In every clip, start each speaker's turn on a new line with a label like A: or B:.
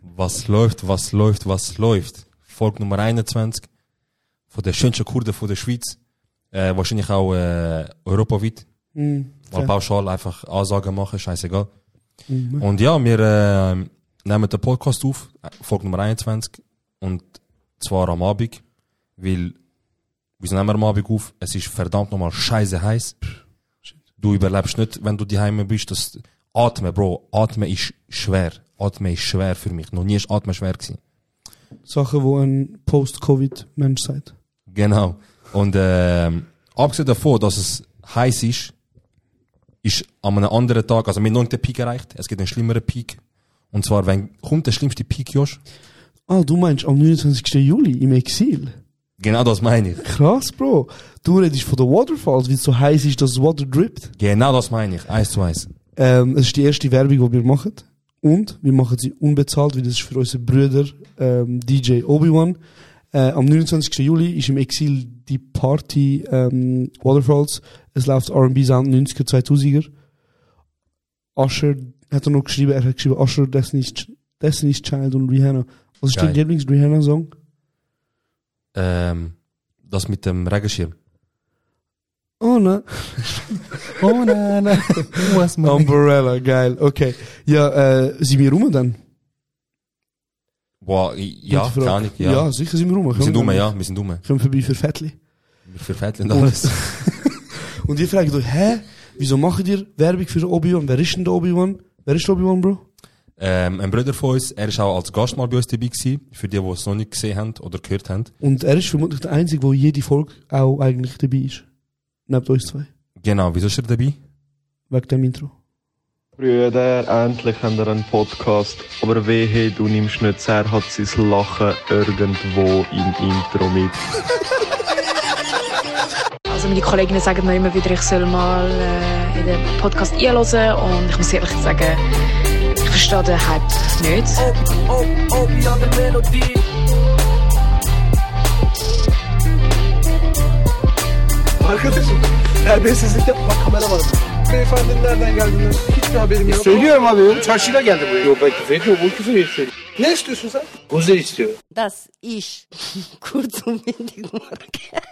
A: Was läuft, was läuft, was läuft? Volk Nummer 21. Von der schönsten Kurden von der Schweiz. Äh, wahrscheinlich auch äh, europaweit.
B: Mhm.
A: Mal pauschal einfach Ansagen machen, scheißegal.
B: Mhm.
A: Und ja, wir äh, nehmen den Podcast auf, Folge Nummer 21. Und zwar am Abend, weil wieso nehmen wir am Abend auf? Es ist verdammt nochmal scheiße heiß. Du überlebst nicht, wenn du daheim bist. Das Atmen, Bro, Atmen ist schwer. Atmen ist schwer für mich. Noch nie ist Atmen schwer gewesen.
B: Sachen, wo ein Post-Covid-Mensch sagt.
A: Genau. Und ähm, abgesehen davon, dass es heiß ist, ist an einem anderen Tag, also wir haben noch nicht den Peak erreicht, es gibt einen schlimmeren Peak. Und zwar, wenn kommt der schlimmste Peak, Josh?
B: Ah, du meinst am 29. Juli im Exil?
A: Genau das meine ich.
B: Krass, Bro. Du redest von den Waterfalls, weil es so heiß ist, dass das Water drippt.
A: Genau das meine ich. Eins zu eins.
B: Ähm, es ist die erste Werbung, die wir machen. Und wir machen sie unbezahlt, weil das ist für unsere Brüder ähm, DJ Obi-Wan. Äh, am 29. Juli ist im Exil die Party ähm, Waterfalls. Es läuft R&B Sound 90er, 2000er. Asher hat er noch geschrieben, er hat geschrieben Asher, Destiny's, Ch- Destiny's Child und Rihanna. Was ist dein
A: Geil.
B: Lieblings-Rihanna-Song?
A: Ähm, das mit dem Regenschirm.
B: Oh ne.
A: Oh nein, nein. Was
B: Umbrella, geil, okay. Ja, äh, sind wir rum dann?
A: Boah, i- ja,
B: Gute Frage.
A: keine Ahnung. Ja.
B: ja, sicher sind wir rum.
A: Wir sind dumm, ja, wir sind dumm.
B: Kommen vorbei für Fettli.
A: Wir verfetteln alles.
B: Und ihr fragt euch, hä? Wieso macht ihr Werbung für Obi-Wan? Wer ist denn der Obi-Wan? Wer ist der Obi-Wan, Bro?
A: ähm, ein Bruder von uns, er ist auch als Gast mal bei uns dabei gewesen, für die, die es noch nicht gesehen haben oder gehört haben.
B: Und er ist vermutlich der Einzige, der jede Folge auch eigentlich dabei ist. Neben euch zwei.
A: Genau, wieso ist er dabei?
B: Wegen dem Intro.
C: Brüder, endlich haben wir einen Podcast. Aber wehe, du nimmst nicht sehr, hat sein Lachen irgendwo im Intro mit.
D: Also meine Kolleginnen sagen mir immer wieder, ich soll mal äh, in den Podcast einhören und ich muss ehrlich sagen, ich verstehe den Hype nicht.
E: Arkadaşım terbiyesizlikte bak kamera var. Beyefendi nereden geldiğinden hiçbir haberim yok.
F: Söylüyorum abi. Çarşıyla geldi buraya.
E: Yok ben küfür etmiyorum. Bu küfür ediyor. Ne istiyorsun sen?
F: Buzzer istiyor.
G: dass ich kurz und bündig morgen.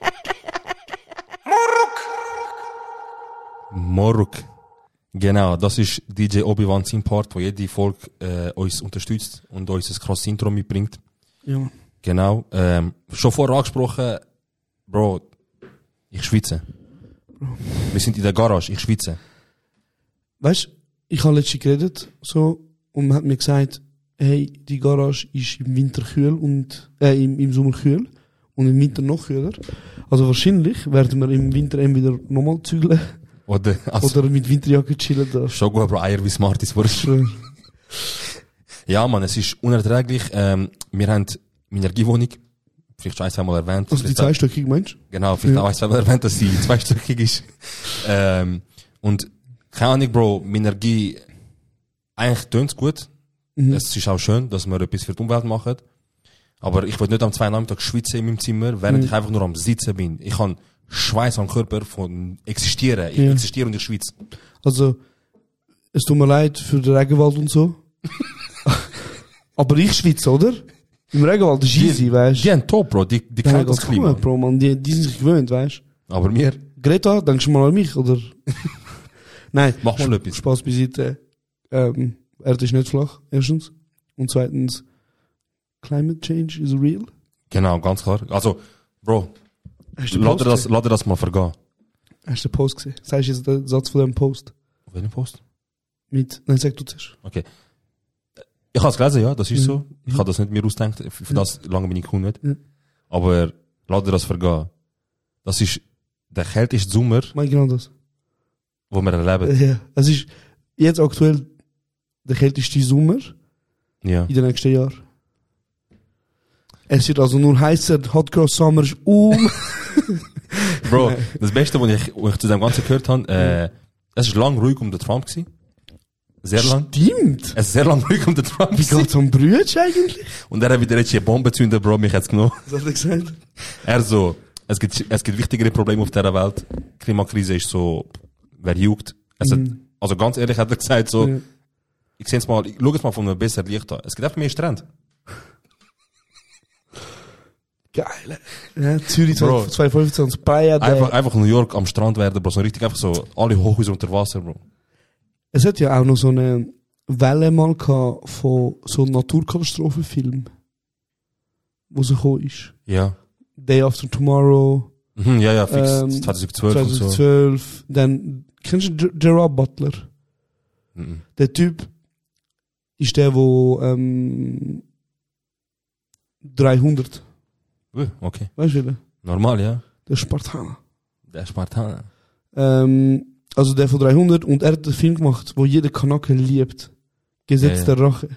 A: Moruk. Genau, das ist DJ Obi-Wan sein Part, wo jede Folge äh, uns unterstützt und uns ein krasses Intro mitbringt.
B: Ja.
A: Genau. Ähm, schon vorher angesprochen, Bro, ich schwitze. Wir sind in der Garage, ich schwitze.
B: Weißt du, ich habe letztens geredet, so, und man hat mir gesagt, hey, die Garage ist im Winter kühl und, äh, im, im Sommer kühl und im Winter noch kühler. Also wahrscheinlich werden wir im Winter entweder nochmal zügeln
A: Oder, also,
B: oder mit Winterjacke chillen da.
A: schon gut, Bro, Eier wie smart ist wurscht. Ja, Mann, es ist unerträglich. Ähm, wir haben meine Energiewohnung, vielleicht schon ein, zwei Mal erwähnt.
B: Also die
A: vielleicht-
B: zweistöckige Mensch?
A: Genau, vielleicht
B: Ja.
A: auch ein, zwei Mal erwähnt, dass sie zweistöckig ist. ähm, und keine Ahnung, Bro, meine Energie, eigentlich tönt's gut.
B: Mhm.
A: Es ist auch schön, dass wir etwas für die Umwelt machen. Aber ich will nicht am zweiten Nachmittag schwitzen in meinem Zimmer,
B: Mhm.
A: während ich einfach nur am Sitzen bin. Ich habe Schweiß am Körper von existieren. Ich
B: Ja.
A: existiere und ich schwitze.
B: Also, es tut mir leid für den Regenwald und so. Aber ich schwitze, oder? Im Regenwald ist easy, weißt
A: Die haben top, Bro. Die, die
B: Ja,
A: kennen das
B: das
A: Klima.
B: Bro, man. Die, die sind sich gewöhnt, weißt
A: Aber wir,
B: Greta, denkst du mal an mich, oder? Nein.
A: Mach mal
B: Sp-
A: etwas.
B: Spaß beiseite. Ähm, Erde ist nicht flach, erstens. Und zweitens, Climate Change is real.
A: genau, ganz klar. Also, Bro,
B: Hast du den
A: lade
B: Post
A: das,
B: gesehen?
A: lade das mal vergehen.
B: Hast du den Post gesehen? Sagst du jetzt den Satz von dem Post?
A: Auf welchen Post?
B: Mit, nein, sag du zuerst.
A: Okay. Ich habe es gelesen, ja, das ist
B: Mhm.
A: so. Ich habe das nicht mir ausgedacht, f- für das lange bin ich cool nicht.
B: Mhm.
A: Aber lass dir das vergehen. Das ist der kälteste Sommer,
B: Mein genau das.
A: wo wir erleben.
B: Ja, es ist jetzt aktuell der kälteste Sommer
A: Ja.
B: in den nächsten Jahren. Es wird also nur heißer, Hot Girl Summer ist um.
A: Bro, das Beste, was ich, was ich zu dem Ganzen gehört habe, äh, es ist lang ruhig um den Trump gewesen. Sehr lang.
B: Stimmt!
A: Es ist sehr lang ruhig um den Trump
B: Wie
A: gewesen.
B: geht's am Brütsch eigentlich?
A: Und er hat wieder jetzt hier Bombe zünden, Bro, mich hat's genommen.
B: Was hat er gesagt?
A: Er so, es gibt, es gibt wichtigere Probleme auf dieser Welt. Klimakrise ist so, wer juckt. Es hat, also ganz ehrlich hat er gesagt so,
B: Mhm. Ja.
A: ich seh's mal, ich schau es mal von einem besseren Licht an. Es gibt einfach mehr Strand.
B: Geil. Ja, Zürich
A: Bro.
B: 2015, das Playa. da-
A: Einfach, einfach New York am Strand werden, Bro. So richtig einfach so, alle Hochhäuser unter Wasser, Bro.
B: Es hat ja auch noch so eine Welle mal gehabt von so Naturkatastrophenfilmen, wo so gekommen ist.
A: Ja.
B: Day After Tomorrow,
A: Mhm, ja, ja, fix.
B: Ähm,
A: 2012 und so.
B: 2012, dann, kennst du Ger- Gerard Butler?
A: Mhm.
B: Der Typ ist der, wo ähm, 300,
A: Ui, Okay.
B: weißt du, welcher?
A: Normal, ja.
B: der Spartaner.
A: Der Spartaner.
B: Ähm, also der von 300 und er hat einen Film gemacht, wo jeder Kanake liebt. Gesetz
A: Ja, ja.
B: der Rache.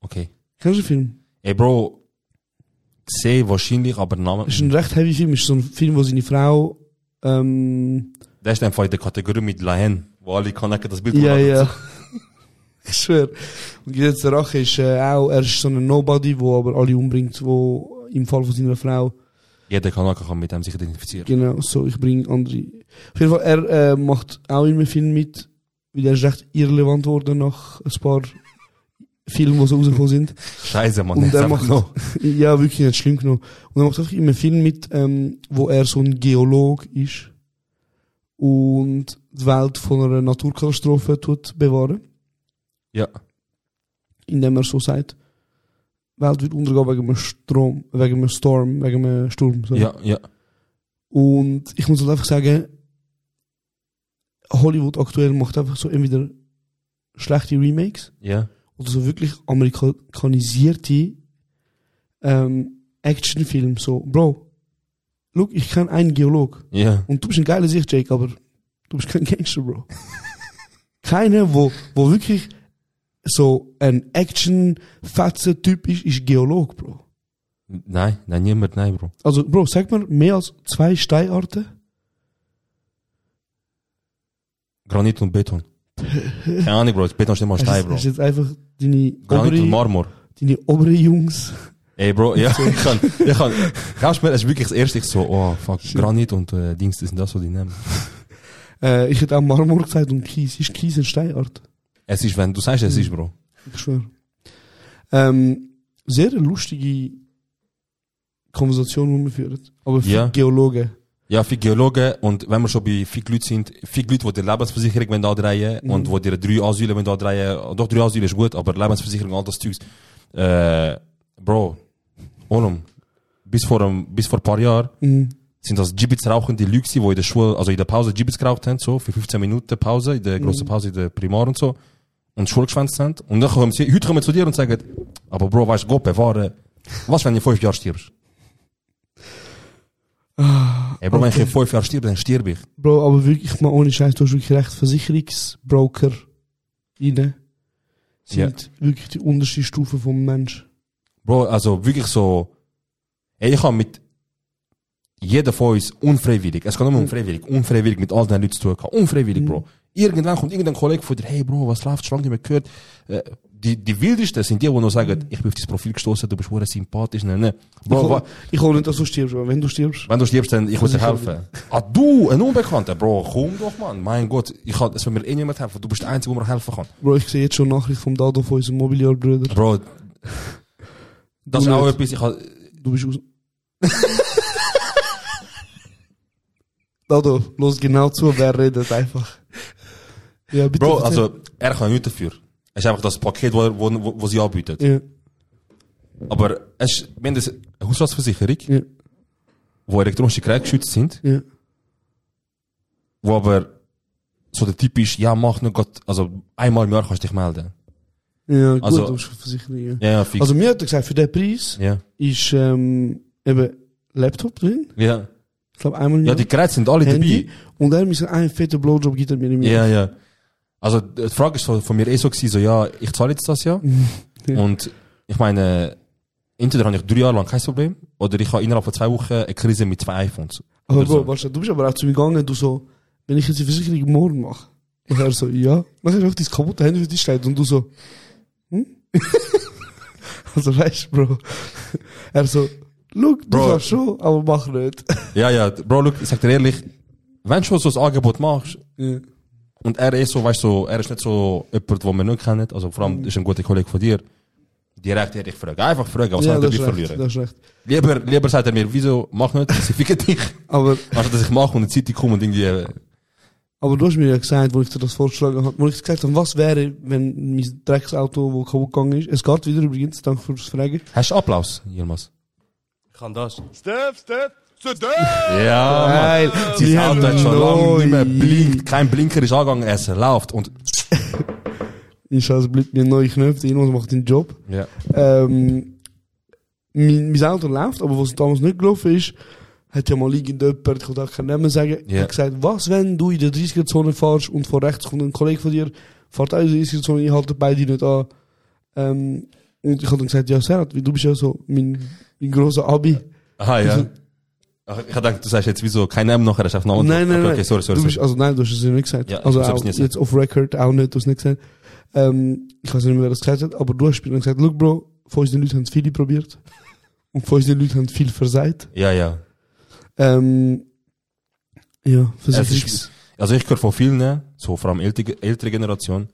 A: Okay.
B: Kennst du den Film?
A: Ey, Bro. Sehe wahrscheinlich, aber Name.
B: ist ein recht heavy Film, ist so ein Film, wo seine Frau ähm,
A: Der ist einfach in der Kategorie mit Laien, wo alle Kanaken das Bild
B: ja,
A: machen.
B: ja. ich schwör. Und jetzt der Rache ist äh, auch, er ist so ein Nobody, wo aber alle umbringt, wo im Fall von seiner Frau,
A: Jeder Kanake kann mit dem sich identifizieren.
B: genau, so, ich bringe andere. Auf jeden Fall, er äh, macht auch in einem Film mit, weil er ist recht irrelevant worden nach ein paar Filmen, die so rausgekommen sind.
A: Scheiße, Mann.
B: Und
A: jetzt
B: der
A: einfach
B: macht-
A: noch.
B: ja, wirklich nicht schlimm genug. Und er macht einfach immer Film mit, ähm, wo er so ein Geolog ist und die Welt von einer Naturkatastrophe tut bewahren,
A: Ja.
B: indem er so sagt, die Welt wird untergehen wegen einem Strom, wegen einem Storm, wegen einem Sturm. So.
A: Ja, ja.
B: Und ich muss halt einfach sagen, Hollywood aktuell macht einfach so entweder schlechte Remakes
A: Ja.
B: oder so wirklich amerikanisierte ähm, Actionfilm. So, Bro, look, ich kann einen Geolog.
A: Ja.
B: Und du bist ein geiler Sicht, Jake, aber du bist kein Gangster, Bro. Keiner, wo, wo wirklich so ein Action-Fetzen-Typ ist, ist Geolog, Bro.
A: Nein, nein, niemand, nein, Bro.
B: Also, Bro, sag mal, mehr als zwei Steinarten?
A: Granit und Beton. Keine Ahnung, Bro. Beton ist immer
B: Hast
A: Stein,
B: du
A: Bro.
B: hast jetzt einfach deine
A: Granit und
B: obere,
A: Marmor.
B: deine obere Jungs.
A: Ey, Bro, ja, ich kann, ich kann, glaubst du mir, das ist wirklich das erste, ich so, oh, fuck, Granit und äh, Dings, das sind das, was die nehmen.
B: Äh, ich hätte auch Marmor gesagt und Kies. Ist Kies eine Steinart?
A: Es ist, wenn du sagst, es ist, Bro.
B: Ich schwöre. Ähm, sehr lustige Konversation, die wir führen. Aber für
A: Ja.
B: Geologen.
A: Ja, viele Geologen, und wenn wir schon bei vielen Leuten sind, viele Leute, die die Lebensversicherung wollen andrehen und die ihre drei Asyle wollen andrehen, äh, doch, drei Asyle ist gut, aber Lebensversicherung, all das Zeugs, äh, Bro, Olum, bis vor, einem, bis vor ein paar Jahren,
B: Mhm.
A: sind das Gibbets rauchende Leute, gewesen, die in der Schule, also in der Pause Gibbets geraucht haben, so, für 15 Minuten Pause, in der grossen Pause, in der Primar und so, und Schule geschwänzt haben. Und dann kommen sie, heute kommen sie zu dir und sagen, aber Bro, weißt du, Gott bewahre, was, wenn du in fünf Jahren stirbst?
B: Ah.
A: Ey, Bro, wenn ich in
B: okay.
A: fünf Jahren stirb, dann stirb ich.
B: Bro, aber wirklich mal ohne Scheiß, du hast wirklich recht. Versicherungsbroker rein sind wirklich die unterste Stufe vom Mensch.
A: Bro, also wirklich so, ey, ich habe mit jeder von uns unfreiwillig, es geht nur um freiwillig, unfreiwillig mit all den Leuten zu tun gehabt. Unfreiwillig,
B: Mhm.
A: Bro. Irgendwann kommt irgendein Kollege von dir, hey Bro, was läuft, schon lange nicht mehr gehört. Äh, die, die wildesten sind die, die noch sagen, ich bin auf dein Profil gestoßen, du bist hure sympathisch. Nein, nein.
B: Mhm. Ich
A: Bro, wa-
B: hol- ich hole nicht, dass du stirbst, aber wenn du stirbst,
A: wenn du stirbst, dann ich muss dir
B: ich
A: helfen. Ah, du, ein Unbekannter, Bro, komm doch, Mann. Mein Gott, ich kann, es will mir eh niemand helfen, du bist der Einzige, der mir helfen kann.
B: Bro, ich sehe jetzt schon Nachricht vom Dado von unserem Mobiliarbruder.
A: Bro, das ist
B: Du
A: auch
B: nicht.
A: etwas, ich hab-
B: Du bist aus. Dado, los genau zu, wer redet einfach. Ja, bitte.
A: Bro,
B: erzähl.
A: also, er kann nichts dafür. Es ist einfach das Paket, wo, wo, wo, wo sie anbieten.
B: Ja,
A: Aber es ist mindestens eine Hausratsversicherung,
B: ja,
A: wo elektronische Geräte geschützt sind,
B: ja.
A: wo aber so der Typ ist, ja, mach nur Gott, also einmal im Jahr kannst du dich melden.
B: Ja, gut,
A: Also-
B: du bist Versicherung. Ja.
A: Ja, ja, fix.
B: Also mir hat er gesagt, für den Preis
A: ja.
B: ist ähm, eben Laptop drin.
A: Ja.
B: Ich glaube einmal im
A: ja,
B: Jahr.
A: die Geräte sind alle
B: Handy. Und er hat mir gesagt, einen fetten Blowjob gibt er mir im
A: dabei. Ja,
B: Jahr.
A: ja. Also, die Frage ist von, von mir eh so gewesen, so, ja, ich zahle jetzt das ja.
B: Ja.
A: Und ich meine, entweder habe ich drei Jahre lang kein Problem, oder ich habe innerhalb von zwei Wochen eine Krise mit zwei iPhones.
B: Aber
A: Oder
B: Bro,
A: so.
B: warte, du bist aber auch zu mir gegangen, du so, wenn ich jetzt die Versicherung morgen mache. Und er so, ja. Nachher auf dein kaputte Handy für dich steht und du so, hm? also weißt du, Bro. Er so, look, du
A: Bro.
B: kannst schon, aber mach nicht.
A: Ja, ja, Bro, look, ich sag dir ehrlich, wenn du schon so ein Angebot machst,
B: ja. Mhm.
A: und er ist so, weißt du, so, er ist nicht so jemand, den wir nicht kennen, also vor allem ist ein guter Kollege von dir, direkt ehrlich fragen. Einfach fragen, was
B: ja,
A: hat er
B: das
A: dich
B: ist recht,
A: verlieren?
B: das ist recht.
A: Lieber, lieber sagt er mir, wieso mach nicht, sie ficken dich.
B: Aber,
A: Anstatt dass ich mache und eine Zeit komme und irgendwie, äh,
B: aber du hast mir ja gesagt, wo ich dir das vorgeschlagen habe, wo ich gesagt habe, was wäre, wenn mein Drecksauto, wo kaputt gegangen ist, es geht wieder übrigens, danke fürs Fragen.
A: hast du Applaus, jemals?
H: Ich kann das.
A: Ja,
B: Geil.
A: Sein
B: Wir
A: Auto hat
B: haben
A: schon lange nicht mehr
B: neu.
A: blinkt. Kein Blinker ist angegangen, es läuft. Und,
B: Ich schaue, bleibt mir neu Knöpfe, irgendwas macht den Job.
A: ja.
B: Ähm, mein, mein Auto läuft, aber was damals nicht gelaufen ist, hat ja mal irgendjemand, ich kann auch keinen Namen sagen,
A: Ja.
B: hat gesagt, was wenn du in der 30er-Zone fährst und von rechts kommt ein Kollege von dir, fährt auch in der 30er-Zone, ich halte beide nicht an. Ähm, und ich habe dann gesagt, ja Serhat, du bist ja so mein, mein grosser Abi.
A: Aha, ja.
B: Also-
A: Ach, Ich dachte, du sagst jetzt, wieso kein Name nachher, hast du auf Namen
B: Nein,
A: drauf.
B: nein,
A: okay,
B: nein.
A: okay, sorry, sorry.
B: du bist,
A: sorry.
B: also nein, du hast es ja nicht gesagt.
A: Ja,
B: also
A: ich hab's
B: auch,
A: nicht gesagt.
B: jetzt off record auch nicht, du hast es nicht gesagt. Ähm, ich weiß nicht mehr, wer das gesagt hat, aber du hast mir dann gesagt, look Bro, von unseren Leuten haben es viele probiert. Und von unseren Leuten haben viel versagt.
A: Ja, ja.
B: Ähm, ja,
A: Es
B: Versicherungs...
A: ist, also ich höre von vielen, so vor allem ältere, ältere Generation,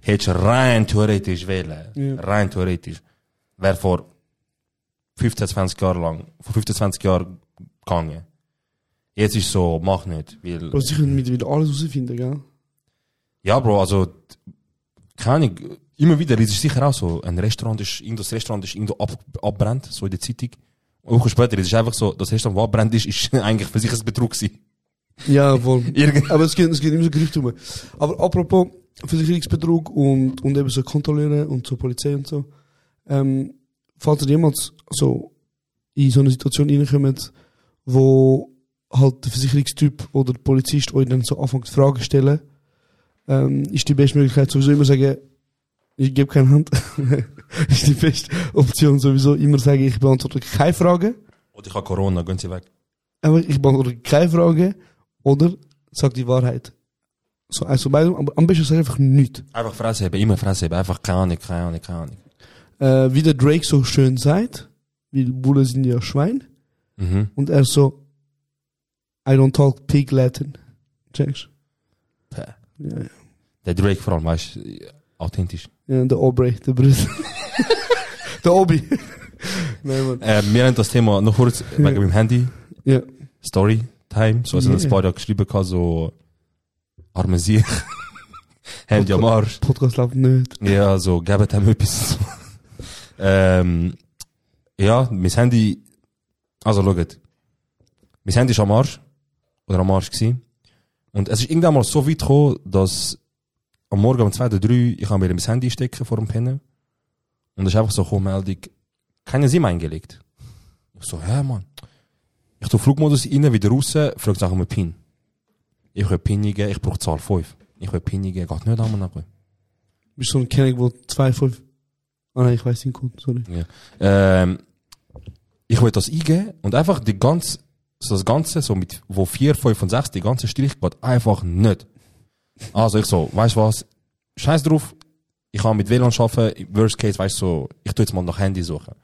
A: hättest du rein theoretisch wählen.
B: Ja.
A: Rein theoretisch. Wäre vor 15, 20 Jahren lang, vor 15, 20 Jahren gegangen. Jetzt ist so, mach nicht, weil...
B: Bro, sie können mittlerweile alles herausfinden, gell?
A: Ja, Bro, also, keine Ahnung, immer wieder, es ist sicher auch so, ein Restaurant ist, irgendwas Restaurant ist irgendwo ab, abbrennt, so in der Zeitung. Eine Woche später, es ist einfach so, das Restaurant, wo abbrennt ist, ist eigentlich für sich ein Betrug gewesen.
B: Ja, voll.
A: Irgend-
B: aber es geht, es geht immer so Gerüchte um. Aber apropos Versicherungsbetrug und, und eben so Kontrolleure und so Polizei und so. Ähm, falls ihr jemals so in so eine Situation reinkommt, wo halt der Versicherungstyp oder der Polizist euch dann so anfängt Fragen zu stellen, ähm, ist die beste Möglichkeit sowieso immer sagen, ich gebe keine Hand. ist die beste Option sowieso immer sagen, ich beantworte keine Fragen.
A: Oder ich habe Corona, gehen Sie weg.
B: Aber ich beantworte keine Frage oder sag die Wahrheit. So, also beidem, aber am besten sag einfach nichts.
A: Einfach Fresse haben, immer Fresse haben, einfach keine Ahnung, keine Ahnung, keine Ahnung.
B: Äh, wie der Drake so schön sagt, weil Bullen sind ja Schwein,
A: Mhm.
B: und er so, I don't talk pig Latin. Checkst?
A: Päh.
B: Ja, ja.
A: Der Drake vor allem, weißt du, äh, authentisch.
B: ja, der Aubrey, der Bruder. der Obi. Nein, Mann.
A: Äh, wir haben das Thema noch kurz wegen meinem Handy.
B: Ja.
A: Story Time. So, also
B: Ja.
A: yeah. ein paar Jahre geschrieben, gehabt, so, arme Sieg. Handy am Arsch.
B: Podcast läuft nicht.
A: Ja, also, so, gebt ihm etwas. ähm, ja, mein Handy, also schaut. Mein Handy ist am Arsch. Oder am Arsch gewesen. Und es ist irgendwann mal so weit gekommen, dass am Morgen um 2 oder 3, ich habe mir mein Handy stecken vor dem Pennen. Und es ist einfach so eine Meldung, keine SIM eingelegt. Ich so, hä, Mann. Ich tu Flugmodus rein, wieder raus, frag nach einem PIN. Ich will PIN eingeben, ich brauche Zahl 5. Ich will PIN eingeben, geht nicht einmal nachher.
B: Bist so ein Kenneck, wo zwei, fünf. Ah nein, ich weiß den Code, sorry.
A: Ähm, ich will das eingeben und einfach die ganze, so das Ganze, so mit, wo 4, 5 und 6, die ganze Strich geht einfach nicht. Also ich so, weißt du was, scheiß drauf, ich kann mit WLAN arbeiten, worst case, weißt du, so, ich tu jetzt mal nach Handy suchen.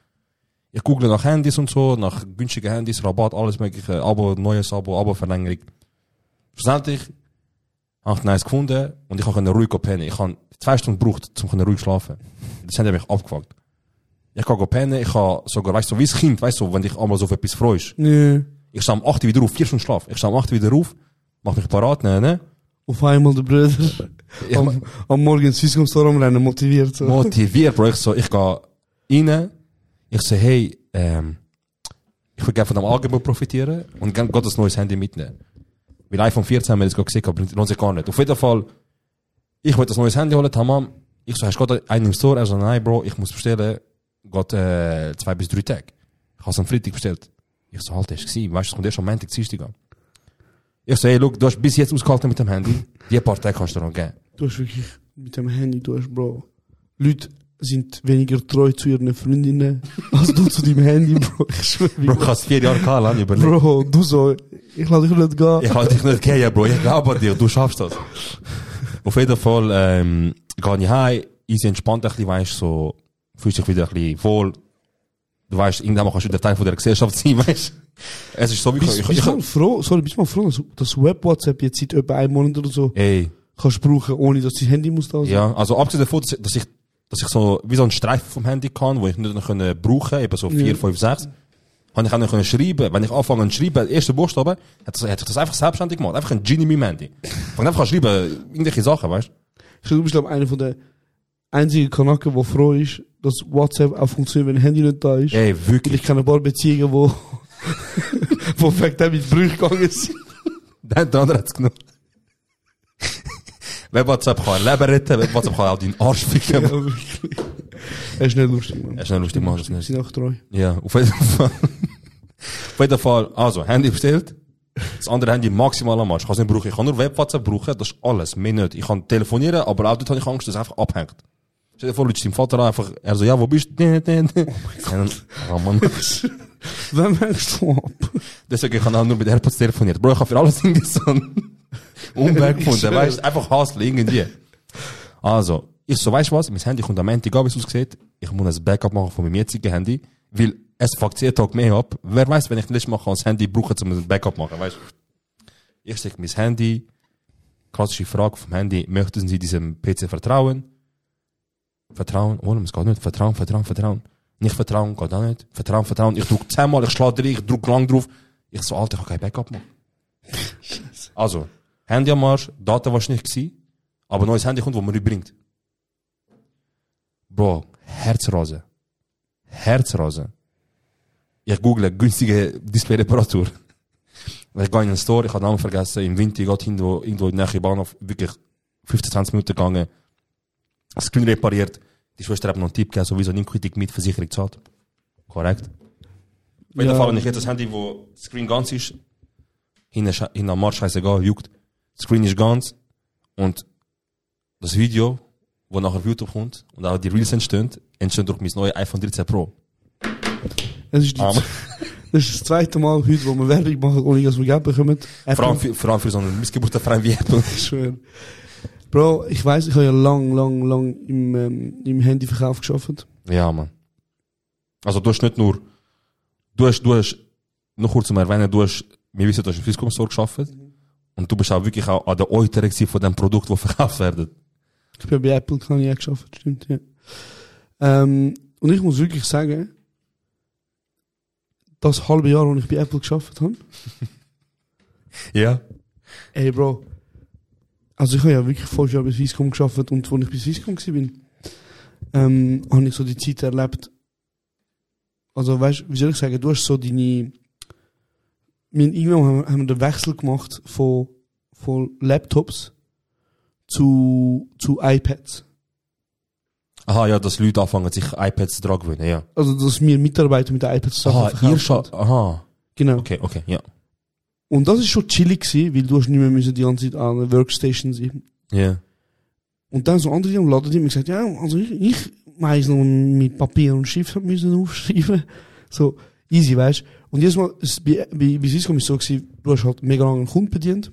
A: Ich google nach Handys und so, nach günstigen Handys, Rabatt, alles mögliche, Abo, neues Abo, Abo-Verlängerung. Schlussendlich habe ich nice gefunden und ich konnte ruhig pennen. Ich habe zwei Stunden gebraucht, um ruhig schlafen. Das haben die mich abgefuckt. Ich kann go pennen, ich kann sogar, weißt du, wie ein Kind, weißt du, wenn dich einmal so auf etwas freust.
B: Ja.
A: Ich stehe am 8 Uhr wieder auf, vier Stunden Schlaf. Ich stehe am 8 Uhr wieder auf, mach mich parat, ne, ne?
B: Auf einmal der Bruder.
A: Ich
B: am, am Morgen ins Swisscom Store rumrennen, motiviert. So.
A: motiviert, Bro. Ich so, ich gehe rein, ich so, hey, ähm, ich will gerne von dem Angebot profitieren und gerne Gott das neues Handy mitnehmen. Weil iPhone 14 haben wir das gerade gesehen, aber lohnt sich gar nicht. Auf jeden Fall, ich will das neues Handy holen, tamam. Ich so, hast du gerade einen im Store? Er so, nein, Bro, ich muss bestellen, geht äh, zwei bis drei Tage. Ich habe es am Freitag bestellt. Ich so, halt, hast du gesehen, weißt du, es kommt erst am Montag, Dienstag an. Ich so, hey, look, du hast bis jetzt ausgehalten mit dem Handy, die paar Tage kannst du dir noch geben.
B: Du hast wirklich mit dem Handy, du hast, Bro. Leute sind weniger treu zu ihren Freundinnen als du zu deinem Handy, Bro. Ich
A: Bro, ich
B: schwöre.
A: habe es vier Jahre gehabt, lang überlegt.
B: Bro, du so, ich lass dich nicht gehen.
A: Ich kann dich nicht kennen, Bro. Ich glaube an dich. Du schaffst das. Auf jeden Fall, ähm, gehe ich heim. Easy entspannt ein bisschen, weißt so, fühlst dich wieder ein bisschen wohl. Du weißt, irgendwann kannst du wieder Teil von der Gesellschaft sein, weißt Es ist so wie
B: Bist, bist du mal froh, sorry, bist du mal froh, dass das Web-WhatsApp jetzt seit etwa einem Monat oder so
A: Ey,
B: kannst brauchen, ohne dass dein Handy muss da sein?
A: ja. Also, abgesehen davon, dass ich- dass ich dass ich so wie so einen Streifen vom Handy kann, wo ich nicht noch können brauchen, eben so
B: Ja.
A: 4, 5, 6. Habe ich auch noch können schreiben. Wenn ich anfange zu schreiben, erste Buchstaben, hat, das- hat sich das einfach selbstständig gemacht. Einfach ein Genie mit dem Handy. Fang einfach an zu schreiben, irgendwelche Sachen, weißt du?
B: Ich glaube, ich glaube, einer von der einzigen Kanaken, der froh ist, dass WhatsApp auch funktioniert, wenn ein Handy nicht da ist.
A: Ey,
B: Und ich
A: wirklich.
B: kenne ein paar Beziehungen, wo, wo fängt der mit Brüch gegangen sind.
A: Der, der andere hat es genommen. Wenn WhatsApp kann Leben retten, wenn WhatsApp kann auch deinen Arsch ficken.
B: Ja, wirklich. Er ist nicht lustig, Mann.
A: Er ist nicht lustig, Mann, das
B: Sie
A: nicht.
B: sind auch treu.
A: Ja, auf jeden Fall. auf jeden Fall, also, Handy bestellt. Das andere Handy maximal am Arsch. Ich kann es nicht brauchen. Ich kann nur Web-WhatsApp brauchen, das ist alles, mehr nicht. Ich kann telefonieren, aber auch dort habe ich Angst, dass es einfach abhängt. Stell dir vor, Leute, dein Vater an, einfach, er so, ja, wo bist du? Nee, nee, nee. Oh mein Gott. Ja, Mann.
B: Wem hängst du ab?
A: Deswegen kann ich auch nur mit AirPods telefoniert. Bro, ich habe für alles irgendwie so einen Umweg gefunden. Weißt du, einfach Hustle, irgendwie. Also, ich so, weißt du was? Mein Handy kommt am Ende, egal wie es aussieht. Ich muss ein Backup machen von meinem jetzigen Handy, weil es fuckt jeden Tag mehr ab. Wer weiß, wenn ich das Mal kann, das Handy brauchen, um ein Backup zu machen, weißt du? Ich stecke mein Handy, klassische Frage vom Handy, möchten Sie diesem PC vertrauen? Vertrauen, oh, es geht nicht. Vertrauen, Vertrauen, Vertrauen. Nicht Vertrauen, geht auch nicht. Vertrauen, Vertrauen. Ich drücke zehnmal, ich schlage drei, ich drücke lang drauf. Ich so, Alter, ich kann kein Backup machen. also, Handy am Arsch, Daten war nicht gewesen, aber neues Handy kommt, wo man rüberbringt. Bro, Herzrasen. Herzrasen. Ich google günstige Display-Reparatur. Ich gehe in den Store, ich habe den Namen vergessen, im Winter geht irgendwo, irgendwo in der Nähe Bahnhof, wirklich 15, 20 Minuten gegangen, das Screen repariert, die Schwester hat mir noch einen Tipp gegeben, sowieso nimm Kritik mit, Versicherung zahlt. Korrekt. Wenn
B: Ja.
A: ja. Fall, wenn ich jetzt das Handy, wo das Screen ganz ist, hinten sche- hinten am Marsch scheißegal, juckt, das Screen ist ganz und das Video, wo nachher auf YouTube kommt und auch die Reels entstehen, entstehen durch mein neues iPhone 13 Pro.
B: Es ist, die,
A: Ah,
B: das ist das zweite Mal heute, wo wir Werbung machen, ohne dass wir Geld bekommen.
A: vor, allem für, vor allem für so einen Missgeburtenfreien wie Apple.
B: Ich schwöre. Bro, ich weiß, ich habe ja lang, lang, lang im, ähm, im Handyverkauf geschafft.
A: Ja, man. Also du hast nicht nur, du hast, du hast, noch kurz zum Erwähnen, du hast, wir wissen, du hast im Swisscom Store gearbeitet und du bist auch wirklich auch an der Euter gewesen von dem Produkt, das verkauft wird.
B: Ich bin bei Apple kann ich auch geschafft, stimmt, ja. Ähm, und ich muss wirklich sagen, das halbe Jahr, wo ich bei Apple geschafft habe,
A: Ja.
B: ey Bro, also ich habe ja wirklich fünf Jahre bei Swisscom geschafft und wo ich bei Swisscom gewesen bin, ähm, habe ich so die Zeit erlebt. Also weißt, wie soll ich sagen, du hast so deine, wir irgendwann haben, haben wir den Wechsel gemacht von, von Laptops zu, zu iPads.
A: Aha, ja, dass Leute anfangen, sich iPads zu tragen wollen, ja.
B: Also, dass wir Mitarbeiter mit der iPad-Sache
A: Aha, ihr schaut, aha.
B: Genau.
A: Okay, okay, ja.
B: Und das ist schon chillig gewesen, weil du hast nicht mehr müssen die ganze Zeit an der Workstation sein.
A: Ja.
B: Und dann so andere am Laden, die haben gesagt, ja, also ich, ich meins noch mit Papier und Stift hab müssen aufschreiben. So, easy, weißt Und jedes Mal, es, bei, bei, bei Swisscom ist es so gewesen, du hast halt mega lange einen Kunden bedient.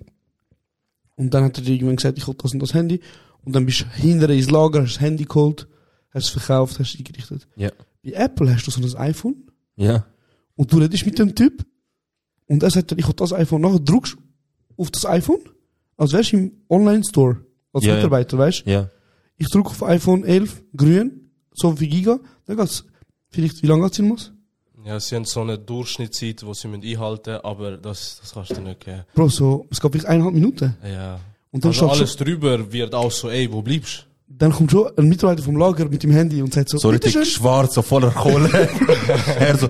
B: Und dann hat er dir irgendwann gesagt, ich hol das und das Handy. Und dann bist du hinterher ins Lager, hast das Handy geholt, hast es verkauft, hast es eingerichtet.
A: Ja.
B: Bei Apple hast du so ein iPhone.
A: Ja.
B: Und du redest mit dem Typ und er sagt dir, ich hab das iPhone. Nachher drückst auf das iPhone, als wärst du im Online-Store, als
A: Ja, ja.
B: Mitarbeiter, weißt
A: Ja.
B: Ich drücke auf iPhone 11, grün, so viel Giga, dann geht's, vielleicht, wie lange geht's in muss?
H: Ja, sie haben so eine Durchschnittszeit, die sie müssen einhalten müssen, aber das, das kannst du nicht geben.
B: Bro, so, es geht vielleicht eineinhalb Minuten.
H: Ja.
B: Und dann,
H: Also
B: also
H: alles drüber wird auch so, ey, wo bleibst
B: schon, dann kommt schon ein Mitarbeiter vom Lager mit dem Handy und sagt so,
A: So richtig
B: bitteschön,
A: schwarz, so voller Kohle. er so,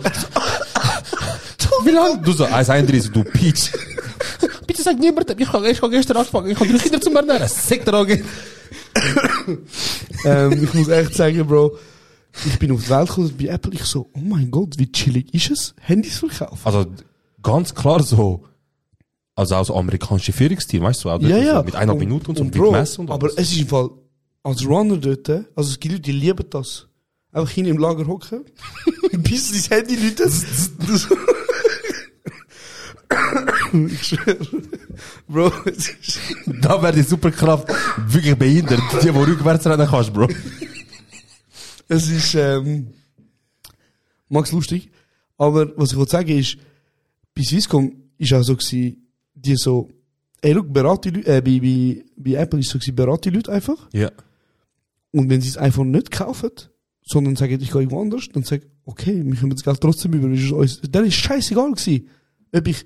A: wie lang? Du so, 1,31, du Peach.
I: Bitte sag niemandem, ich habe ich hab gestern angefangen, ich habe drei Kinder zum Ernähren. Sag dir auch,
B: ähm, ich muss echt sagen, Bro, ich bin auf die Welt gekommen bei Apple, ich so, oh mein Gott, wie chillig ist es, Handys verkaufen.
A: Also d- ganz klar so, also auch so amerikanische Führungsteam, weißt du, auch dort
B: Ja,
A: so
B: ja.
A: Also mit einer Minute und so, mit
B: Bro,
A: Mess und
B: Aber
A: alles.
B: es ist im Fall, als Runner dort, also es gibt Leute, die lieben das. Einfach hin im Lager hocken, bis dein Handy läutet. ich schwöre. Bro, es ist...
A: da wäre die Superkraft wirklich behindert, die, die rückwärts rennen kannst, Bro.
B: Es ist, ähm, mag's lustig. Aber was ich wollte sagen ist, bei Swisscom ist auch so gewesen, die so, ey, look, berate Leute, äh, bei, bei, bei Apple ist so gewesen, berate Leute einfach.
A: Ja.
B: Und wenn sie das iPhone nicht kaufen, sondern sagen, ich gehe irgendwo anders, dann sage ich, okay, wir können das Geld trotzdem über. Das ist uns- Dann ist scheißegal gewesen, ob ich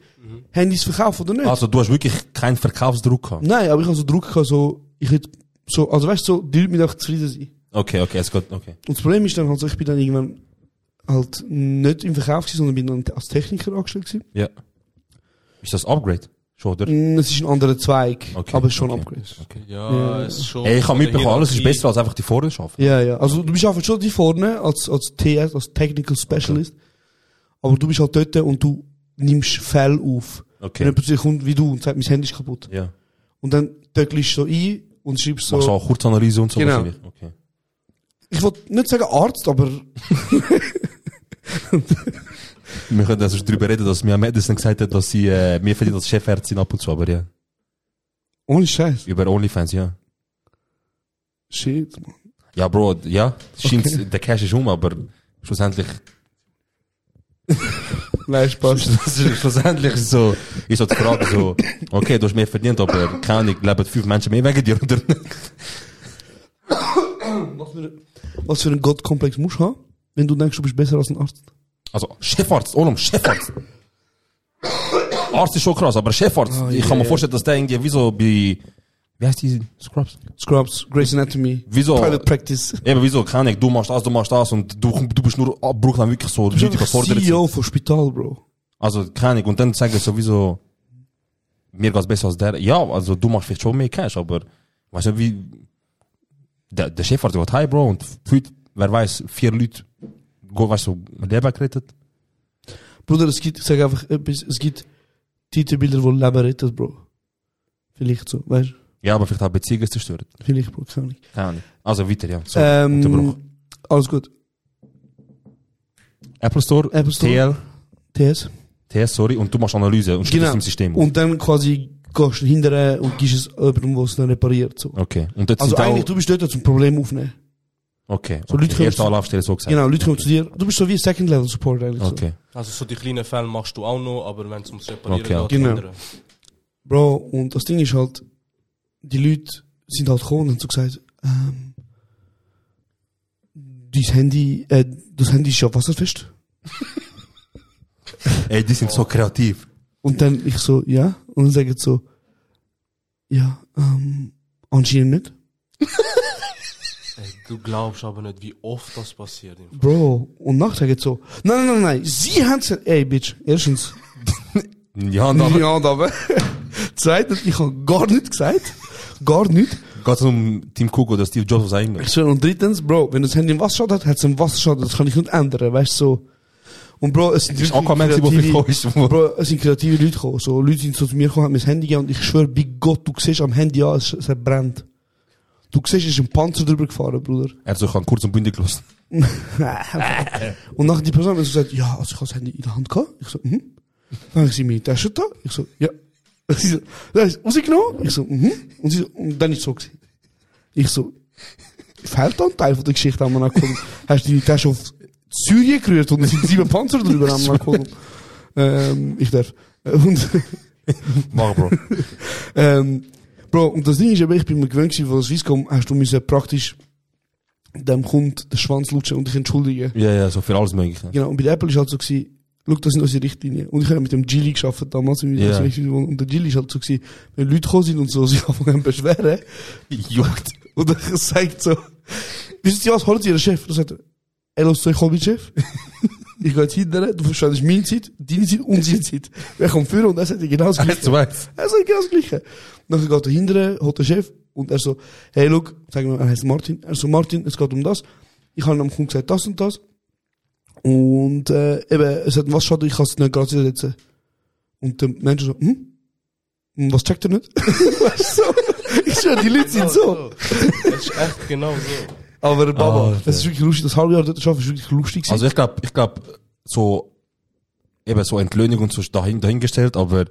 B: Handys verkaufe oder nicht.
A: Mhm. Also, du hast wirklich keinen Verkaufsdruck gehabt.
B: Nein, aber ich habe so Druck gehabt, so, ich hätte, so, also weißt du, so, die Leute mit einfach zufrieden sein.
A: Okay, okay, es geht, okay.
B: Und das Problem ist dann halt so, ich bin dann irgendwann halt nicht im Verkauf gewesen, sondern bin dann als Techniker angestellt gewesen.
A: Ja. Ist das Upgrade? Schon, oder?
B: Mm, Es ist ein anderer Zweig,
A: Mhm. Okay,
B: aber schon
A: okay.
B: Upgrade.
H: Ja, ist schon.
A: Ey, ich habe mitbekommen, alles ist
H: Hierarchie.
A: besser als einfach die Vorne schaffen.
B: Ja, ja. Also du bist einfach schon die vorne als, als TS, als Technical Specialist. Aber du bist halt dort und du nimmst Fälle auf. Wenn
A: Okay.
B: jemand zu dir kommt wie du und sagt, mein Handy ist kaputt.
A: Ja.
B: Und dann töckelst du so ein und schreibst
A: Machst du
B: so,
A: auch Kurzanalyse und so
B: Genau.
A: wahrscheinlich. Okay.
B: ich wollte nicht sagen Arzt, aber
A: Wir können also darüber reden, dass mir Madison gesagt hat, dass sie äh, mir verdient als Chefärztin ab und zu, aber ja.
B: ohne Scheiß.
A: Über OnlyFans, ja.
B: Shit, man.
A: Ja, Bro, ja. Scheint, der Cash ist um, aber schlussendlich,
B: Nein, Spaß.
A: schlussendlich ist so, ist so die Frage so, okay, du hast mehr verdient, aber keine Ahnung, leben fünf Menschen mehr wegen dir oder nicht?
B: Was für, was für einen Gottkomplex musst du haben, wenn du denkst, du bist besser als ein Arzt?
A: Also, Chefarzt, Olum, Chefarzt. Arzt ist schon krass, aber Chefarzt,
B: Oh,
A: ich
B: yeah.
A: kann mir vorstellen, dass der irgendwie wie so bei, wie heißt die Scrubs?
B: Scrubs, Grey's Anatomy,
A: Wieso?
B: Private Practice.
A: Eben, wieso? Keine Ahnung, du machst das, du machst das und du, du bist nur Abbruch dann wirklich so, du
B: Du
A: bist
B: bist
A: richtig
B: einfach
A: gefordert.
B: CEO E von Spital, Bro.
A: Also, keine Ahnung, und dann sagen sie sowieso, mir geht's besser als der. Ja, also du machst vielleicht schon mehr Cash, aber, weißt du, wie, der, der Chefarzt geht hi, Bro, und fühlt, wer weiß, vier Leute, go, weißt du, Leben gerettet.
B: Bruder, es gibt, ich sage einfach etwas, es gibt Titelbilder, die Leben rettet, Bro. Vielleicht so, weißt du?
A: Ja, aber vielleicht auch Beziehungen zerstört.
B: Vielleicht, Bro, keine Ahnung.
A: Keine Ahnung. Also weiter, ja. So, Unterbruch.
B: Ähm, alles gut.
A: Apple Store,
B: Apple Store. TS.
A: TL, TS, sorry, und du machst Analyse und stellst
B: Genau.
A: im System.
B: Und dann quasi gehst du hinterher und gibst es jemandem, der es dann repariert. So.
A: okay. Und jetzt
B: Also
A: sind
B: eigentlich, du bist dort zum Problem aufnehmen.
A: auch, okay.
B: so
A: okay.
B: Leute kommen
A: Erste
B: zu-
A: Anlaufstelle, so gesagt.
B: Genau, Leute kommen zu dir. Du bist so wie Second Level Support eigentlich. So.
A: Okay.
H: Also so die kleinen Fälle machst du auch noch, aber wenn es ums Reparieren
A: Okay,
H: geht,
B: genau.
H: andere.
B: Bro, und das Ding ist halt, die Leute sind halt gekommen und haben so gesagt, ähm, dein Handy, äh, das Handy ist ja wasserfest.
A: Ey, die sind so kreativ.
B: Und dann ich so, ja. Und dann sagen sie so, ja, ähm, anscheinend nicht.
H: Ey, du glaubst aber nicht, wie oft das passiert. im Fall.
B: Bro, und nachher sagen sie so, nein, nein, nein, nein, sie haben ey, Bitch, erstens,
A: Ja, und dann
B: ja, da, zweitens, ich habe gar nichts gesagt, gar nichts.
A: geht's um Tim Cook oder Steve Jobs, was eigentlich.
B: Ich schwöre, und drittens, Bro, wenn das Handy im Wasserschaden hat, hat es im Wasserschaden, das kann ich nicht ändern, weißt du, so. Und Bro, es sind
A: Ist
B: wirklich
A: Aquaman, gewesen, wo viel
B: kreative,
A: ist. wo-
B: Bro, es sind kreative Leute gekommen, so, Leute sind so zu mir gekommen, haben mir das Handy gegeben und ich schwöre, bei Gott, du siehst am Handy an, es, es hat brennt. Du siehst, es ist ein Panzer drüber gefahren, Bruder.
A: Er hat so kann kurz und bündig los.
B: und nachher die Person hat so gesagt, ja, also ich habe das Handy in der Hand gehabt. Ich so, mhm. Dann habe ich sie in meine Tasche da. Ich so, ja. Sie so, dann ist rausgenommen. Ich so, mhm. Und, sie so, und dann ist es so gewesen. Ich so, fehlt da ein Teil von der Geschichte am Anakon? Hast du deine Tasche auf Syrien gerührt und es sind sieben Panzer drüber am Anakon? ähm, ich darf. Und,
A: Mach, Bro.
B: ähm, Bro, und das Ding ist aber, ich bin mir gewöhnt gewesen, von der Swisscom hast du müssen praktisch dem Kunden den Schwanz lutschen und dich entschuldigen.
A: Ja, ja, so für alles Mögliche.
B: Genau, und bei der Apple ist halt so gewesen, schau, das sind unsere Richtlinien. Und ich habe mit dem Gili geschafft damals, in
A: Ja.
B: yeah. und der Gili ist halt so gewesen, wenn Leute gekommen sind und so, sich anfangen zu beschweren,
A: Juckt.
B: und er sagt so, wisst ihr was, holt ihr ihren Chef? Und sagt er, ey, los, ich hol meinen Chef. ich gehe jetzt hinterher, du verschwendest meine Zeit, deine Zeit und seine Zeit. Wer kommt führen und er sagt genau das
A: Eins
B: Gleiche.
A: zu eins.
B: Er sagt genau das Gleiche. Dann geht er hinterher, holt den Chef und er so, hey, look, sagen wir, er heißt Martin. Er so, Martin, es geht um das. Ich habe am Kunden gesagt, das und das. Und äh, eben, es hat was schade, ich kann es nicht gerade setzen. Und der Mensch so, hm? Und was checkt er nicht? Weißt du, so. ich schwöre, die Leute sind so.
H: Das Also, ist echt genau so.
B: Aber Baba,
A: Alter.
B: es ist wirklich lustig. Das halbe Jahr dort zu arbeiten ist wirklich lustig.
A: Ah, Also ich glaube, ich glaube, so, eben so Entlöhnung und so ist dahin, dahingestellt, aber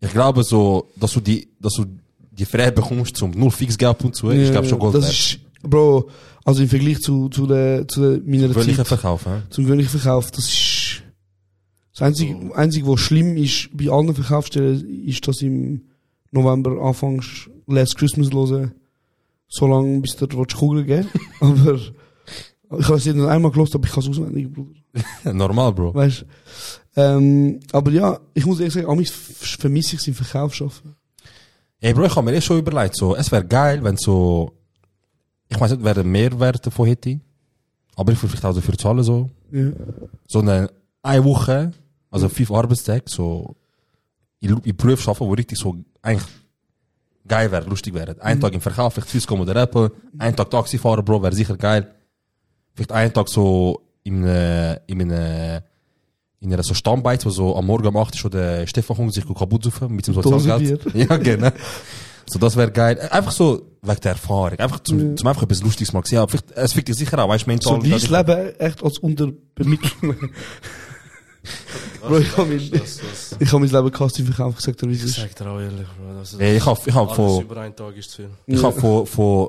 A: ich glaube so, dass du die, dass du die Freiheit bekommst zum null Fixgeld ab und zu, ich glaube schon Gold
B: Das
A: wert.
B: ist, Bro, also im Vergleich zu, zu, der, zu der, meiner
A: Gewöhnlicher
B: Zeit,
A: Verkauf, hä?
B: zum gewöhnlichen Verkauf, das ist das Einzige, Einzige, was schlimm ist bei allen Verkaufsstellen, ist, dass im November anfängst, Last Christmas zu hören. solange bis der willst Kugeln geben Aber ich habe es nicht nur einmal gelost, aber ich kann es auswendig, Bruder.
A: Normal, Bro.
B: Weißt du? Ähm, aber ja, ich muss ehrlich sagen, amig f- vermisse ich es im Verkauf schaffen.
A: Ey, Bro, ich habe mir eh schon überlegt, so, es wäre geil, wenn so, ich weiß nicht, wer den Mehrwert davon hätte, aber ich würde vielleicht auch dafür zahlen, so,
B: Ja.
A: so eine, eine Woche, also fünf Arbeitstage, so, in, in Beruf arbeiten, wo richtig so, eigentlich, geil wäre, lustig wäre.
H: Mhm.
A: Ein Tag im Verkauf, vielleicht Füße kommen oder rappen, ein Tag Taxifahrer, Bro, wäre sicher geil. Vielleicht einen Tag so, in, äh, in, in, in einer so Stammbeiz, wo so am Morgen um 8 Uhr schon der Stefan Hung sich kaputt saufen mit dem
B: Dose
A: Sozialgeld. Ja, genau. So, das wäre geil. Einfach so, wegen der Erfahrung. Einfach zum, zum einfach etwas Lustiges mal sehen. Aber vielleicht, es fickt dich sicher auch, weißt du, mental.
B: So dein
A: dass ich-
B: Leben echt als Unterbemittlung. Bro, ich habe mein,
H: Das, das,
B: ich hab mein Leben gehasst im Verkauf, gesagt, wie es
H: ich
B: ist.
H: sag dir auch ehrlich, Bro. Ah, Das,
A: Ey, ich hab, ich hab
H: alles
A: von,
H: über einen Tag ist zu viel.
A: ich hab von, von,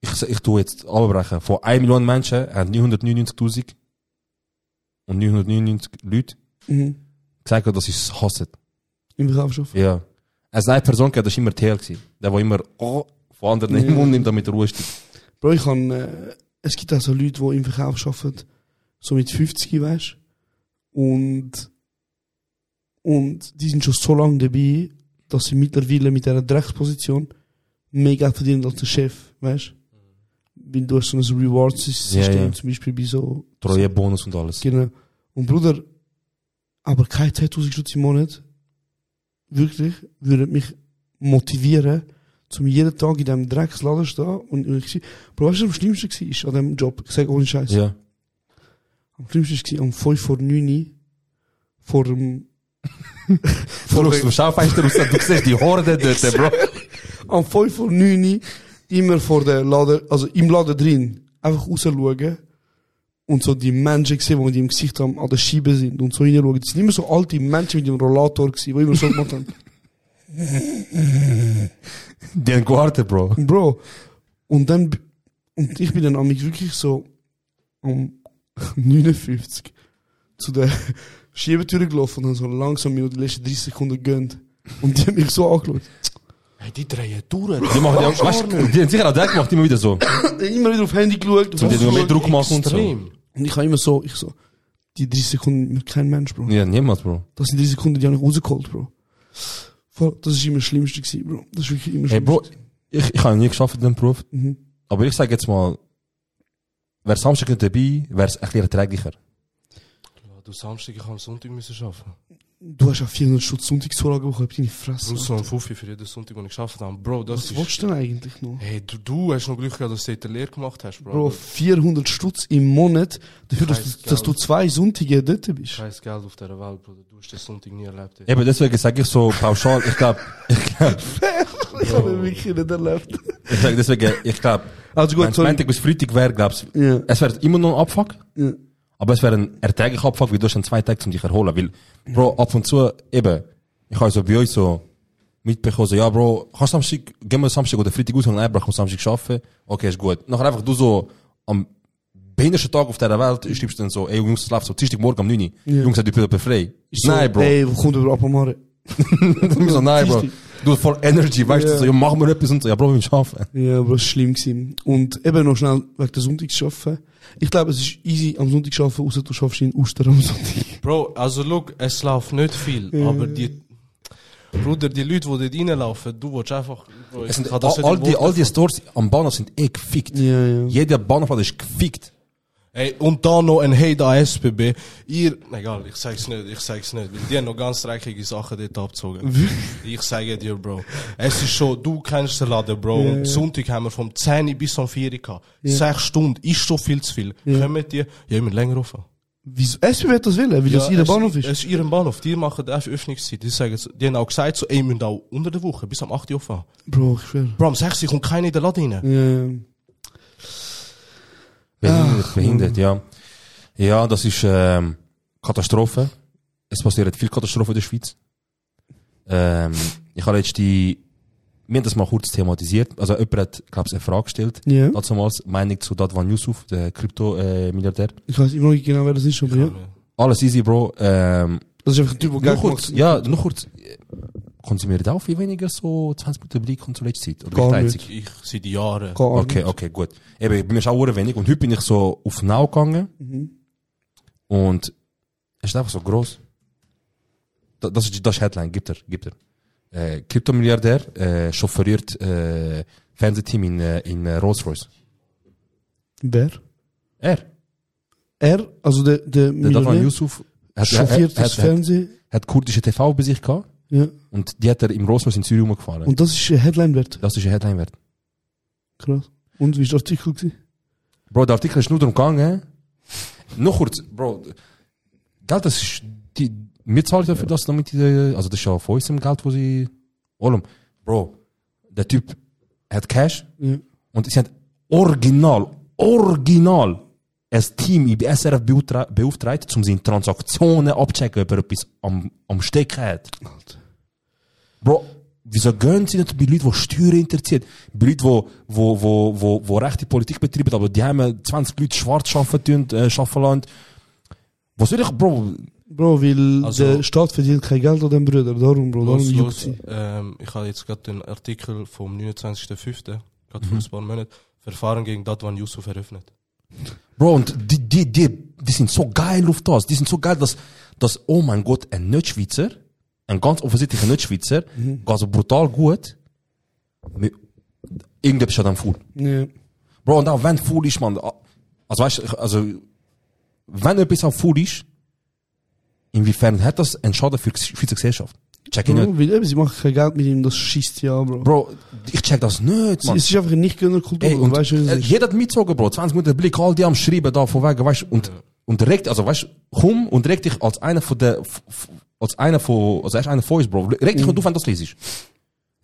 A: ich, ich tu jetzt abbrechen. Von 1 Million Menschen haben 999.000 und 999 Leute
B: Mhm.
A: gesagt, dass sie es hassen.
B: Im Verkauf schaffen.
A: Ja. Es eine Person gegeben, das war immer TL. gewesen. Der, der immer oh, von anderen in den Mund nimmt, damit er Ruhe steht.
B: Bro, ich kann, äh, es gibt auch so Leute, die im Verkauf arbeiten, so mit 50, weißt du? Und, und die sind schon so lange dabei, dass sie mittlerweile mit dieser Drecksposition mehr Geld verdienen als der Chef, weißt du? Weil du hast so ein Reward-System,
A: Ja, ja.
B: zum Beispiel bei so.
A: Treue Bonus und alles.
B: Genau. Und Bruder, aber keine 10.000 Stutz im Monat, wirklich, würde mich motivieren, zum jeden Tag in diesem Drecksladen stehen und und ich sehe, Bro, weißt du, was am schlimmsten war an diesem Job? Ich sage ohne Scheiß.
A: Ja.
B: Am schlimmsten war um 5 vor 9 Uhr, vor dem,
A: Du schaust zum Schaufenster raus, du siehst die Horde dort, Bro.
B: am 5 vor 9 Uhr, immer vor der Laden, also im Laden drin, einfach rausschauen und so die Menschen sehen, die mit dem Gesicht am, an der Scheibe sind und so hineinschauen. Das sind immer so alte Menschen mit dem Rollator gewesen, die immer so gemacht haben.
A: Die haben gewartet, Bro.
B: Bro. Und dann, b- und ich bin dann am wirklich so um 59 zu der Schiebetür gelaufen und dann so langsam mir die letzten 30 Sekunden gönnt. Und die haben mich so angeschaut.
H: Hey, die drehen durch.
A: Die, machen, die, haben, weißt, du, die haben sicher auch direkt gemacht, immer wieder so.
B: Immer wieder auf Handy geschaut.
A: Zum dir noch mehr Druck machen und so.
H: Extrem.
B: Und ich habe immer so, ich so, die 30 Sekunden mit kein Mensch, Bro.
A: Ja, niemals, Bro.
B: Das sind 30 Sekunden, die habe ich rausgeholt, Bro. Voll, Das ist immer das Schlimmste gewesen, Bro. Das ist wirklich immer das
A: Hey, Bro,
B: Schlimmste.
A: ich, ich habe nie geschafft in diesem Beruf.
B: Mhm.
A: Aber ich sage jetzt mal, wäre Samstag nicht dabei, wäre es ein bisschen erträglicher.
H: Du Samstag, ich am Sonntag müssen arbeiten.
B: Mhm. Du hast ja 400 Schutz Sonntagszulage bekommen, ich hab deine Fresse.
H: Plus so ein Fuffi für jeden Sonntag, den ich geschafft habe. Bro, das
B: Was
H: ist...
B: willst du denn eigentlich noch?
H: Hey, du, du hast noch Glück gehabt, dass du dort eine Lehre gemacht hast, Bro.
B: Bro, 400 Stutz im Monat, dafür, dass,
H: Scheiß
B: du- dass du
H: Geld.
B: zwei Sonntage dort bist.
H: Scheiß Geld auf dieser Welt, Bruder. Du hast den Sonntag nie erlebt. ey.
A: Eben deswegen sage ich so pauschal, ich glaube,
B: Ich habe ihn wirklich nicht erlebt.
A: ich sage deswegen, ich glaube,
B: Also
A: wenn
B: gut,
A: es
B: sorry.
A: Montag bis Freitag wäre, glaubst du,
B: Ja,
A: es wäre immer noch ein Abfuck,
B: ja.
A: aber es wäre ein erträglicher Abfuck, weil du hast dann zwei Tage, um dich erholen. Weil, Bro, ab und zu, eben, ich habe so bei euch so mitbekommen, so, ja, Bro, kannst du Samstag, gehen wir Samstag oder Freitag aus, und nein, Bro, ich muss Samstag arbeiten, okay, ist gut. Nachher einfach du so, am behindersten Tag auf dieser Welt, schreibst du dann so, ey, Jungs, es läuft so, Dienstagmorgen um 9 Uhr,
B: Ja.
A: Jungs, seid ihr bitte frei?
B: So,
A: nein, Bro.
B: Ey, wo kommt über Apamare?
A: Ich so, nein, Bro.
B: Richtig.
A: Du voll Energy, weißt
B: Ja.
A: du, so, ja, mach mir etwas und so, ja, Bro, wir müssen arbeiten.
B: Ja, Bro, es war schlimm. Gewesen. Und eben noch schnell wegen der Sonntagsarbeiten. Ich glaube, es ist easy am Sonntag zu arbeiten, außer du schaffst in Ostern am Sonntag.
H: Bro, also look, es läuft nicht viel, aber die... Bruder, die Leute, die dort reinlaufen, du willst einfach... Bro,
A: Es
H: ich
A: sind,
H: kann
A: all,
H: das nicht
A: all,
H: in
A: die,
H: Worte
A: all die Stores am Bahnhof sind eh gefickt.
B: Ja, ja.
A: Jeder Bahnhof ist gefickt.
H: Hey, und dann noch ein Hey da SBB. Ihr, egal, ich sag's nicht, ich sag's nicht, weil die haben noch ganz dreckige Sachen dort abgezogen. ich sage dir, Bro. Es ist schon, du kennst den Laden, Bro.
B: Ja,
H: und
B: ja.
H: Sonntag haben wir vom 10 Uhr bis um 4 Uhr gehabt. Sechs Stunden, ist schon viel zu viel.
B: Ja.
H: Kommen die, ja, ich bin länger offen.
B: Wieso? SBB hat das willen, weil das ihr
H: es-
B: Bahnhof ist.
H: Es ist ihren Bahnhof, die machen die Öffnungszeit. Die sagen, so- die haben auch gesagt, so, ey, wir müssen auch unter der Woche bis am 8 Uhr offen. haben.
B: Bro, ich schwör.
H: Bro, um 6 Uhr kommt keiner in den Laden rein.
B: Ja, ja.
A: Behindert, behindert, ja. Ja, das ist ähm, Katastrophe. Es passiert viel Katastrophen in der Schweiz. Ähm, ich habe jetzt die, wir haben das mal kurz thematisiert. Also jemand hat, glaube ich, eine Frage gestellt.
B: Ja.
A: Damals Meinung zu Dadwan Yusuf, der Krypto-Milliardär.
B: Ich weiß immer noch nicht genau, wer das ist, aber ja.
A: Alles easy, Bro. Ähm,
B: Das ist einfach ein Typ, der
A: Nur
B: Geld
A: kurz,
B: macht.
A: ja, nur kurz. konsumiert ihr auch viel weniger so 20 Minuten Blick und so letzte Zeit? Oder
B: Gar
A: gleich
B: nicht.
A: Zeit?
H: Ich seit Jahren.
B: Keine Ahnung.
A: Okay, okay, gut. Eben, bei mir ist auch sehr wenig. Und heute bin ich so auf Now gegangen.
B: Mhm.
A: Und es ist einfach so gross. Da- Das ist, das ist Headline, gibt er, gibt er. Äh, Kryptomilliardär äh, chauffeuriert äh, Fernsehteam in, äh, in äh, Rolls Royce.
B: Wer?
A: Er,
B: Er, also der,
A: der
B: der
A: Davran
B: Millionär,
A: Yusuf, hat, hat,
B: chauffiert
A: hat,
B: das
A: hat, hat,
B: Fernsehen.
A: hat kurdische TV bei sich gehabt
B: Ja.
A: und die hat er im Rolls Royce in Syrien umgefahren.
B: Und das ist ein Headline-Wert.
A: das ist ein Headline wert.
B: Krass. Und wie war der Artikel? Gewesen?
A: Bro, der Artikel ist nur darum gegangen. Noch kurz, Bro. Geld, das ist. Die, wir zahlen dafür, dass damit die. Also, das ist ja von unserem Geld, wo sie. Olum. Bro, der Typ hat Cash.
B: Ja.
A: Und sie hat original, original ein Team im SRF beauftra- beauftragt, um seine Transaktionen abzuchecken, ob er etwas am, am Stecken hat. Bro, wieso gehen sie nicht bei Leuten, die Steuern interessiert? Bei Leuten, die wo, wo, wo, wo rechte Politik betreiben, aber die haben äh, 20 Leute schwarz arbeiten, tun, äh, arbeiten lassen. Was soll ich, Bro?
B: Bro, weil
H: Also-
B: der Staat verdient kein Geld an dem Bruder. Darum, Bro, darum
H: Los,
B: juckt
H: los.
B: sie.
H: Ähm, ich habe jetzt gerade den Artikel vom 29.05.,
B: Mhm.
H: gerade vor ein paar Monaten, Verfahren gegen Datwan Yusuf eröffnet.
A: Bro, und die, die, die, die sind so geil auf das. Die sind so geil, dass, dass oh mein Gott, ein Nicht-Schweizer, ein ganz offensichtlicher Nicht-Schweizer, geht so brutal gut. Mit- Irgendetwas hat am Fuhl.
B: Ja.
A: Bro, und auch wenn full ist, man. Also weißt du, also wenn etwas auch full ist, inwiefern hat das einen Schaden für die Schweizer Gesellschaft? Check ich nicht.
B: Bro, weil eben, sie machen kein Geld mit ihm, das schießt ja, Bro.
A: Bro, ich check das nicht,
B: es
A: man.
B: ist einfach nicht gönner Kultur.
A: Ey, und
B: weißt du, was
A: äh,
B: es ist?
A: jeder hat mitgezogen, Bro. 20 Minuten Blick, all die am Schreiben da von wegen, weißt du, und, und regt, also weißt du, komm und regt dich als einer von der, f- f- als einer von, also er ist einer von uns, Bro. Reg
B: Mhm.
A: dich nicht auf, wenn du das liest.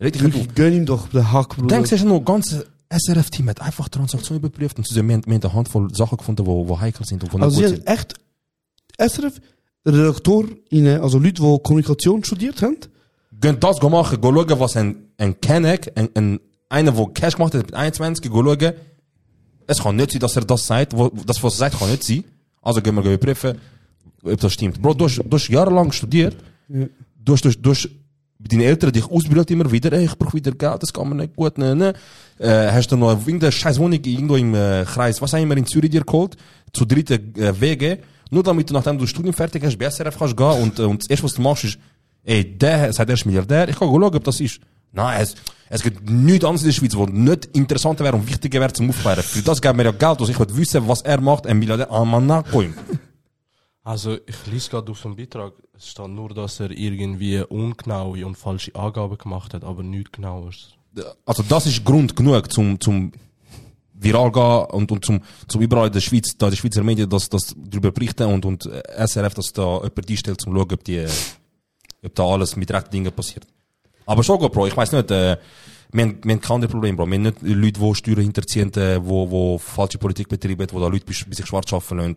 A: Reg dich nicht auf.
B: Wirklich, gönn ihm doch den Hack, Bruder.
A: Denkst du, es ist nur ganze SRF-Team hat einfach Transaktionen überprüft und sie haben, wir haben eine Handvoll Sachen gefunden, die, die heikel sind und die
B: also,
A: nicht
B: sie
A: gut
B: haben
A: sind.
B: echt SRF, Redaktorinnen, also Leute, die Kommunikation studiert haben,
A: Gehen das go machen, go schauen, was ein, ein Kenneck, ein, ein, einer, der Cash gemacht hat mit 21, go schauen. Es kann nicht sein, dass er das sagt, wo, das, was er sagt, kann nicht sein. Also gehen wir gehen prüfen, ob das stimmt. Bro, du hast, du hast jahrelang studiert, du hast, du hast, du hast deine Eltern dich ausbildet immer wieder, ey, ich brauche wieder Geld, das kann man nicht gut, ne, ne. Äh, hast du noch irgendeine scheiß Wohnung irgendwo im äh, Kreis, was auch immer in Zürich dir geholt, zu dritten äh, Wege, nur damit du, nachdem du Studium fertig hast, bei SRF kannst gehen und, äh, und das erste, was du machst, ist, ey, der sagt, er ist Milliardär, ich kann schauen, ob das ist. Nein, es, es gibt nichts anderes in der Schweiz, wo nicht interessanter wäre und wichtiger wäre zum Aufklären. Für das geben wir ja Geld, also ich will wissen, was er macht, Ah, ein Milliardär, an man nachkommt.
H: Also, ich lese gerade auf dem Beitrag, es steht nur, dass er irgendwie ungenaue und falsche Angaben gemacht hat, aber nichts genaues.
A: also das ist Grund genug zum zum viral gehen und, und zum, zum überall in der Schweiz, da die Schweizer Medien das, das darüber berichten und, und äh, SRF, dass da jemand einstellt, zum schauen, ob die, äh, ob da alles mit rechten Dingen passiert. Aber schon gut, Bro, ich weiß nicht, äh, wir haben, wir haben kein anderes Problem, Bro. Wir haben nicht Leute, die Steuern hinterziehen, äh, wo, wo falsche Politik betreiben, wo da Leute bis, bis sich schwarz schaffen lassen.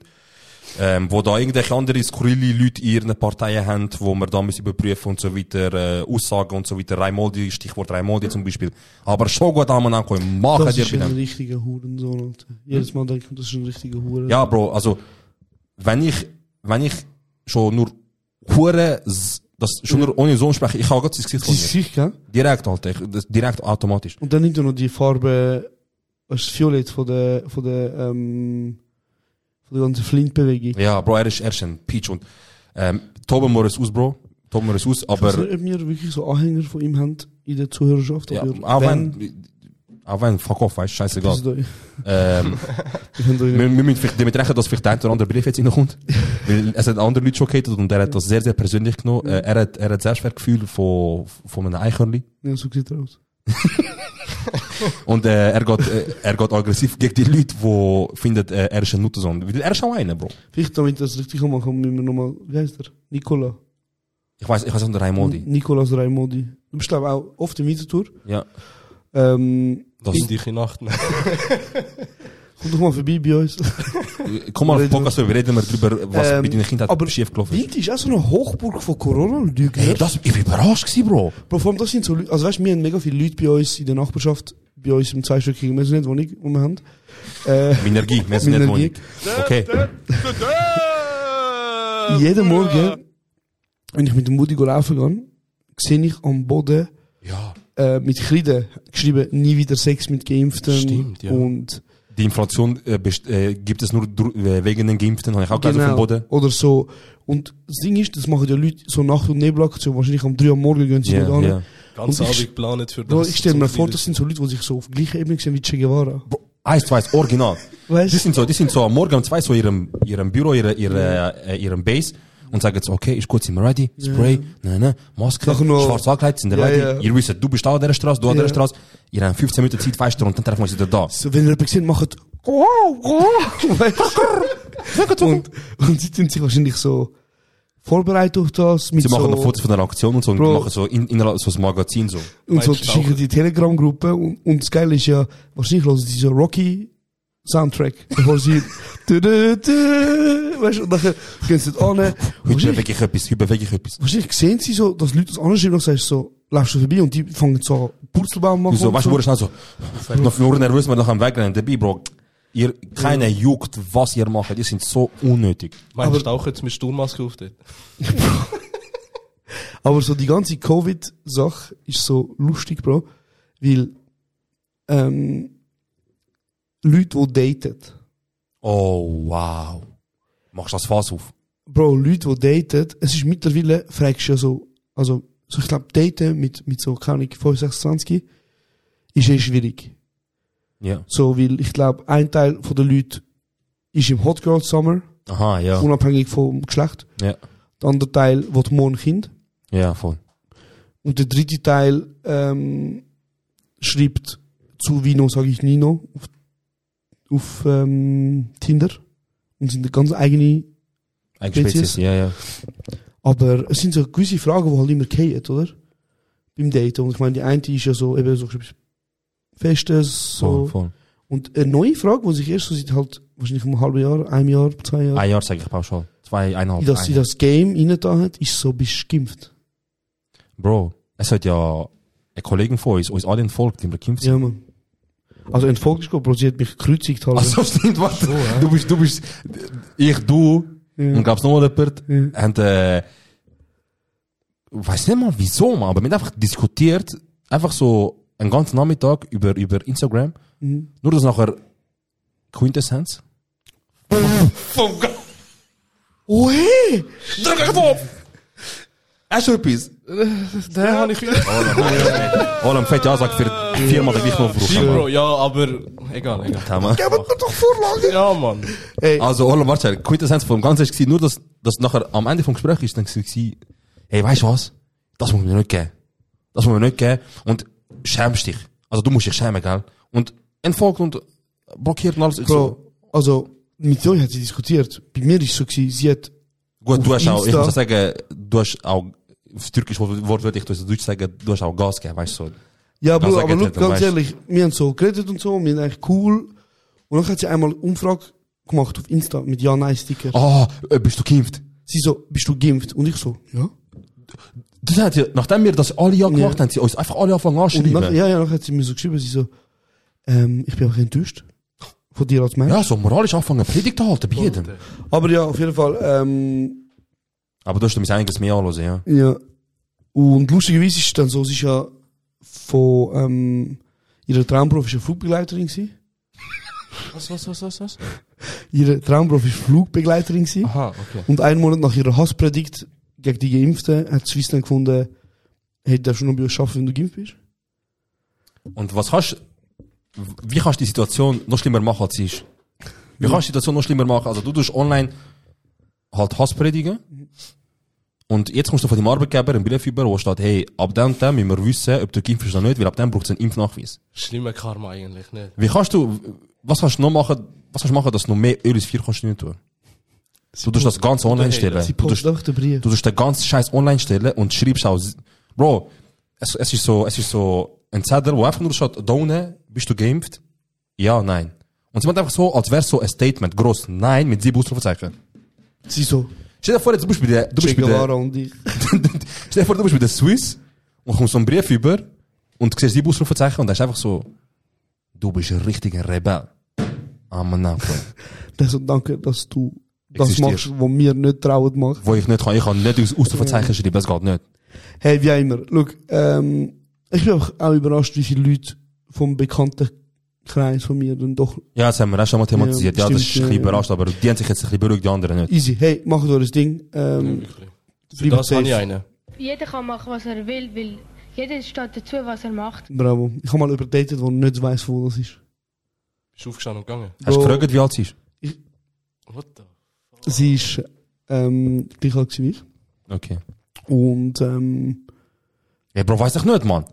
A: Ähm, wo da irgendwelche andere skurrile Leute in ihren Parteien haben, wo man da müssen überprüfen und so weiter, äh, Aussagen und so weiter. Raimoldi, Stichwort Raimoldi zum Beispiel. Aber schon gut haben wir angekommen. Machen
B: das
A: dir
B: ist ein
A: bitte.
B: richtiger Hurensohn, Alter. Jedes Mal denke ich, das ist ein richtiger Hurensohn.
A: Ja, Bro, also, wenn ich, wenn ich schon nur hure, s- das, schon nur ohne Sohn spreche, ich habe gerade sein Gesicht
B: Sie
A: vor
B: ist
A: mir.
B: sich, gell?
A: Direkt, Alter, ich, das, direkt automatisch.
B: Und dann nimmt er noch die Farbe, was ist Violett von der, von der, ähm, von der ganzen Flintbewegung.
A: Ja, Bro, er ist, er ist ein Peach und, ähm, Toben Morris aus, Bro. Toben Morris aus,
B: Aber
A: aber,
B: ob wir wirklich so Anhänger von ihm haben in der Zuhörerschaft.
A: ja,
B: aber
A: auch wenn, auch wenn, fuck off, weißt, scheißegal.
B: Piss euch.
A: Ähm,
B: Ich kann euch
A: wir, wir
B: nicht-
A: müssen vielleicht damit rechnen, dass vielleicht der eine oder andere Brief jetzt reinkommt. Weil es hat andere Leute schockiert und er hat das sehr, sehr persönlich genommen. Äh, Er hat, er hat sehr schwer Gefühl von, von einem Eichhörnli.
B: Ja, so sieht er aus.
A: Und äh, er, geht, äh, er geht aggressiv gegen die Leute, die finden, äh, er ist ein Nuttensohn. Weil Er ist auch einer, Bro.
B: Vielleicht, damit das richtig machen kann, müssen wir nochmal, wie heißt er? Nicola.
A: Ich weiß, ich weiß nicht, der Raimoldi.
B: Nicolas Raimodi. Du bist, glaube ich, auch oft im Winterthur.
A: Ja.
B: Ähm,
A: Das,
H: Das ist dich in Acht nehmen.
B: komm doch mal vorbei bei uns.
A: komm mal auf den
B: Reden
A: Podcast, wir reden mal drüber, was
B: Ähm,
A: mit deiner Kindheit
B: aber-
A: schief gelaufen ist.
B: Winter ist auch so eine Hochburg von Corona-Lügen.
A: Ey, das, ich war überrascht, gewesen, Bro.
B: Bro, vor allem, das sind so Leute, also weißt du, wir haben mega viele Leute bei uns in der Nachbarschaft, bei uns im zweistöckigen Messnet, wo ich, wo wir haben. Äh,
A: Minergie, wir sind nicht
B: Minergie.
A: wohnen. Okay.
B: Äh, jeden Morgen, wenn ich mit dem Mutti go laufen gehe, sehe ich am Boden
H: Ja.
B: äh, mit Kreide geschrieben, nie wieder Sex mit Geimpften.
H: Stimmt, ja.
B: Und
A: Die Inflation äh, best- äh, gibt es nur dr- äh, wegen den Geimpften, habe ich auch gelesen auf dem Also Boden.
B: genau, Oder so. Und das Ding ist, das machen ja Leute so Nacht- und Nebelaktion, wahrscheinlich am 3 Uhr am Morgen gehen sie
A: Ja,
B: dort hin.
A: ja.
H: Ganz
B: Und ich-
H: Abend geplant für
B: Bro,
H: das.
B: ich stelle mir
H: so
B: vor,
H: viele-
B: das sind so Leute, die sich so auf gleicher Ebene sehen wie Che Guevara.
A: Eins, zwei, original.
B: Weißt
A: Die sind so, die sind so am Morgen um zwei so in ihrem, ihrem Büro, ihre, ihre, äh, ihrem Base und sagen jetzt, okay, ist gut, sind wir ready? Spray, ne, ne, Maske,
B: Doch nur-
A: schwarz angekleidet, sind wir
B: Ja,
A: ready?
B: ja.
A: Ihr wisst, du bist da an der Straße, du an
B: Ja.
A: der Straße. Ihr habt 15 Minuten Zeit, weißt du, und dann treffen wir uns wieder da.
B: So, wenn ihr jemanden seht, macht
A: Oh,
B: Weißt du? und, und sie sind sich wahrscheinlich so vorbereitet auf das. Mit
A: Sie machen
B: so,
A: noch Fotos von der Aktion und so, und
B: Bro.
A: machen so in, innerhalb so ein Magazin so.
B: Und so
H: Meinst du
B: schicken
H: auch?
B: die Telegram-Gruppe. Und, und das Geile ist ja, wahrscheinlich hören sie so Rocky-Soundtrack. Bevor sie... du, du, du, weißt du, und dann gehen sie dort an.
A: Heute
B: Wahrscheinlich,
A: bewege ich etwas, heute bewege ich etwas.
B: wahrscheinlich sehen sie so, dass Leute das anschreiben und sagst so, läufst du vorbei und die fangen so an, Purzelbaum machen.
A: Und so,
B: und
A: weißt du,
B: so.
A: wurde schnell so, noch nur nervös, wenn noch am Weg rennen. Dabei, Bro, ihr, keiner juckt, was ihr macht, ihr sind so unnötig.
H: Meinst
B: aber-
H: du auch jetzt mit Sturmmaske auf dort?
B: Aber so die ganze Covid-Sache ist so lustig, Bro, weil ähm, Leute, die daten,
A: Oh, wow. Machst das Fass auf.
B: Bro, Leute, die daten, es ist mittlerweile, fragst du ja so, also so ich glaube, daten mit, mit so, keine Ahnung, 5, 26 ist eh schwierig.
A: Ja.
B: So, weil ich glaube, ein Teil von den Leuten ist im Hot Girl Summer,
A: Aha, ja.
B: unabhängig vom Geschlecht.
A: Ja.
B: Der andere Teil will morgen ein Kind.
A: Ja, voll.
B: Und der dritte Teil ähm, schreibt zu Vino, sage ich Nino, auf, auf ähm, Tinder. Und sind ganz eigene.
A: Eigentlich
B: Spezies.
A: Spezies, ja, ja.
B: Aber es sind so gewisse Fragen, die halt immer gehen, oder? Beim Daten. Und ich meine, die eine ist ja so, eben so schreibst Festes,
A: Voll,
B: so.
A: voll.
B: Und eine neue Frage, die sich erst so seit halt wahrscheinlich einem halben Jahr, einem Jahr, zwei Jahren,
A: Ein Jahr sage ich pauschal. Zwei, eineinhalb.
B: in das, in
A: ein.
B: das Game reingetan hat, ist so, bist du geimpft.
A: Bro, es hat ja ein Kollegen von uns, uns alle entfolgt, die wir gekämpft
B: Ja, Mann. Also, entfolgt ist gut, Bro, sie hat mich gekreuzigt halt.
A: Ach so, stimmt, warte. Du bist, du bist, ich, du,
B: Ja.
A: und glaubst noch mal jemand,
B: Ja.
A: haben, äh, weiß nicht mal wieso, man, aber wir haben einfach diskutiert, einfach so einen ganzen Nachmittag über, über Instagram,
B: Mhm.
A: nur dass nachher Quintessenz.
B: Oh, hey!
A: Drück euch drauf! Hast du etwas?
H: Ja, habe ich wieder.
A: Oh, dann fällt ja auch, sag, für viermal den gleichen Aufruf.
H: Shit,
A: Mann.
H: Bro, ja, aber egal, egal.
A: Ja, Mann.
H: Ja, Mann.
A: Also, Orlan, warte, Quintessenz vom Ganzen war nur, dass, dass nachher am Ende vom Gespräch ist, dann war, hey, weißt du was? Das muss mir nicht geben. Das muss mir nicht geben. Und schämst dich. Also, du musst dich schämen, gell? Und entfolgt und blockiert und alles. Ich So,
B: Bro, also mit euch hat sie diskutiert. Bei mir ist es so, gewesen, sie hat.
A: gut, du
B: auf
A: hast auch, ich
B: Insta-
A: muss auch sagen, du hast auch, auf Türkisch wor- wortwörtlich, du hast auf Deutsch sagen, du hast auch Gas gegeben, weißt du so.
B: Ja,
A: Ganz
B: Bro, aber
A: ehrlich,
B: look,
A: dann
B: ganz
A: weißt-
B: ehrlich, wir haben so geredet und so, wir sind eigentlich cool. Und dann hat sie einmal eine Umfrage gemacht auf Insta mit Ja-Nein-Sticker.
A: Ah, äh, bist du geimpft?
B: Sie so, bist du geimpft? Und ich so, ja.
A: Das hat ja, nachdem wir das alle ja gemacht haben, sie uns einfach alle anfangen
B: Und nach,
A: anschreiben.
B: ja, ja, dann hat sie mir so geschrieben, sie so, ähm, ich bin einfach enttäuscht von dir als Mensch.
A: Ja, so moralisch anfangen, Predigt zu halten bei jedem.
B: Aber ja, auf jeden Fall, ähm,
A: Aber du hast mir einiges mehr anhören, ja.
B: Ja. Und lustigerweise ist es dann so, sie ist ja von ähm, ihrer Traumberuf ist eine Flugbegleiterin gewesen.
H: Was, was, was, was, was?
B: Ihre Traumberuf ist Flugbegleiterin gewesen.
H: Aha, okay.
B: Und einen Monat nach ihrer Hasspredigt gegen die Geimpften hat Swissland gefunden, hey, darfst du noch bei uns arbeiten, wenn du geimpft bist?
A: Und was kannst, wie kannst du die Situation noch schlimmer machen, als sie ist? Wie kannst du die Situation noch schlimmer machen? Also du tust online halt Hass predigen. Und jetzt kommst du von deinem Arbeitgeber ein Brief über, wo steht, hey, ab dem, und dem müssen wir wissen, ob du geimpft bist oder nicht, weil ab dem braucht es einen Impfnachweis.
H: Schlimmer Karma eigentlich, nicht?
A: Wie kannst du, was kannst du noch machen, was kannst du machen, dass du noch mehr Öl ins Vier kannst du nicht tun? Du tust das ganz online stellen.
B: Sie
A: Du tust
B: postet auch den Brief.
A: Du tust den ganzen Scheiß online stellen und schreibst auch, Bro, es, es ist so, es ist so ein Zettel, wo einfach nur steht, da unten, bist du geimpft? Ja, nein. Und sie macht einfach so, als wäre so ein Statement, groß, nein, mit sieben Ausrufezeichen.
B: Sie so,
A: Stell dir vor, jetzt, du bist bei der, du
B: Che
A: bist bei
B: Guevara
A: der,
B: und ich.
A: stell dir vor, du bist bei der Swiss und kommst so einen Brief über und siehst sieben Ausrufezeichen und da ist einfach so, du bist ein richtiger Rebell. Ah, Am Nacken.
B: Das so, Also, danke, dass du das
A: Existiert.
B: machst, was mir nicht trauen macht.
A: Wo ich nicht kann, ich kann nicht aus Ausrufezeichen schreiben, das geht nicht.
B: Hey, wie auch immer. Schau, ähm, ich bin einfach auch überrascht, wie viele Leute vom bekannten Kreis von mir dann doch
A: Ja, das haben wir auch schon mal thematisiert. Ja,
B: Ja,
A: das ist ein
B: stimmt,
A: bisschen
B: ja.
A: überrascht, aber die haben sich jetzt ein bisschen beruhigt, die anderen nicht.
B: easy. Hey, macht eures Ding.
H: Ja,
B: Ähm,
H: wirklich. Für
B: bleibt
H: das habe ich
B: safe.
H: einen.
J: Jeder kann machen, was er will, weil jeder steht dazu, was er macht.
B: Bravo. Ich habe mal überdatet, wo ich nicht weiß, wo das ist.
H: Bist du aufgestanden und gegangen?
A: Hast du
B: Bro,
A: gefragt, wie alt sie ist?
H: What the?
B: Sie ist ähm, gleich alt wie ich.
A: Okay.
B: Und ähm,
A: Ja, Bro, weiß ich nicht, Mann.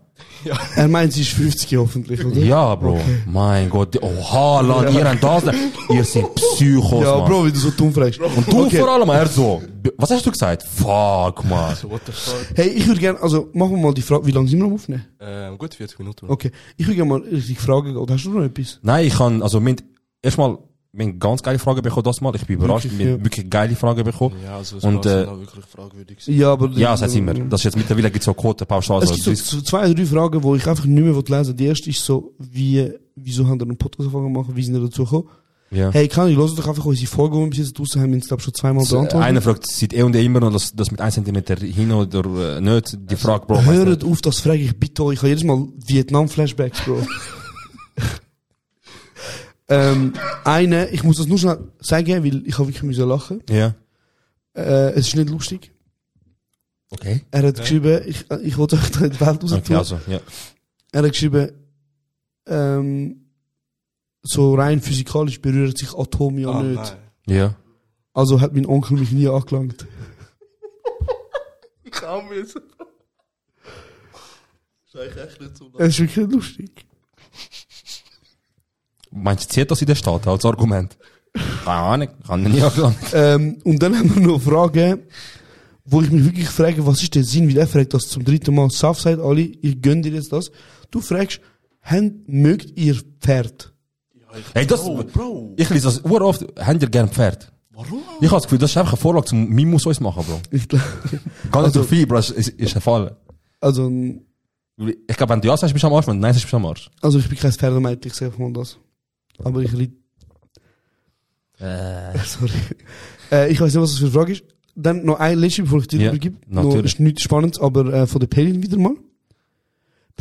B: er meint, sie ist 50 hoffentlich, oder?
A: Ja, Bro. Mein Gott. Oha, Land, ihr habt das. Ihr seid Psychos,
B: Ja,
A: Mann.
B: Bro, wie du so dumm fragst.
A: Und du vor allem, er so. B- Was hast du gesagt? Fuck, Mann.
H: So, what the fuck?
B: Hey, ich würde gerne, also machen wir mal die Frage, wie lange sind wir am Aufnehmen?
H: Ähm, gut, 40 Minuten.
B: Okay, ich würde gerne mal richtig fragen, oder hast du noch etwas?
A: Nein, ich kann, also, mein, erstmal, mein ganz geile Frage bekommen, das mal. Ich bin überrascht,
B: Wirklich,
A: mit
B: ja.
A: wirklich geile Frage bekommen.
H: Ja, also es
A: Und,
H: und,
A: äh,
H: äh, wirklich fragwürdig. gewesen.
B: Ja, aber...
A: Ja, das heißt immer. Das ist jetzt mittlerweile gibt's so Quote, dus- pauschal.
B: es
A: Also,
B: gibt so
A: das-
B: z- zwei, drei Fragen, die ich einfach nicht mehr lesen will. Die erste ist so, wie, wieso haben wir einen Podcast angefangen zu machen, wie sind wir dazu gekommen?
A: ja.
B: Hey, kann ich, los doch einfach unsere Folge, die wir bis jetzt draussen haben, wir uns, glaube schon zweimal beantwortet.
A: Einer fragt seit eh und eh immer, und das, das mit 1 cm hin oder äh, nicht. Die Frage, Bro, weiss nicht.
B: Hört auf, das frage ich bitte euch. Ich habe jedes Mal Vietnam-Flashbacks, Bro. ähm, eine, ich muss das nur schnell sagen, weil ich habe wirklich müssen lachen.
A: Ja.
B: Äh, es ist nicht lustig.
A: Okay.
B: Er hat geschrieben, ich, ich wollte euch da in die Welt raus
A: Okay, also, ja.
B: Er hat geschrieben, ähm, so rein physikalisch berühren sich Atome ja
H: Ah,
B: nicht.
H: nein.
A: Ja.
B: Also hat mein Onkel mich nie angelangt. Es ist wirklich nicht lustig.
A: Meinst du, zählt das in der Stadt als Argument? Keine Ahnung, kann ich nicht angelangt.
B: Ähm, und dann haben wir noch Fragen, wo ich mich wirklich frage, was ist der Sinn, weil er fragt das zum dritten Mal. Southside, Ali, ich gönn dir jetzt das. Du fragst, haben, mögt ihr Pferd?
A: Hey, das,
H: Oh, Bro,
A: ich lese das uroft, habt ihr gern Pferd?
H: warum?
A: Ich habe das Gefühl, das ist einfach eine Vorlage zum Mimus uns machen, Bro.
B: Ich glaub,
A: Gar nicht
B: Also-
A: so viel, Bro, das ist, ist ein Fall.
B: also,
A: Ich glaube, wenn du ja sagst, bist du am Arsch, wenn du nein sagst, bist du am Arsch.
B: also ich bin kein Pferdemeid, ich sag einfach mal das. Aber ich ritt,
A: Äh,
B: sorry. Äh, ich weiß nicht, was das für eine Frage ist. Dann noch ein letzte, bevor ich dir
A: Ja,
B: übergebe. Noch,
A: natürlich.
B: ist nichts Spannendes, aber äh, von der Pelin wieder mal.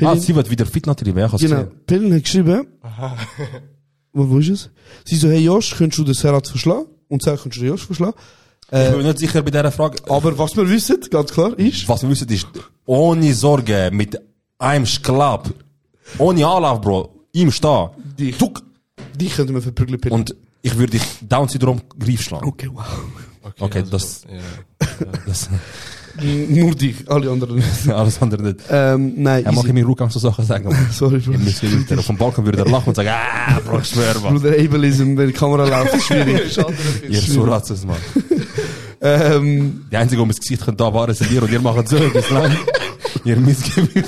A: ah, sie wird wieder fit natürlich, wer kann es
B: Genau,
A: sehen?
B: Pelin hat geschrieben. Wo, wo ist es? Sie so, hey Josh, könntest du den Serat verschlagen? Und Serat, könntest du den Josh verschlagen?
A: Ich
B: Äh,
A: bin mir nicht sicher bei dieser Frage.
B: aber was wir wissen, ganz klar, ist,
A: Was wir wissen ist, ohne Sorge, mit einem Schlapp, ohne Anlauf, Bro, im Stehen,
B: dich,
A: tuck,
B: dich könnten wir verprügeln, Pelin.
A: und ich würde dich Down-Syndrom grief schlagen.
B: okay, wow.
H: Okay,
A: Okay, das-
H: Ja.
A: Das,
B: Nur dich, alle anderen nicht.
A: alles andere nicht.
B: Ähm, nein,
A: Ja, mach ich mir ruhig so Sachen sagen. Mann.
B: sorry, Bro.
A: Im Mittelmeter. Auf dem Balkon würde er lachen und sagen, ah, Bro, ich schwör, Mann.
B: Bruder Ableism, wenn die Kamera läuft, ist schwierig.
A: Ihr Suratzes, Mann.
B: ähm,
A: Die Einzige, die mir das Gesicht können, da waren, sind ihr und ihr macht so etwas lang. Ihr Missgebühr.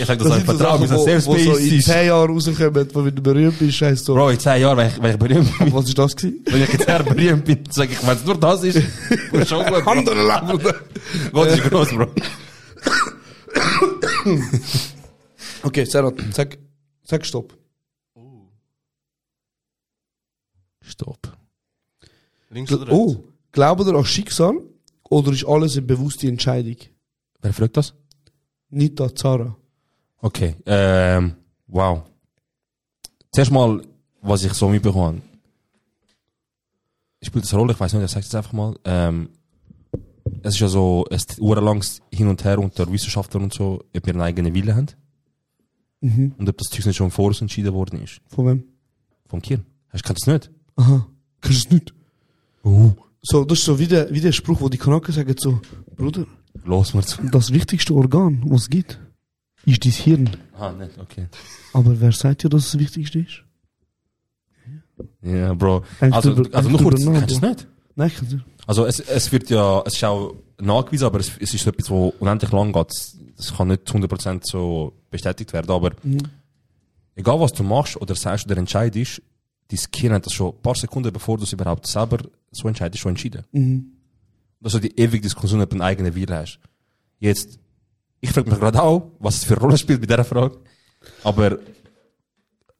A: Ich sag das
B: das
A: euch,
B: sind so
A: Vertrauen,
B: Sachen,
A: bis ein
B: wo,
A: Safe
B: wo so in
A: Space ist.
B: 10 Jahren rauskommen, wo wieder berühmt bist, heisst so,
A: Bro, in 10 Jahren, wenn ich, wenn ich berühmt bin,
B: was ist das gewesen?
A: wenn ich jetzt sehr berühmt bin, sag ich, wenn es nur das ist, ist schon gut. Alhamdulillah, Bruder. Gott ist groß, Bro.
B: Okay, Serat, sag, sag Stopp.
A: Stopp.
H: Links oder
B: Gl-
H: rechts?
B: Oh, glaubt ihr an Schicksal oder ist alles eine bewusste Entscheidung?
A: Wer fragt das?
B: Nicht an Zara.
A: Okay, ähm, wow. Zuerst mal, was ich so mitbekommen habe. Spielt das eine Rolle? Ich weiß nicht, ich sag's jetzt einfach mal. Ähm, es ist ja so ein urlanges Hin und Her unter Wissenschaftlern und so, ob wir einen eigenen Willen haben
B: Mhm.
A: und ob das Zeug nicht schon vor uns entschieden worden ist.
B: Von wem?
A: Vom Kirn. Hast du das nicht?
B: Aha. Kannst du es nicht? Uh. So, das ist so wie der, wie der Spruch, wo die Kanaken sagen so, Bruder,
A: Los mal zu.
B: das wichtigste Organ, was es gibt, ist dein Hirn.
A: Ah, nicht, okay.
B: Aber wer sagt dir, dass es das wichtigste ist?
A: Ja, Bro.
B: Denkst
A: Also,
B: du über-
A: also
B: denkst
A: nur
B: du
A: kurz,
B: über nach,
A: kannst du es
B: Bro?
A: nicht?
B: Nein, kannst du nicht.
A: Also es, es wird ja, es ist auch nachgewiesen, aber es, es ist etwas, das unendlich lang geht. Es- Es kann nicht zu 100% so bestätigt werden, aber egal was du machst oder sagst oder entscheidest, dein Gehirn hat das schon ein paar Sekunden, bevor du es überhaupt selber so entscheidest, schon entschieden.
B: Mhm.
A: Das ist so die ewige Diskussion, ob du einen eigenen Willen hast. Jetzt, ich frage mich gerade auch, was es für eine Rolle spielt bei dieser Frage, aber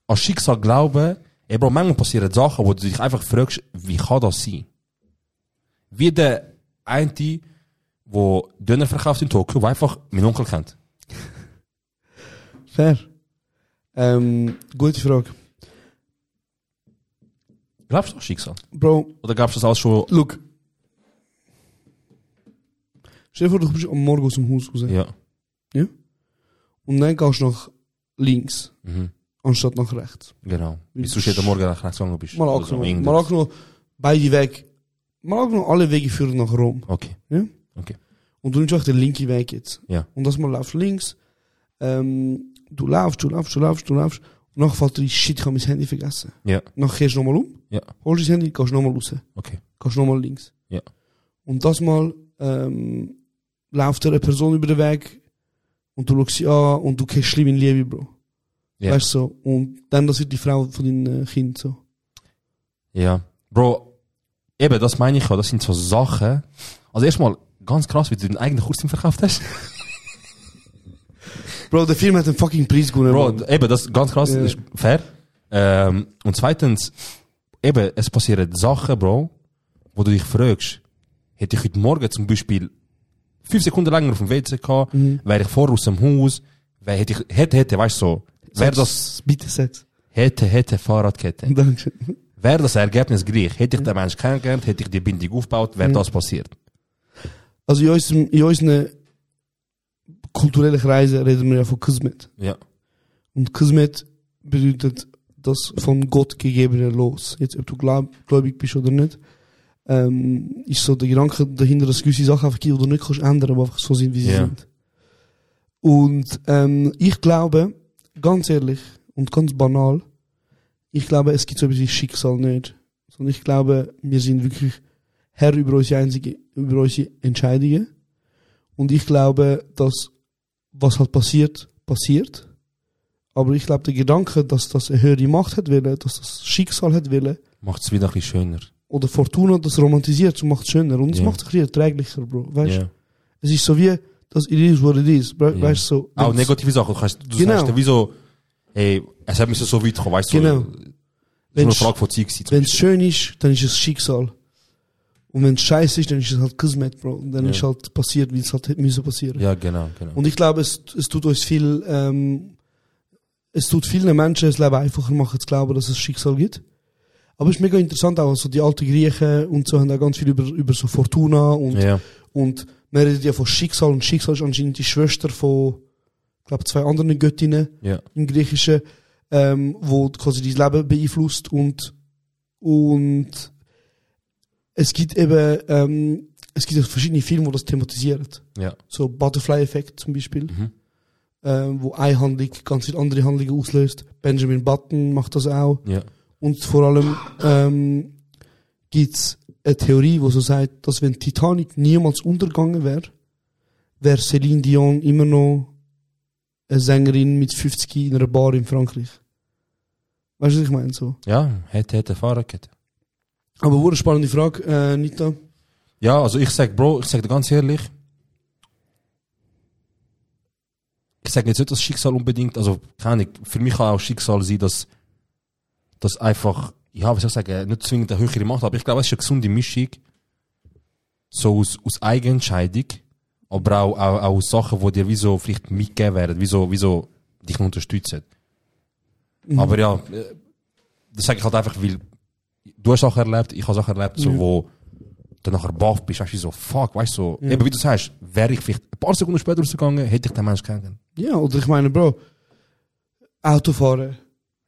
A: an Schicksal glauben, ey Bro, manchmal passieren Sachen, wo du dich einfach fragst, wie kann das sein? Wie der eine, wo Döner verkauft in Tokio, wo einfach mein Onkel kennt.
B: Fair. Ähm, gute Frage.
A: Glaubst du an Schicksal?
B: Bro,
A: Oder glaubst du das auch schon?
B: look. Stell dir vor, du bist am Morgen aus dem Haus raus.
A: Ja.
B: Und dann gehst du nach links,
A: Mhm.
B: anstatt nach rechts.
A: Genau. Bis du jeden Morgen nach rechts gegangen bist.
B: Mal
A: Oder so,
B: angenommen.
A: irgendwas.
B: Mal angenommen, beide Wege. Mal angenommen, alle Wege führen nach Rom.
A: Okay.
B: Und du nimmst auch den linken Weg jetzt.
A: Ja.
B: Und das mal laufst links. Ähm, du laufst, du laufst, du laufst, du laufst. Und nachher fällt dir ein, shit, ich habe mein Handy vergessen.
A: Ja.
B: Nachher gehst du nochmal um.
A: Ja.
B: Holst dein Handy, gehst nochmal raus.
A: Okay.
B: Gehst nochmal links.
A: Ja.
B: Und das mal ähm, läuft dir eine Person über den Weg und du schaust sie an und du kennst schlimm in Liebe, Bro.
A: Ja.
B: Weißt du so. Und dann das wird die Frau von deinem äh, Kind so.
A: Ja. Bro, eben, das meine ich ja. Das sind so Sachen. Also erstmal, ganz krass, wie du deinen eigenen Kurs verkauft hast.
B: Bro, der Film hat einen fucking Preis gewonnen.
A: Bro,
B: Mann.
A: d- eben, das ist ganz krass,
B: Ja.
A: das ist fair. Ähm, und zweitens, eben, es passieren Sachen, Bro, wo du dich fragst, hätte ich heute Morgen zum Beispiel fünf Sekunden länger auf dem WC gehabt,
B: Mhm.
A: wäre ich vor aus dem Haus, wär, hätte ich, hätte, hätte, weißt du, so, wäre das,
B: Bitte Sex. Mhm.
A: hätte, hätte, Fahrradkette,
B: Dankeschön.
A: wäre das Ergebnis gleich, hätte ich den Menschen kennengelernt, hätte ich die Bindung aufgebaut, wäre
B: Mhm.
A: das passiert.
B: Also in unserem, in unseren kulturellen Kreisen reden wir ja von Kismet.
A: Ja.
B: Und Kismet bedeutet das von Gott gegebene Los. Jetzt, ob du glaub, gläubig bist oder nicht, ähm, ist so der Gedanke dahinter, dass gewisse Sachen einfach gibt, die du nicht kannst ändern, aber einfach so sind, wie sie
A: Ja.
B: sind. Und ähm, ich glaube, ganz ehrlich und ganz banal, ich glaube, es gibt so etwas wie Schicksal nicht. Sondern ich glaube, wir sind wirklich Herr über unsere, einzige, über unsere Entscheidungen. Und ich glaube, dass was halt passiert, passiert. Aber ich glaube, der Gedanke, dass das eine höhere Macht hat will, dass das Schicksal hat will,
A: Macht es wieder ein bisschen schöner.
B: oder Fortuna das romantisiert und macht es schöner. Und es
A: Ja.
B: macht es ein bisschen erträglicher, Bro. Weißt
A: Ja.
B: Es ist so wie, das it is what it is. Bro.
A: Ja. Ah,
B: Weißt so.
A: Auch
B: wenn's-
A: negative Sachen, du, kannst, du
B: Genau.
A: sagst dann wie so, hey, es hat mich so- so weit gekommen, weißt du,
B: Genau.
A: so, so eine
B: wenn's-
A: Frage von Zeit gewesen, zum
B: Wenn es schön ist, dann ist es Schicksal. Und wenn es scheiße ist, dann ist es halt Kismet, Bro. Und dann
A: Ja.
B: ist halt passiert, wie es halt hätte müssen passieren.
A: Ja, genau, genau.
B: Und ich glaube, es, es tut uns viel, ähm, es tut vielen Menschen das Leben einfacher machen, zu glauben, dass es Schicksal gibt. Aber es ist mega interessant auch, also die alten Griechen und so haben auch ganz viel über, über so Fortuna und,
A: ja,
B: und man redet ja von Schicksal und Schicksal ist anscheinend die Schwester von, ich glaube, zwei anderen Göttinnen
A: ja,
B: im Griechischen, ähm, wo quasi dein Leben beeinflusst und, und es gibt eben, ähm, es gibt auch verschiedene Filme, die das thematisieren.
A: ja.
B: So Butterfly-Effekt zum Beispiel,
A: Mhm.
B: ähm, wo eine Handlung ganz viele andere Handlungen auslöst. Benjamin Button macht das auch.
A: ja.
B: Und vor allem ähm, gibt's eine Theorie, die so sagt, dass wenn Titanic niemals untergegangen wäre, wäre Celine Dion immer noch eine Sängerin mit 50 in einer Bar in Frankreich. Weißt du, was ich meine? So.
A: Ja, hätte, hätte, Fahrradkette.
B: Aber wurde eine spannende Frage, äh, Nita.
A: Ja, also ich sag, Bro, ich sag dir ganz ehrlich, ich sag jetzt nicht, dass Schicksal unbedingt, also keine Ahnung, für mich kann auch Schicksal sein, dass, dass einfach, ja, was soll ich sagen, nicht zwingend eine höhere Macht, aber ich glaube, es ist eine gesunde Mischung, so aus, aus Eigenentscheidung, aber auch, auch, auch aus Sachen, die dir wie so vielleicht mitgegeben werden, wie so, wie so dich unterstützen. Aber ja, äh, das sage ich halt einfach, weil du hast Sachen erlebt, ich habe Sachen erlebt, so, wo du nachher baff bist, weißt du, so, fuck, weißt du, so, eben wie du sagst, wäre ich vielleicht ein paar Sekunden später rausgegangen, hätte ich den Menschen kennengelernt.
B: Ja, oder ich meine, Bro, Autofahren.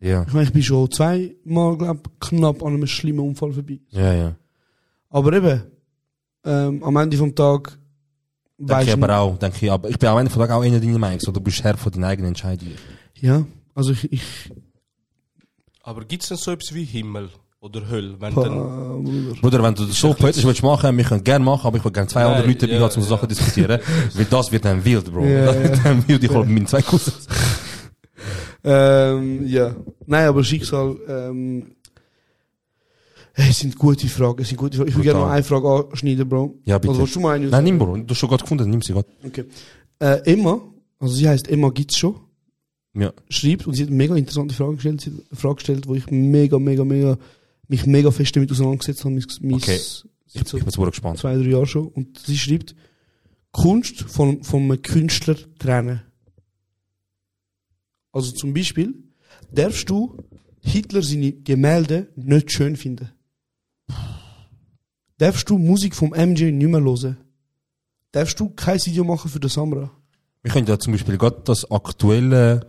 A: Ja,
B: Ich meine, ich bin schon zweimal, glaub, knapp an einem schlimmen Unfall vorbei.
A: ja, ja.
B: Aber eben, ähm, am Ende vom Tag
A: Denke ich
B: weiß
A: aber auch, denke ich, aber ich bin am Ende von Tag auch einer deiner Meinung, so, du bist Herr von deinen eigenen Entscheidungen.
B: Ja, also ich, ich
H: Aber gibt es denn so etwas wie Himmel oder Hölle? Wenn
B: pa,
H: dann,
B: Bruder.
A: Bruder, wenn du das so poetisch willst machen, wir können gerne machen, aber ich will gerne zwei
H: Nein,
A: andere Leute dabei
H: ja,
A: haben, um so
H: ja.
A: Sachen zu diskutieren, weil das wird dann wild, Bro.
B: Ja,
A: das
B: ja.
A: wird dann wild, ich hol meine zwei Cousins.
B: Ähm, ja. Nein, aber Schicksal, ähm, hey, es sind gute Fragen, es sind gute Fragen. Ich würde
A: Brutal.
B: gerne noch eine Frage anschneiden, Bro.
A: Ja, bitte.
B: Oder willst du mal eine?
A: Nein, nimm, Bro, Dus du hast schon Gott gefunden, nimm sie Gott.
B: Okay. Äh, Emma, also sie heißt Emma gibt's schon,
A: Ja.
B: schreibt und sie hat eine mega interessante Frage gestellt, sie hat eine Frage gestellt, wo ich mega, mega, mega, mich mega fest damit auseinandergesetzt habe. Mein, mein
A: Okay. Ich, ich bin jetzt wohl gespannt.
B: zwei, drei Jahre schon. Und sie schreibt, Kunst von, von einem Künstler trennen. Also zum Beispiel darfst du Hitler seine Gemälde nicht schön finden. Darfst du Musik vom MJ nicht mehr hören. Darfst du kein Video machen für den Samra.
A: Wir können ja zum Beispiel gerade das aktuelle,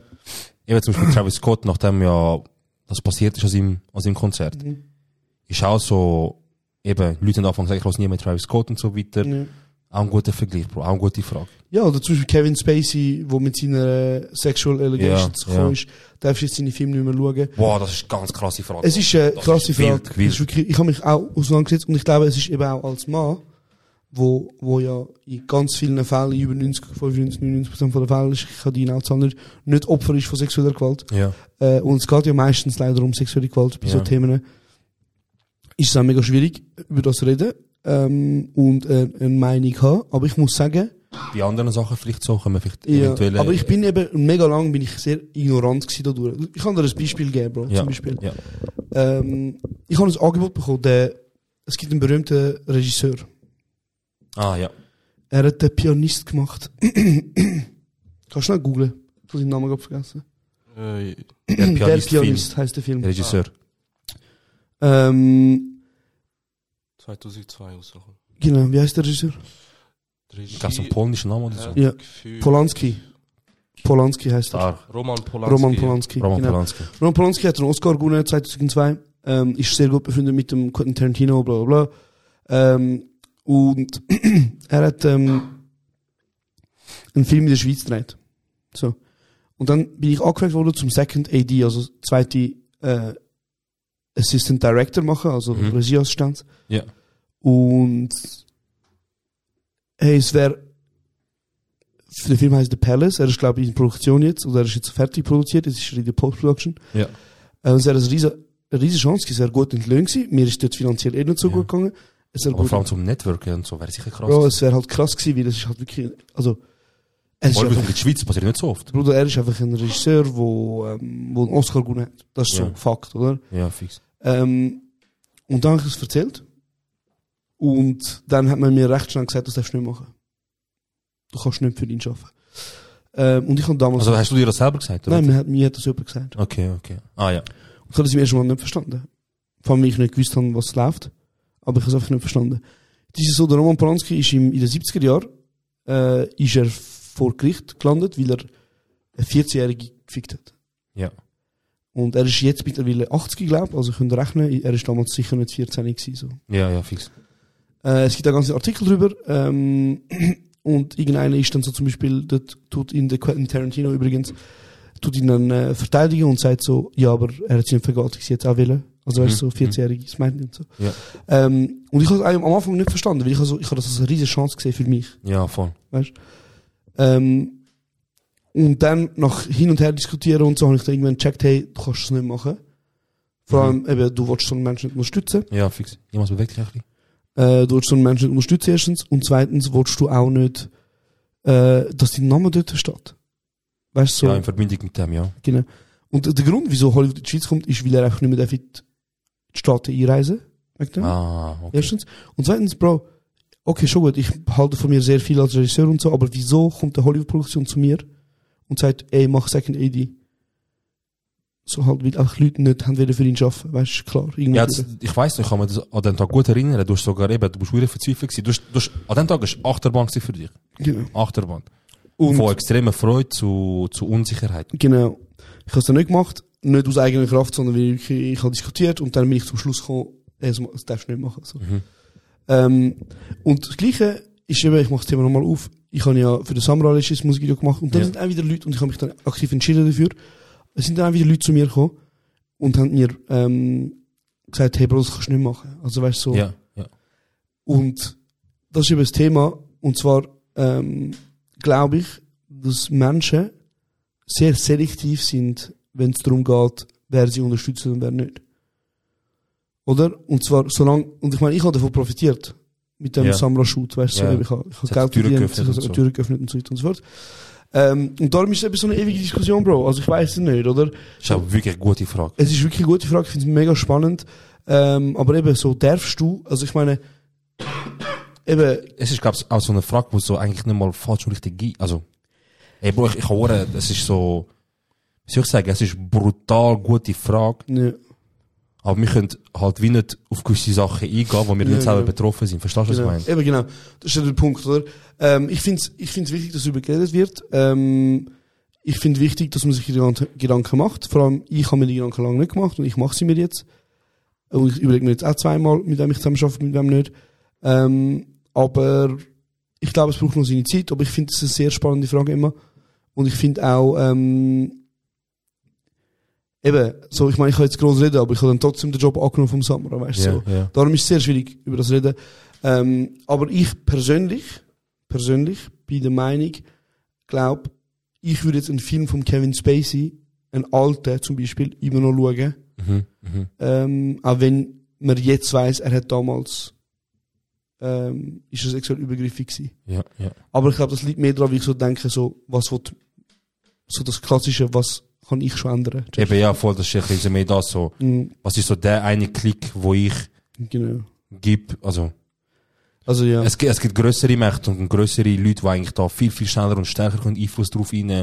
A: eben zum Beispiel Travis Scott, nachdem ja das passiert ist an seinem, an seinem Konzert,
B: Mhm.
A: ist auch so, eben, Leute haben angefangen zu sagen, ich höre nie mehr Travis Scott und so weiter.
B: Ja.
A: Auch ein guter Vergleich, Bro, auch eine gute Frage.
B: Ja, oder zum Beispiel Kevin Spacey, der mit seiner Sexual Allegations
A: Ja,
B: gekommen
A: ja.
B: ist, darfst du jetzt seine Filme nicht mehr schauen.
A: Wow, das ist eine ganz krasse Frage.
B: Es ist eine
A: Das
B: krasse
A: ist
B: Frage.
A: wild, wild.
B: Es Ist wirklich, ich habe mich auch auseinandergesetzt und ich glaube, es ist eben auch als Mann, wo, wo ja in ganz vielen Fällen, über 90, 95, 99 Prozent der Fälle, ist, ich kann die auch nicht, nicht Opfer ist von sexueller Gewalt.
A: Ja.
B: Äh, und es geht ja meistens leider um sexuelle Gewalt bei so
A: Ja.
B: Themen. Ist es auch mega schwierig, über das zu reden ähm, und äh, eine Meinung haben. Aber ich muss sagen,
A: Bei anderen Sachen vielleicht so, können wir vielleicht
B: ja,
A: eventuell... äh,
B: aber ich bin eben, mega lang bin ich sehr ignorant gewesen dadurch. Ich kann dir ein Beispiel geben, Bro,
A: äh, ja,
B: zum Beispiel.
A: Ja.
B: Ähm, ich habe ein Angebot bekommen, der, es gibt einen berühmten Regisseur.
A: Ah, ja.
B: Er hat den Pianist gemacht. Kannst du noch googlen? Ich habe seinen Namen gerade vergessen.
H: Äh,
A: Der Pianist,
B: der Pianist heisst der Film.
A: Film, Regisseur.
B: Ähm,
H: 2002 rausgekommen.
B: genau, wie heißt der Regisseur?
A: Ich glaube,
H: eh,
A: so einen polnischen Namen oder so.
B: Ja.
H: Gefühl.
B: Polanski. Polanski heißt er.
A: Star.
H: Roman Polanski.
B: Roman Polanski.
A: Ah, Roman
B: genau.
A: Polanski.
B: Roman Polanski hat einen Oscar gewonnen 2002. Ähm, ist sehr gut befreundet mit dem Quentin Tarantino, bla bla bla. Ähm, und er hat ähm, einen Film in der Schweiz gedreht. So. Und dann bin ich angefragt worden zum Second AD, also zweite äh, Assistant Director machen, also
A: Mhm.
B: Regieassistenz.
A: Ja.
B: Und hey, es wäre. Der Film heißt The Palace, er ist glaube ich in Produktion jetzt, oder er ist jetzt fertig produziert, jetzt ist er in der Post-Production.
A: Ja.
B: Äh, es wäre eine riesige, riesige Chance, gewesen, es wäre gut entlöhnt gewesen, mir ist dort finanziell eh nicht so
A: Ja.
B: gut gegangen. Es wäre
A: Aber
B: gut
A: vor allem zum Networken und so wäre sicher krass.
B: Bro, es wäre halt krass gewesen, weil es ist halt wirklich, also, es ist
A: Vor allem
B: einfach,
A: in der Schweiz passiert nicht so oft.
B: Bruder, er ist einfach ein Regisseur, wo, ähm, wo einen Oscar gewonnen hat. Das ist so
A: Ja.
B: Fakt, oder?
A: Ja, fix.
B: Ähm, und dann habe ich es erzählt. Und dann hat man mir recht schnell gesagt, das darfst du nicht machen. Du kannst nicht für ihn arbeiten. Ähm, und ich habe damals...
A: Also hast du dir das selber gesagt? Oder?
B: nein, mir hat, mir hat das jemand gesagt.
A: Okay, okay. Ah, ja.
B: Und ich habe das im ersten Mal nicht verstanden. Vor allem, weil ich nicht gewusst habe, was läuft. Aber ich habe es einfach nicht verstanden. Das ist so, der Roman Polanski ist im, in den 70er Jahren äh, ist er vor Gericht gelandet, weil er eine 14-Jährige gefickt hat.
A: Ja.
B: Und er ist jetzt mittlerweile 80, glaube ich. Also könnt ihr rechnen, er ist damals sicher nicht 14 gewesen. So.
A: Ja, ja, fix.
B: Äh, es gibt einen ganzen Artikel drüber. Ähm, und irgendeiner ist dann so zum Beispiel, das tut ihn der Quentin Tarantino übrigens, tut ihn dann äh, verteidigen und sagt so, ja, aber er hat sie nicht vergewaltigt, sie jetzt auch wollen. Also er ist so
A: Mhm.
B: 14-jähriges Mädchen und so.
A: Ja.
B: Ähm, und ich habe am Anfang nicht verstanden, weil ich, also, ich habe das als eine riesige Chance gesehen für mich.
A: Ja, voll.
B: Ähm, und dann nach hin und her diskutieren und so habe ich dann irgendwann gecheckt, hey, du kannst das nicht machen. Vor
A: Mhm.
B: allem, eben, du willst so einen Menschen nicht unterstützen.
A: Ja, also fix. Jemals bewegt dich ein bisschen.
B: Äh, du willst so einen Menschen nicht unterstützen, erstens. Und zweitens willst du auch nicht, äh, dass dein Name dort steht. Weißt du, so.
A: Ja, in Verbindung mit dem, ja.
B: genau. Und der Grund, wieso Hollywood in die Schweiz kommt, ist, weil er einfach nicht mehr darf in die Staaten einreisen darf.
A: Ah, okay.
B: Erstens. Und zweitens, Bro, okay, schon gut, ich halte von mir sehr viel als Regisseur und so, aber wieso kommt eine Hollywood-Produktion zu mir und sagt, ey, mach Second AD? So halt, weil einfach Leute nicht haben wollen für ihn arbeiten, weißt du, klar. irgendwie-
A: Ja, das, ich weiss noch, ich kann mich das an den Tag gut erinnern. Du hast sogar eben, du bist wieder verzweifelt gewesen. Du hast, du hast, an dem Tag ist Achterbahn gewesen für dich.
B: genau.
A: Achterbahn.
B: Und-
A: Von extremer Freude zu, zu Unsicherheit.
B: Genau. Ich habe es dann nicht gemacht, nicht aus eigener Kraft, sondern weil ich, ich habe diskutiert und dann bin ich zum Schluss gekommen, ey, das ma- das darfst du nicht machen. So.
A: Mhm.
B: Ähm, und das Gleiche ist eben, ich mache das Thema nochmal auf, ich habe ja für den Samurai ein Musikvideo gemacht und dann
A: Ja.
B: sind auch wieder Leute, und ich habe mich dann aktiv entschieden dafür, es sind dann auch wieder Leute zu mir gekommen und haben mir ähm, gesagt, hey Bro, das kannst du nicht machen. Also weißt du, so,
A: Ja, ja.
B: und das ist eben das Thema. Und zwar ähm, glaube ich, dass Menschen sehr selektiv sind, wenn es darum geht, wer sie unterstützt und wer nicht. Oder? Und zwar solange, und ich meine, ich habe davon profitiert. Mit dem
A: Ja.
B: Samra-Shoot, weißt du,
A: Ja.
B: ich habe ich
A: Es
B: hab
A: hat
B: Geld
A: Türen
B: verdient, ich
A: geöffnet und
B: habe
A: so.
B: Türen geöffnet und so weiter und so fort. Ähm, und darum ist es eben so eine ewige Diskussion, Bro. Also ich weiß es nicht, oder?
A: Das ist aber wirklich eine gute Frage.
B: Es ist wirklich eine gute Frage, ich finde es mega spannend. Ähm, aber eben so darfst du, also ich meine, eben,
A: Es ist, glaube ich, auch so eine Frage, wo es so eigentlich nicht mal falsch und richtig gibt. Also, ey, Bro, ich, ich höre, es ist so, wie soll ich sagen, es ist brutal gute Frage.
B: Ja.
A: Aber wir können halt wie nicht auf gewisse Sachen eingehen, wo wir
B: Ja,
A: nicht selber
B: ja.
A: betroffen sind. Verstehst du, was ich
B: genau.
A: meine?
B: Eben genau. Das ist ja der Punkt, oder? Ähm, ich finde es ich find's wichtig, dass darüber geredet wird. Ähm, ich finde wichtig, dass man sich Gedan- Gedanken macht. Vor allem, ich habe mir die Gedanken lange nicht gemacht und ich mache sie mir jetzt. Und ich überlege mir jetzt auch zweimal, mit wem ich zusammen arbeite, mit wem nicht. Ähm, aber ich glaube, es braucht noch seine Zeit. Aber ich finde es eine sehr spannende Frage immer. Und ich finde auch, ähm, eben, so, ich meine, ich kann jetzt groß reden, aber ich habe dann trotzdem den Job angenommen vom Samra, weißt du?
A: Ja,
B: so.
A: ja.
B: Darum ist es sehr schwierig, über das zu reden. Ähm, aber ich persönlich, persönlich, bin der Meinung, glaube, ich würde jetzt einen Film von Kevin Spacey, einen alten zum Beispiel, immer noch schauen.
A: Mhm, mhm.
B: Ähm, auch wenn man jetzt weiß, er hat damals ähm, ist er sexuell übergriffig gewesen.
A: Ja, ja.
B: Aber ich glaube, das liegt mehr daran, wie ich so denke, so, was will, so das Klassische, was kann ich schon ändern?
A: Eben, ja, voll, das ist ein bisschen mehr das so.
B: Mhm.
A: Was ist so der eine Klick, wo ich
B: Genau.
A: gebe, also.
B: Also, ja.
A: Es, gibt- es gibt größere Mächte und größere Leute, die eigentlich da viel, viel schneller und stärker können Einfluss drauf rein
B: Ja.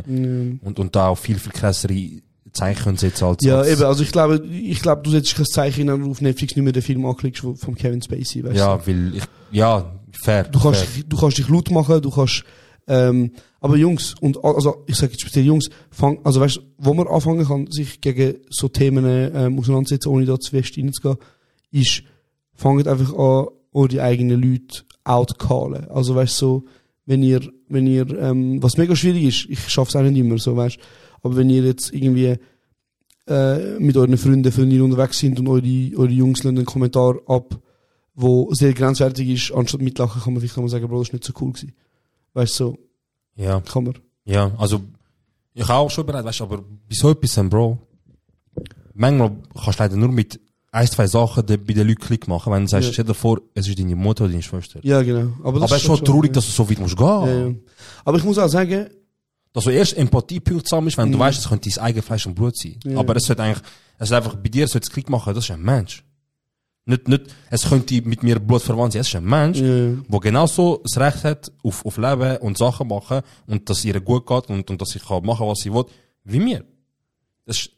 A: und, und da auch viel, viel krassere Zeichen können setzen als,
B: Ja,
A: als
B: eben, also ich glaube, ich glaube, du setzt kein Zeichen, wenn du auf Netflix nicht mehr den Film anklickst wo- von Kevin Spacey, weißt du?
A: Ja, weil ich, ja, fair.
B: Du kannst,
A: fair.
B: dich- du kannst dich laut machen, du kannst, ähm, aber Jungs, und, a- also, ich sage jetzt speziell Jungs, fang, also weißt, wo man anfangen kann, sich gegen so Themen, ähm, auseinandersetzen, ohne da zu fest reinzugehen, ist, fangt einfach an, eure eigenen Leute outcallen. Also weißt, so, wenn ihr, wenn ihr, ähm, was mega schwierig ist, ich schaff's auch nicht immer, so weißt, aber wenn ihr jetzt irgendwie, äh, mit euren Freunden, Freundinnen unterwegs sind und eure, eure Jungs lassen einen Kommentar ab, wo sehr grenzwertig ist, anstatt mitlachen, kann man vielleicht mal sagen, Bro, das ist nicht so cool gewesen. Weißt du, so,
A: Ja,
B: kann man.
A: ja, also, ich auch schon bereit, weißt du, aber bei so etwas, Bro, manchmal kannst du leider nur mit ein, zwei Sachen de- bei den Leuten Klick machen, wenn du sagst,
B: Ja.
A: stell dir vor, es ist deine Mutter oder deine Schwester.
B: Ja, genau. Aber, das
A: aber es ist schon traurig,
B: ja.
A: dass du so weit musst gehen.
B: Ja, ja. Aber ich muss auch sagen,
A: Dass du erst Empathiepunkt sammelst, wenn du
B: Mhm.
A: weißt, es könnte dein eigenes Fleisch und Blut sein.
B: Ja.
A: Aber es sollte eigentlich, es sollte einfach bei dir sollte es Klick machen, das ist ein Mensch. Nicht, nicht, es könnte mit mir blutverwandt sein, es ist ein Mensch.
B: ja,
A: wo genauso das Recht hat auf, auf Leben und Sachen machen und dass es ihr gut geht und, und dass ich kann machen was sie will, wie mir. Das ist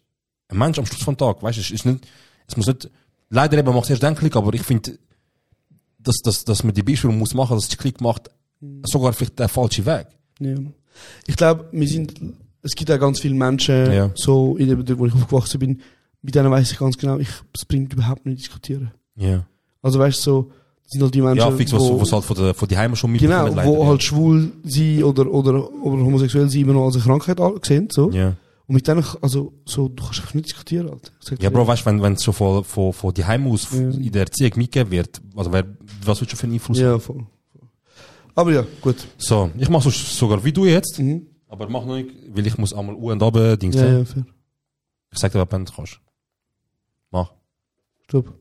A: ein Mensch am Schluss vom Tag, weißt du, es ist nicht, es muss nicht, leider eben macht es erst den Klick, aber ich finde, dass, dass, dass man die Beispiele muss machen, dass es Klick macht, sogar vielleicht der falsche Weg.
B: ja. Ich glaube, wir sind, es gibt auch ganz viele Menschen,
A: Ja.
B: so in der Bedeutung, wo ich aufgewachsen bin, mit denen weiß ich ganz genau, ich, es bringt überhaupt nicht diskutieren.
A: Ja.
B: Also weißt du, so, das sind halt die Menschen,
A: Ja, fix, was,
B: wo-
A: was halt von der, von die Heime schon mitbekommen,
B: Genau,
A: leider,
B: wo
A: ja.
B: halt schwul sein oder, oder, oder homosexuell sein immer noch als eine Krankheit an- sehen, so.
A: Ja.
B: Und mit denen, also, so, du kannst einfach nicht diskutieren, Alter. Ich sag dir
A: Ja, Bro,
B: ehrlich.
A: weißt du, wenn, wenn es so von, von, von die Heim aus
B: Ja.
A: in der Erziehung mitgegeben wird, also wer, was wird schon für einen Einfluss
B: Ja, voll. Aber ja, gut.
A: So, ich mach's so- sogar wie du jetzt.
B: Mhm.
A: Aber mach noch nicht, weil ich muss einmal U und runter Dings.
B: Ja,
A: Ja,
B: ja, fair.
A: Ich sag dir, was du kannst. Mach.
B: Stopp.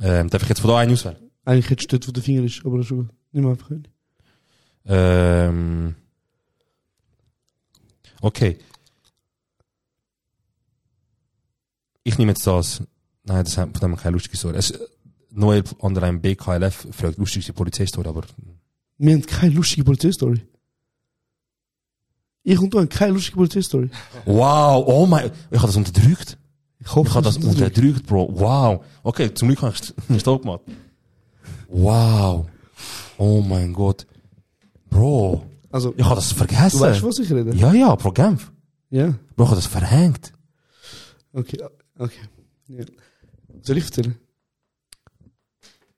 A: Ähm, darf ich jetzt von da einen auswählen?
B: Eigentlich hättest du dort, wo der Finger ist, aber das ist schon gut. Nimm einfach hin.
A: Ähm, okay. Ich nehme jetzt das. Nein, das haben von dem keine lustige Story. Es, Noel online BKLF fragt lustigste Polizeistory, aber
B: Wir haben keine lustige Polizeistory. Ich und du haben keine lustige Polizeistory.
A: wow, oh mein, ich habe das unterdrückt.
B: Ich hoffe,
A: Ich habe das
B: dass du-
A: unterdrückt, Bro. Wow. Okay, zum Glück habe ich einen Stopp gemacht. Wow. Oh mein Gott. Bro,
B: Also,
A: ich habe das
B: du
A: vergessen.
B: weißt, was ich rede?
A: Ja, ja, Bro Genf.
B: Ja.
A: Bro, ich habe das verhängt.
B: Okay, okay. Ja. Soll ich erzählen?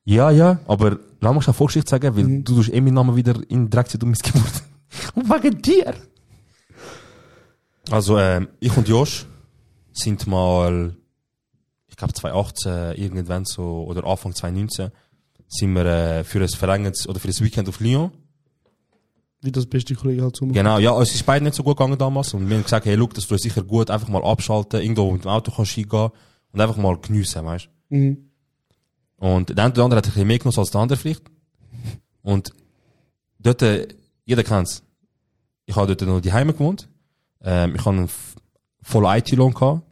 A: Ja, ja, aber lass mich eine Vorgeschichte sagen, weil du tust eh meinen Namen wieder in den Dreck ziehen, du Missgeburt. Wegen dir. Also, ähm, ich und Josh sind mal, ich glaube 2018, irgendwann so, oder Anfang 2019, sind wir äh, für ein verlängertes, oder für das Weekend auf Lyon.
B: Wie das beste Kollege halt so macht.
A: Genau, ja, es ist beiden nicht so gut gegangen damals. Und wir haben gesagt, hey, look, das tut sicher gut, einfach mal abschalten, irgendwo mit dem Auto kannst hingehen und einfach mal geniessen, weißt
B: Mhm.
A: Und der eine oder andere hat ein bisschen mehr genossen als der andere vielleicht. Und dort, äh, jeder kennt's. Ich habe dort noch die Heime gewohnt. Ähm, ich habe einen f- vollen IT-Lohn gehabt.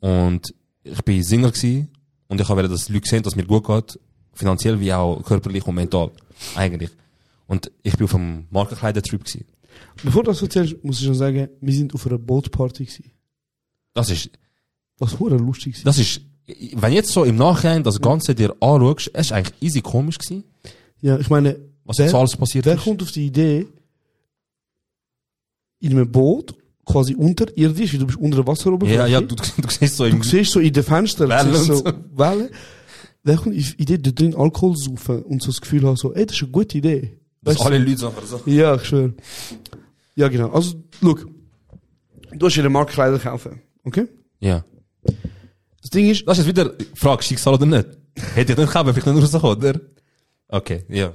A: Und ich bin Singer gewesen. Und ich wollte, dass die Leute sehen, dass es mir gut geht. Finanziell wie auch körperlich und mental. Eigentlich. Und ich bin auf dem Markenkleider-Trip gewesen.
B: Bevor du das erzählst, muss ich schon sagen, wir sind auf einer Bootparty gewesen.
A: Das ist,
B: Was hure lustig war.
A: das ist, wenn jetzt so im Nachhinein das Ganze dir anschaust, es ist eigentlich easy komisch gewesen,
B: Ja, ich meine,
A: was
B: Wer-
A: jetzt alles passiert
B: wer
A: ist.
B: kommt auf die Idee, in einem Boot, quasi unterirdisch, weil du bist unter der Wasseroberfläche,
A: Ja, ja, du, du siehst so im,
B: du siehst so in den Fenstern,
A: Wellen
B: du siehst so
A: und
B: Wellen. Wer kommt auf die Idee, da drin Alkohol zu saufen und so das Gefühl haben, so, ey, das ist eine gute Idee.
A: dass
B: Weißt du?
A: alle Leute nachher so.
B: Ja, ich schwöre. Ja, genau. Also, look. Du hast dir den Markt Kleider kaufen. Okay?
A: Ja.
B: Das Ding ist,
A: Das ist jetzt wieder die Frage, Schicksal oder nicht? Hätte ich nicht gehabt, wäre ich nicht rausgekommen, oder? Okay, ja.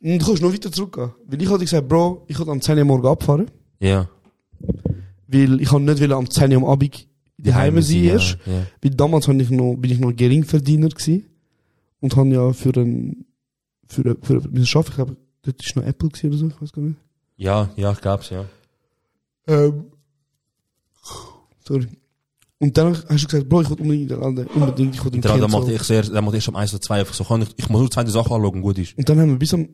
B: hm, du kannst noch weiter zurückgehen. Weil ich hatte gesagt, Bro, ich wollte am 10 Uhr morgen abfahren.
A: Ja.
B: Weil ich habe nicht will am 10 Uhr am Abend daheim sein
A: ja,
B: erst.
A: ja.
B: Weil damals hab ich noch, bin ich noch Geringverdiener gsi und habe ja für ein für ein, für ein Schaff, ich glaube, dort ist noch Apple gsi oder so, ich weiß gar nicht.
A: Ja, ja, ich glaub's, ja.
B: Ähm. Sorry. Und dann hast du gesagt, Bro, ich will unbedingt in den Laden, unbedingt, ich will in
A: Der andere macht
B: Kielzell.
A: ich sehr, der macht erst um 1 oder 2 einfach so, kann ich, ich muss nur zwei Sachen anschauen, gut ist.
B: Und dann haben wir bis um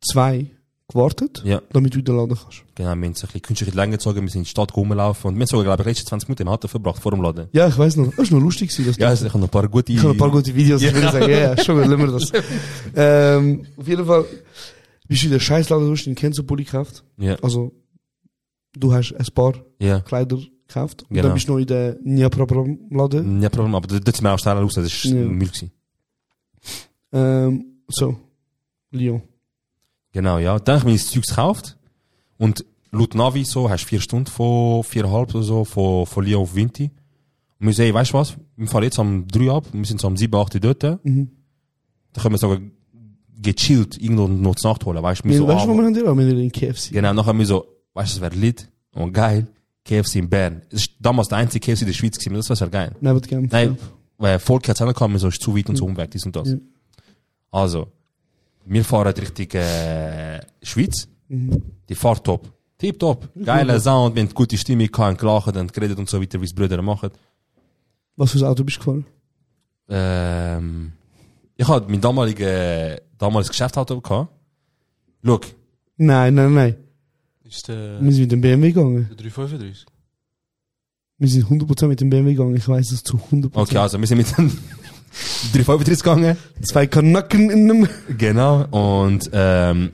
B: zwei gewartet,
A: Ja.
B: damit du in den Laden kannst.
A: Genau, wir haben uns ein bisschen künstlich länger gezogen, wir sind in die Stadt rumgelaufen und wir haben sogar, glaube ich, letzte 20 Minuten im Auto verbracht, vor dem Laden.
B: Ja, ich weiß noch, das war noch lustig. gsi, Das
A: Ja, also ich habe noch ein paar gute...
B: Ich habe ein paar gute Videos, ich würde sagen, ja, e ja, schon, lassen wir das. ähm, auf jeden Fall, bist du in der Scheißladen durch den Kenzo-Pulli gekauft.
A: Ja,
B: Also, du hast ein paar
A: ja.
B: e Kleider gekauft. Und
A: Genau.
B: dann bist du noch in der Niaprapram-Laden.
A: Kein Problem, aber dort sind wir auch schnell raus, das ist
B: Ja.
A: Müll gewesen.
B: Ähm, so, Lyon.
A: Genau, ja. Dann habe ich mein Zeug gekauft. Und laut Navi so, hast du vier Stunden von, viereinhalb oder so, von, von Lyon auf Vinti. Und wir sagen, weißt du was, wir fahren jetzt am 3 ab, wir sind so am 7, 8 dort. Dann
B: Mhm.
A: können wir sogar gechillt irgendwo noch zur Nacht holen, weißt du. wir
B: Wir,
A: so,
B: weißt
A: ah,
B: du, wo wir haben? Wir haben in KFC.
A: Genau, nachher haben wir so, weißt du, es wäre lit und Oh, geil, KFC in Bern. Es ist damals der einzige KFC in der Schweiz gewesen, das wäre geil.
B: Neben Genf.
A: Nein, weil Volk hat es auch gekommen, so ist zu weit und so umweg, dies und das.
B: Ja.
A: Also, wir fahren Richtung äh, Schweiz, die Fahrt top. Tipptopp, geiler Sound, wir haben gute Stimmung, kein Gelachen und geredet und so weiter, wie es Brüder machen.
B: Was für ein Auto bist du gefahren?
A: Ähm, ich hatte mein damaliges, damaliges Geschäftsauto gehabt. Schau,
B: Nein, nein, nein.
H: Ist der,
B: Wir sind mit dem BMW gegangen.
H: der 335?
B: Wir sind 100% mit dem BMW gegangen. Ich weiß das zu 100%.
A: okay, also wir sind mit dem 335 gegangen.
B: Zwei Kanacken in einem...
A: Genau. Und ähm,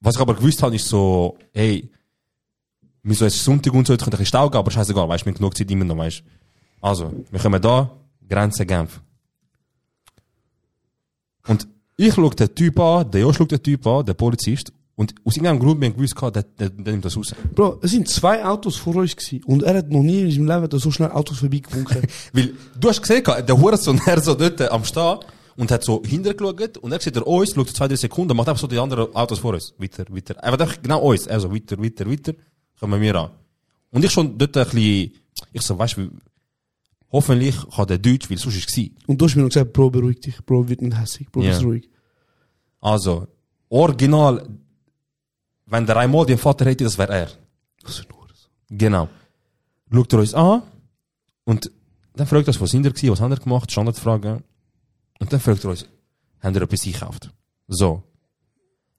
A: was ich aber gewusst habe, ist so, hey, wir sollen jetzt Sonntag und so, jetzt könnte ich Stau gehen, aber scheißegal, weißt du, wir haben genug Zeit immer noch, weißt du. Also, wir kommen da, Grenze Genf. Und ich schaue den Typ an, der Josh schaut den Typ an, der Polizist, und aus irgendeinem Grund bin ich gewusst, gehabt, der, der, der nimmt das raus.
B: Bro, es sind zwei Autos vor uns gewesen. Und er hat noch nie in seinem Leben hat er so schnell Autos vorbeigewunken.
A: Weil du hast gesehen, gehabt, der Hurensohn, er so dort äh, am Stehen und hat so hintergeschaut und dann sieht er uns, schaut zwei, drei Sekunden, macht einfach so die anderen Autos vor uns. Weiter, weiter. Er will einfach genau uns. Also weiter, weiter, weiter. Kommen wir an. Und ich schon dort ein bisschen, ich so, weißt du, hoffentlich kann der Deutsch, weil sonst ist es gewesen.
B: Und du hast mir noch gesagt, Bro, beruhig dich. Bro, wird nicht hässlich. Bro,
A: Ja.
B: bist ruhig.
A: Also, original, wenn der einmal den Vater hätte, das wäre er.
B: Was für ein Hurensohn.
A: Genau. Schaut er uns an und dann fragt er uns, was sind ihr gewesen, was haben ihr gemacht, Standardfragen. Und dann fragt er uns, haben ihr etwas einkauft? So.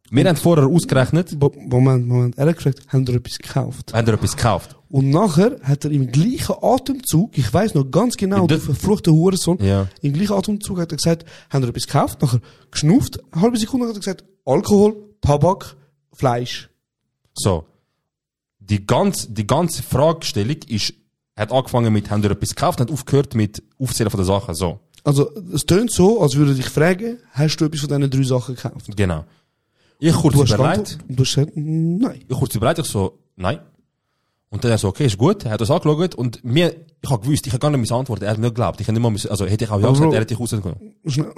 A: Wir haben vorher ausgerechnet,
B: Bo- Moment, Moment. Er hat gefragt, haben wir etwas gekauft?
A: haben ihr etwas gekauft?
B: Und nachher hat er im gleichen Atemzug, ich weiß noch ganz genau,
A: Ja,
B: du
A: das-
B: verfluchter Hurensohn,
A: Ja.
B: im gleichen Atemzug hat er gesagt, haben wir etwas gekauft? Nachher geschnupft, eine halbe Sekunde hat er gesagt, Alkohol, Tabak, Fleisch.
A: So. Die ganze, die ganze Fragestellung ist, hat angefangen mit, haben ihr etwas gekauft, hat aufgehört mit Aufzählen von der Sachen. So.
B: Also, es tönt so, als würde er dich fragen, hast du etwas von diesen drei Sachen gekauft?
A: Genau. Ich kurz
B: Du hast
A: überlegt.
B: geantwortet und du hast gesagt, nein.
A: ich kurz überlegt, ich so, nein. Und dann er so, okay, ist gut, er hat das angeschaut und mir, ich hab gewusst, ich hab gar nicht mehr antworten, er hat mir geglaubt, ich hab nicht mal müssen, also hätte ich auch ja
B: Aber
A: gesagt,
B: Bro-
A: er hätte ich rausgenommen.
B: Schnell.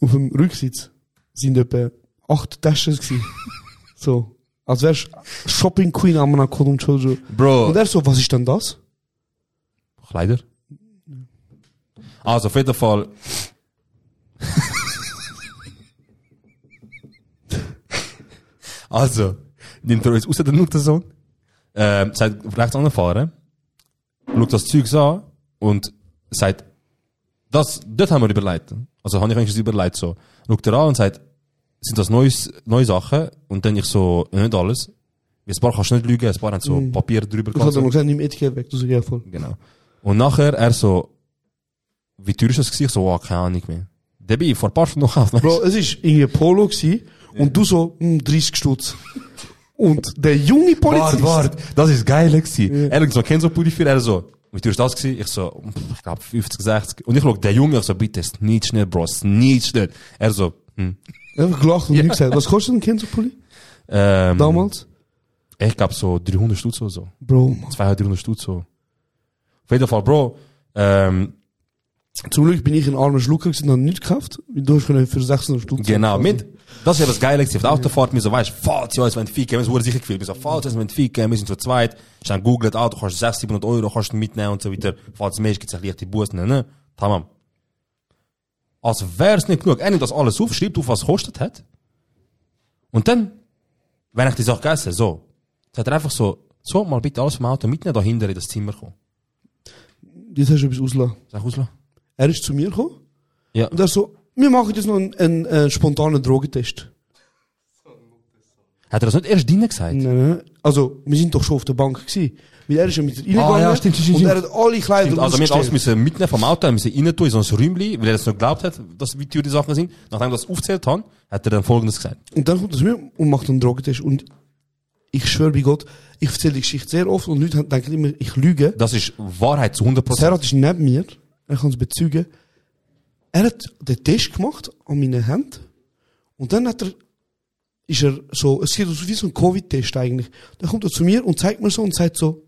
B: Auf dem Rücksitz sind etwa acht Taschen gewesen. so. Als wärst du Shopping Queen am Anakodum Chojo.
A: Bro,
B: Und er so, was ist denn das?
A: Kleider? Also, auf jeden Fall. also, nimmt er uns raus, den Nutzersohn. Ähm, sagt rechts anfahren. Schaut das Zeug an und sagt, das, dort haben wir überlegt. Also habe ich eigentlich überlegt, so, schaut er an und sagt, sind das neues, neue Sachen? Und dann ich so, nicht alles. Ein paar kannst du nicht lügen, ein paar haben so
B: Mhm.
A: Papier drüber
B: Ich habe dann mal gesagt, nimm Etikett weg, du sagst ja voll.
A: Genau. Und nachher er so, wie teuer ist das Gesicht? So, wow, keine Ahnung mehr. Der bin ich vor ein paar Stunden noch auf.
B: Bro, es ist irgendwie Polo gsi und du so, hm, 30 Stutz. Und der junge Polizist.
A: Wart, wart, das ist geil gewesen. Er schaut so, kennt so Pullifer, er so, wie teuer ist das gewesen? Ich so, pff, ich glaube 50, 60. Und ich schau, der Junge, ich so, bitte, snitch nicht, Bro, snitch nicht. Er so, hm.
B: Einfach gelacht und nichts gesagt. Was kostet ein Kenzo-Pulli?
A: Ähm,
B: Damals?
A: Ich glaube so 300 Stutz oder so.
B: Bro, Mann.
A: 200, 300 Stutz so. Auf jeden Fall, Bro, ähm,
B: Zum Glück bin ich ein armer Schlucker gewesen und habe nichts gekauft. Du hast können für 600 Stutz.
A: Genau, mit. Das ist ja das Geile, gewesen. auf der Autofahrt, mir so, weißt, falls ihr uns wollt ficken, wir sind sicher gefühlt, mir so, falls ihr uns wollt ficken, wir sind zu zweit, ich dann googelt, Auto kostet 600, 700 Euro, kannst du mitnehmen und so weiter, falls mehr ist, gibt's eine leichte Buße, ne, ne, tamam. Als wär's nicht genug, er nimmt das alles auf, schreibt auf, was es kostet hat. Und dann, wenn ich die Sache gegessen, so, sagt er einfach so, so, mal bitte alles vom Auto mitnehmen, da hinten in das Zimmer kommen.
B: Jetzt hast du etwas ausgelassen.
A: Sag Usla.
B: Er ist zu mir gekommen.
A: Ja.
B: Und er so, wir machen jetzt noch einen, einen, äh, spontanen Drogentest.
A: Hat er das nicht erst drinnen gesagt?
B: Nein, nein. Also, wir sind doch schon auf der Bank gewesen. Weil er ist ja mit reingegangen.
A: Ah, ja, stimmt, stimmt,
B: und
A: stimmt.
B: er hat alle Kleider
A: Stimmt, also wir
B: ausgestellt.
A: haben alles müssen mitnehmen vom Auto, müssen rein tun in so ein Räumchen, weil er das noch geglaubt hat, dass wie teuer die Sachen sind. Nachdem wir das aufgezählt haben, hat er dann Folgendes gesagt.
B: Und dann kommt er zu mir und macht einen Drogentest. Und ich schwöre bei Gott, ich erzähle die Geschichte sehr oft und Leute denken immer, ich lüge.
A: Das ist Wahrheit zu 100
B: Serhat ist neben mir, er kann es bezeugen. Er hat den Test gemacht an meinen Händen und dann hat er, ist er so, es sieht aus wie so ein Covid-Test eigentlich. Dann kommt er zu mir und zeigt mir so und sagt so,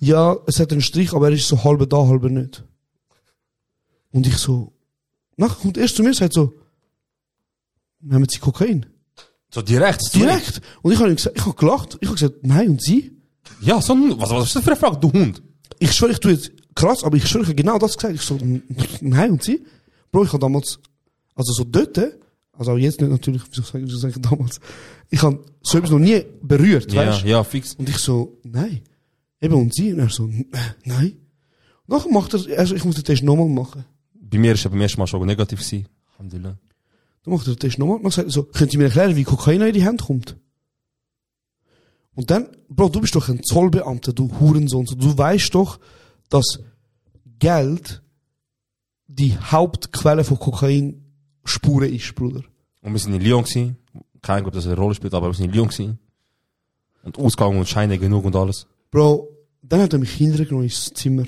B: ja, es hat einen Strich, aber er ist so halbe da, halbe nicht. Und ich so, nachher kommt er zu mir und sagt so, nehmen Sie Kokain?
A: So direkt. so
B: Direkt! Und ich habe gesagt, ich habe gelacht, ich habe gesagt, nein, und Sie?
A: Ja, so ein, was, was ist das für eine Frage, du Hund?
B: ich schwöre, ich tue jetzt krass, aber ich schwöre, ich habe genau das gesagt. Ich so, n- nein, und sie? Bro, ich habe damals, also so dort, also auch jetzt nicht natürlich, wieso sage wieso sage ich damals, ich habe so etwas noch nie berührt,
A: Ja,
B: weißt
A: ja, fix.
B: Und ich so, nein. Eben, und sie? Und er so, n- äh, nein. Nachher macht er, er so, ich muss den Test nochmal machen.
A: Bei mir ist er beim ersten Mal schon negativ gewesen. Alhamdulillah.
B: Dann macht er den Test nochmal. Dann sagt er so, könnt ihr mir erklären, wie Kokain in die Hand kommt? Und dann, Bro, du bist doch ein Zollbeamter, du Hurensohn. Du weißt doch, dass Geld die Hauptquelle von Kokainspuren ist, Bruder.
A: Und wir sind in Lyon gewesen. Kein Gott, dass er eine Rolle spielt, aber wir sind in Lyon gewesen. Und Ausgang und Scheine genug und alles.
B: Bro, dann hat er mich hintergenommen ins Zimmer.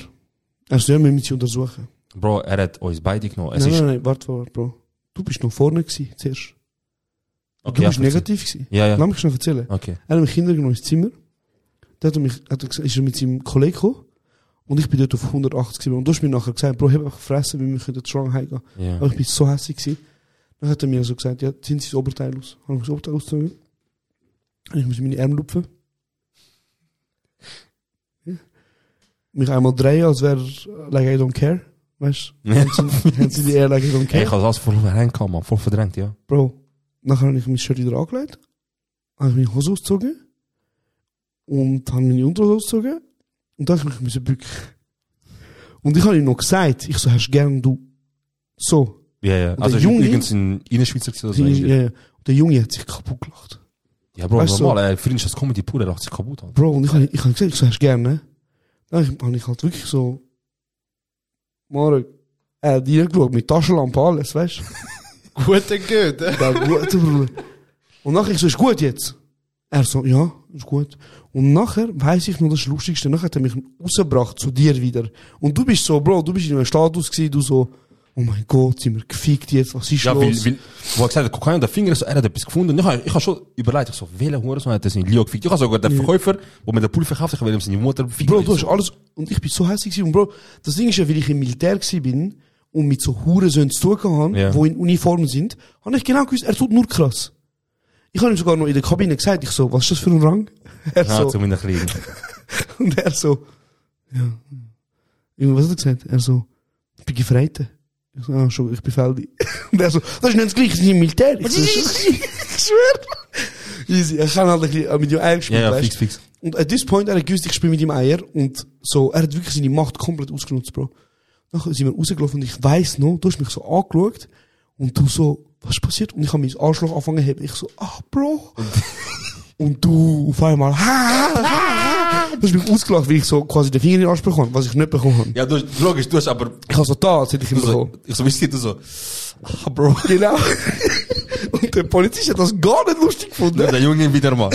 B: Er soll mich mit sie untersuchen.
A: Bro, er hat uns beide genommen. Oh, Es
B: nein,
A: ist,
B: nein, nein, warte, warte, Bro. Du bist noch vorne gewesen, zuerst. Und
A: Okay,
B: du
A: ja,
B: bist
A: erzähl.
B: negativ gewesen.
A: Ja, ja.
B: Lass mich schnell erzählen.
A: Okay.
B: Er hat mich hintergenommen ins Zimmer. Dann hat er mich, hat er, gesagt, ist er mit seinem Kollegen gekommen. Und ich bin dort auf 180 gewesen. Und du hast mir nachher gesagt, Bro, ich hab einfach gefressen, weil wir können jetzt schon heimgehen.
A: Ja.
B: Aber ich bin so hässlich gewesen. Dann hat er mir so gesagt, ja, ziehen Sie das Oberteil aus. Haben ich das Oberteil ausgezogen. Und ich muss meine Arme lupfen. Ja. Mich einmal drehen, als wäre, like I don't care. Weißt du?
A: Ja.
B: Haben Sie die Air, like I don't
A: Hey,
B: care.
A: ich habe das voll verdrängt, man. Voll verdrängt, ja.
B: Bro, nachher habe ich mein Shirt wieder angelegt, habe ich meine Hose ausgezogen und habe meine Unterhose ausgezogen und dann habe ich mich bücken. Und ich habe ihm noch gesagt, ich so, hast du gern du? So.
A: Ja, ja.
B: Und
A: Also,
B: der
A: ist
B: Junge-
A: übrigens in Innerschweizer gewesen. oder so.
B: Ja, ja. Und der Junge hat sich kaputt gelacht.
A: Ja, Bro,
B: Weißt du?
A: normal, ey, Freund ist das Comedy pur, er lacht sich kaputt an.
B: Bro, und ich habe ich hab gesagt, ich so, hast du gern, ne? Dann habe ich- habe ich halt wirklich so, Marek, er hat reingeschaut, mit Taschenlampe, alles, weißt du?
H: Gute Güte.
B: Ja, gut, Bruder. Und nachher ich so, ist gut jetzt? Er so, ja, ist gut. Und nachher weiß ich noch das Lustigste, nachher hat er mich rausgebracht zu dir wieder. Und du bist so, Bro, du bist in einem Status gewesen, du so, oh mein Gott, sind wir gefickt jetzt, was ist
A: Ja, weil,
B: los?
A: weil, wo er gesagt hat, Kokain an den Finger, so, er hat etwas gefunden. Und Ich habe ich hab schon überlegt, ich so, welchen Hurensohn hat das in Lyon gefickt? Ich habe sogar den Verkäufer, der mir den Pulver verkauft, ich will ihm seine Mutter ficken.
B: Bro,
A: Ich
B: du hast
A: so,
B: alles, und ich bin so hässlich gewesen. Und Bro, das Ding ist ja, weil ich im Militär gewesen bin und mit so Hurensöhnen zu tun gehabt habe,
A: Ja.
B: die in Uniform sind, habe ich genau gewusst, er tut nur krass. Ich habe ihm sogar noch in der Kabine gesagt, ich so, was ist das für ein Rang? Er
A: ah,
B: so,
A: zu meiner Kleinen.
B: Und er so, ja. Junge, was hat er gesagt? Er so, ich bin Gefreiter. Ich so, ah, schon, ich bin Feldi. Und er so, das ist nicht das Gleiche, das ist im Militär. Ich so, ich schwör. Easy, er kann halt ein bisschen mit dem Eier
A: ja,
B: gespielt,
A: ja,
B: weißt
A: fix, fix.
B: Und at this point, er hat gewusst, ich spiele mit ihm Eier. Und so, er hat wirklich seine Macht komplett ausgenutzt, Bro. Nachher sind wir rausgelaufen und ich weiss noch, du hast mich so angeschaut und du so, was ist passiert? Und ich habe mein Arschloch angefangen zu heben. Ich so, ach, Bro. Und du auf einmal, ha, ha, ha. Du hast mich ausgelacht, weil ich so quasi den Finger in den Arsch bekommen habe, was ich nicht bekommen habe.
A: Ja, du, hast- logisch, du hast aber.
B: Ich habe so da, als hätte ich ihn
A: Du so,
B: bekommen.
A: ich so, wie steht du so? Ah, Bro.
B: Genau. Und der Polizist hat das gar nicht lustig gefunden.
A: Der Junge wieder mal.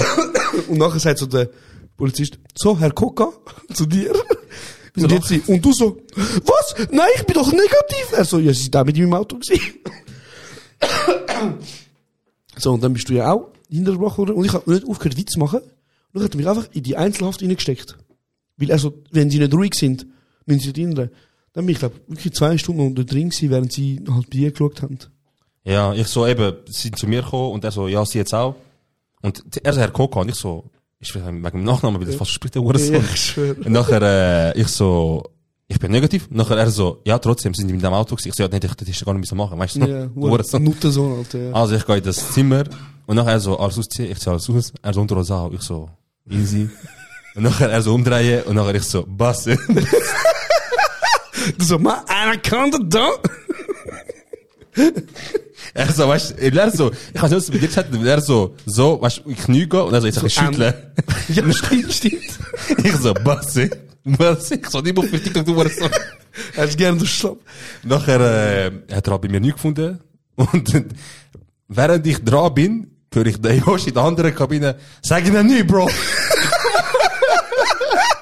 B: Und nachher sagt so der Polizist, so, Herr Coca, zu dir. Und,
A: doch.
B: jetzt sie, und du so, was? Nein, ich bin doch negativ. Er so, ja, sie sind auch mit meinem Auto gewesen. so, und dann bist du ja auch hintergebracht worden. Und ich habe nicht aufgehört, Witz zu machen. Und dann hat er mich einfach in die Einzelhaft reingesteckt. Weil also, wenn sie nicht ruhig sind, müssen sie drin Dann bin ich, glaube wirklich zwei Stunden unter drin gewesen, während sie halt Bier geschaut haben.
A: Ja, ich so eben, sie sind zu mir gekommen und er so, ja, sie jetzt auch. Und er so, Herr Coca, und ich so, ich will wegen meinem Nachnamen, weil das fast spricht der Hurensohn.
B: schwöre.
A: Und nachher, äh, ich so, ich bin negativ. Und nachher er so, ja, trotzdem sind die mit dem Auto gewesen. Ich so, ja, nicht, das ist gar nicht müssen machen, weißt du? noch?
B: Ja,
A: Der Hurensohn.
B: Nuttensohn, Alter. Ja.
A: Also ich gehe in das Zimmer und nachher er so alles ausziehen, ich zieh alles aus, er so unter uns auch, ich so easy. und nachher er so umdrehen und nachher ich so Bass.
B: Du so, man, einer kann das da.
A: er so, weißt du, er so, ich weiß nicht, was mit dir chatten, weil er so, so, weißt du, in die Knie gehen und er so, jetzt so,
B: So, ähm.
A: schütteln.
B: ja, stimmt, stimmt.
A: ich so Bass. Bass, ich so nicht mal für TikTok, du warst so.
B: Er ist gerne der Schlapp.
A: Nachher äh, hat er halt bei mir nichts gefunden. Und während ich dran bin, höre ich den Josh in der anderen Kabine, sag ihm nicht, Bro.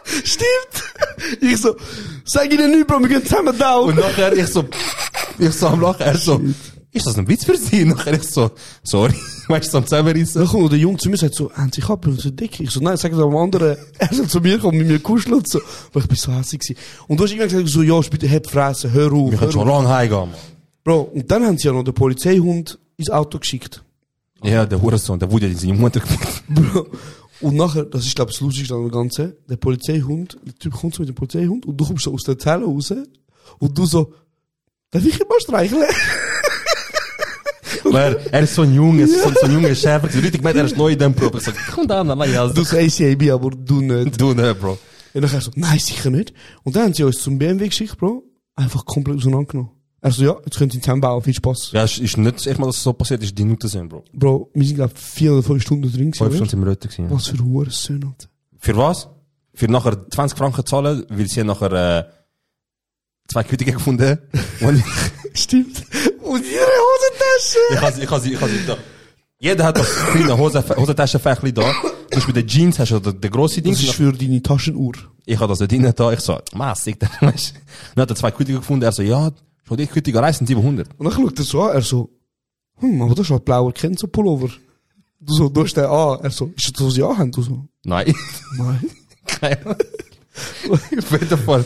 B: Stimmt. Ich so, sag ihnen nicht, Bro, wir gehen zusammen da.
A: Und nachher ich so, ich so am Lachen, er so, ist das ein Witz für Sie? Nachher ich so, sorry, weißt du, so am Zusammenreissen.
B: Dann kommt der Junge zu mir und sagt so, haben Sie sich ab, so dick? Ich so, nein, sag das am anderen. Er soll zu mir kommen, mit mir kuscheln und so. Aber ich bin so hässlich gewesen. Und du hast irgendwann gesagt, so, Josh, bitte hab fressen, hör auf.
A: Wir
B: hör
A: können schon
B: auf.
A: lange heimgehen, Mann.
B: Bro, und dann haben sie ja noch den Polizeihund ins Auto geschickt.
A: Ja, der Hurensohn, der wurde in seine Mutter gefunden.
B: Bro. Und nachher, das ist, glaube ich, das Lustigste an dem Ganzen, der Polizeihund, der Typ kommt so mit dem Polizeihund und du kommst so aus der Zelle raus und du so, darf ich ihn mal streicheln?
A: Weil er ist so ein Junge, so, so ein junger Schäfer. gewesen. Richtig gemeint, er ist neu in dem Probe. Ich sag, komm da, Mann, ja,
B: Du so, ACAB, aber du nicht.
A: du ne, Bro.
B: Und nachher so, nein, sicher nicht. Und dann haben sie uns zum BMW geschickt, Bro, einfach komplett auseinandergenommen. Er so, ja, jetzt könnt ihr ihn zusammenbauen, viel Spaß.
A: Ja, ist, ist nicht das erste Mal, dass es so passiert ist, die Nutten sind, Bro.
B: Bro, wir sind, glaube ich, vier oder fünf Stunden drin gewesen.
A: Fünf Stunden
B: oder?
A: sind wir dort gewesen.
B: Was für hohe Söhne, Alter.
A: Für was? Für nachher 20 Franken zahlen, weil sie haben nachher, äh, zwei Kütigen gefunden. Und
B: Stimmt. Und ihre Hosentasche!
A: Ich kann sie, ich kann sie, ich kann sie da. Jeder hat doch kleine Hose, Hosentaschenfächli da. Du hast bei den Jeans hast du den, den grossen Ding.
B: Das ist für deine Taschenuhr.
A: Ich hab das nicht drin da. Ich so, massig, dann weißt du. Dann hat er zwei Kütiger gefunden. Er so, ja, schon die Kütiger reisen 700.
B: Und dann schaut er so an, er so, hm, aber das ist halt blauer Kind, so Pullover. Du so, du hast den an, er so, ist das, was sie anhaben? Du so,
A: Nein.
B: nein.
A: Keine Ahnung. Auf jeden Fall.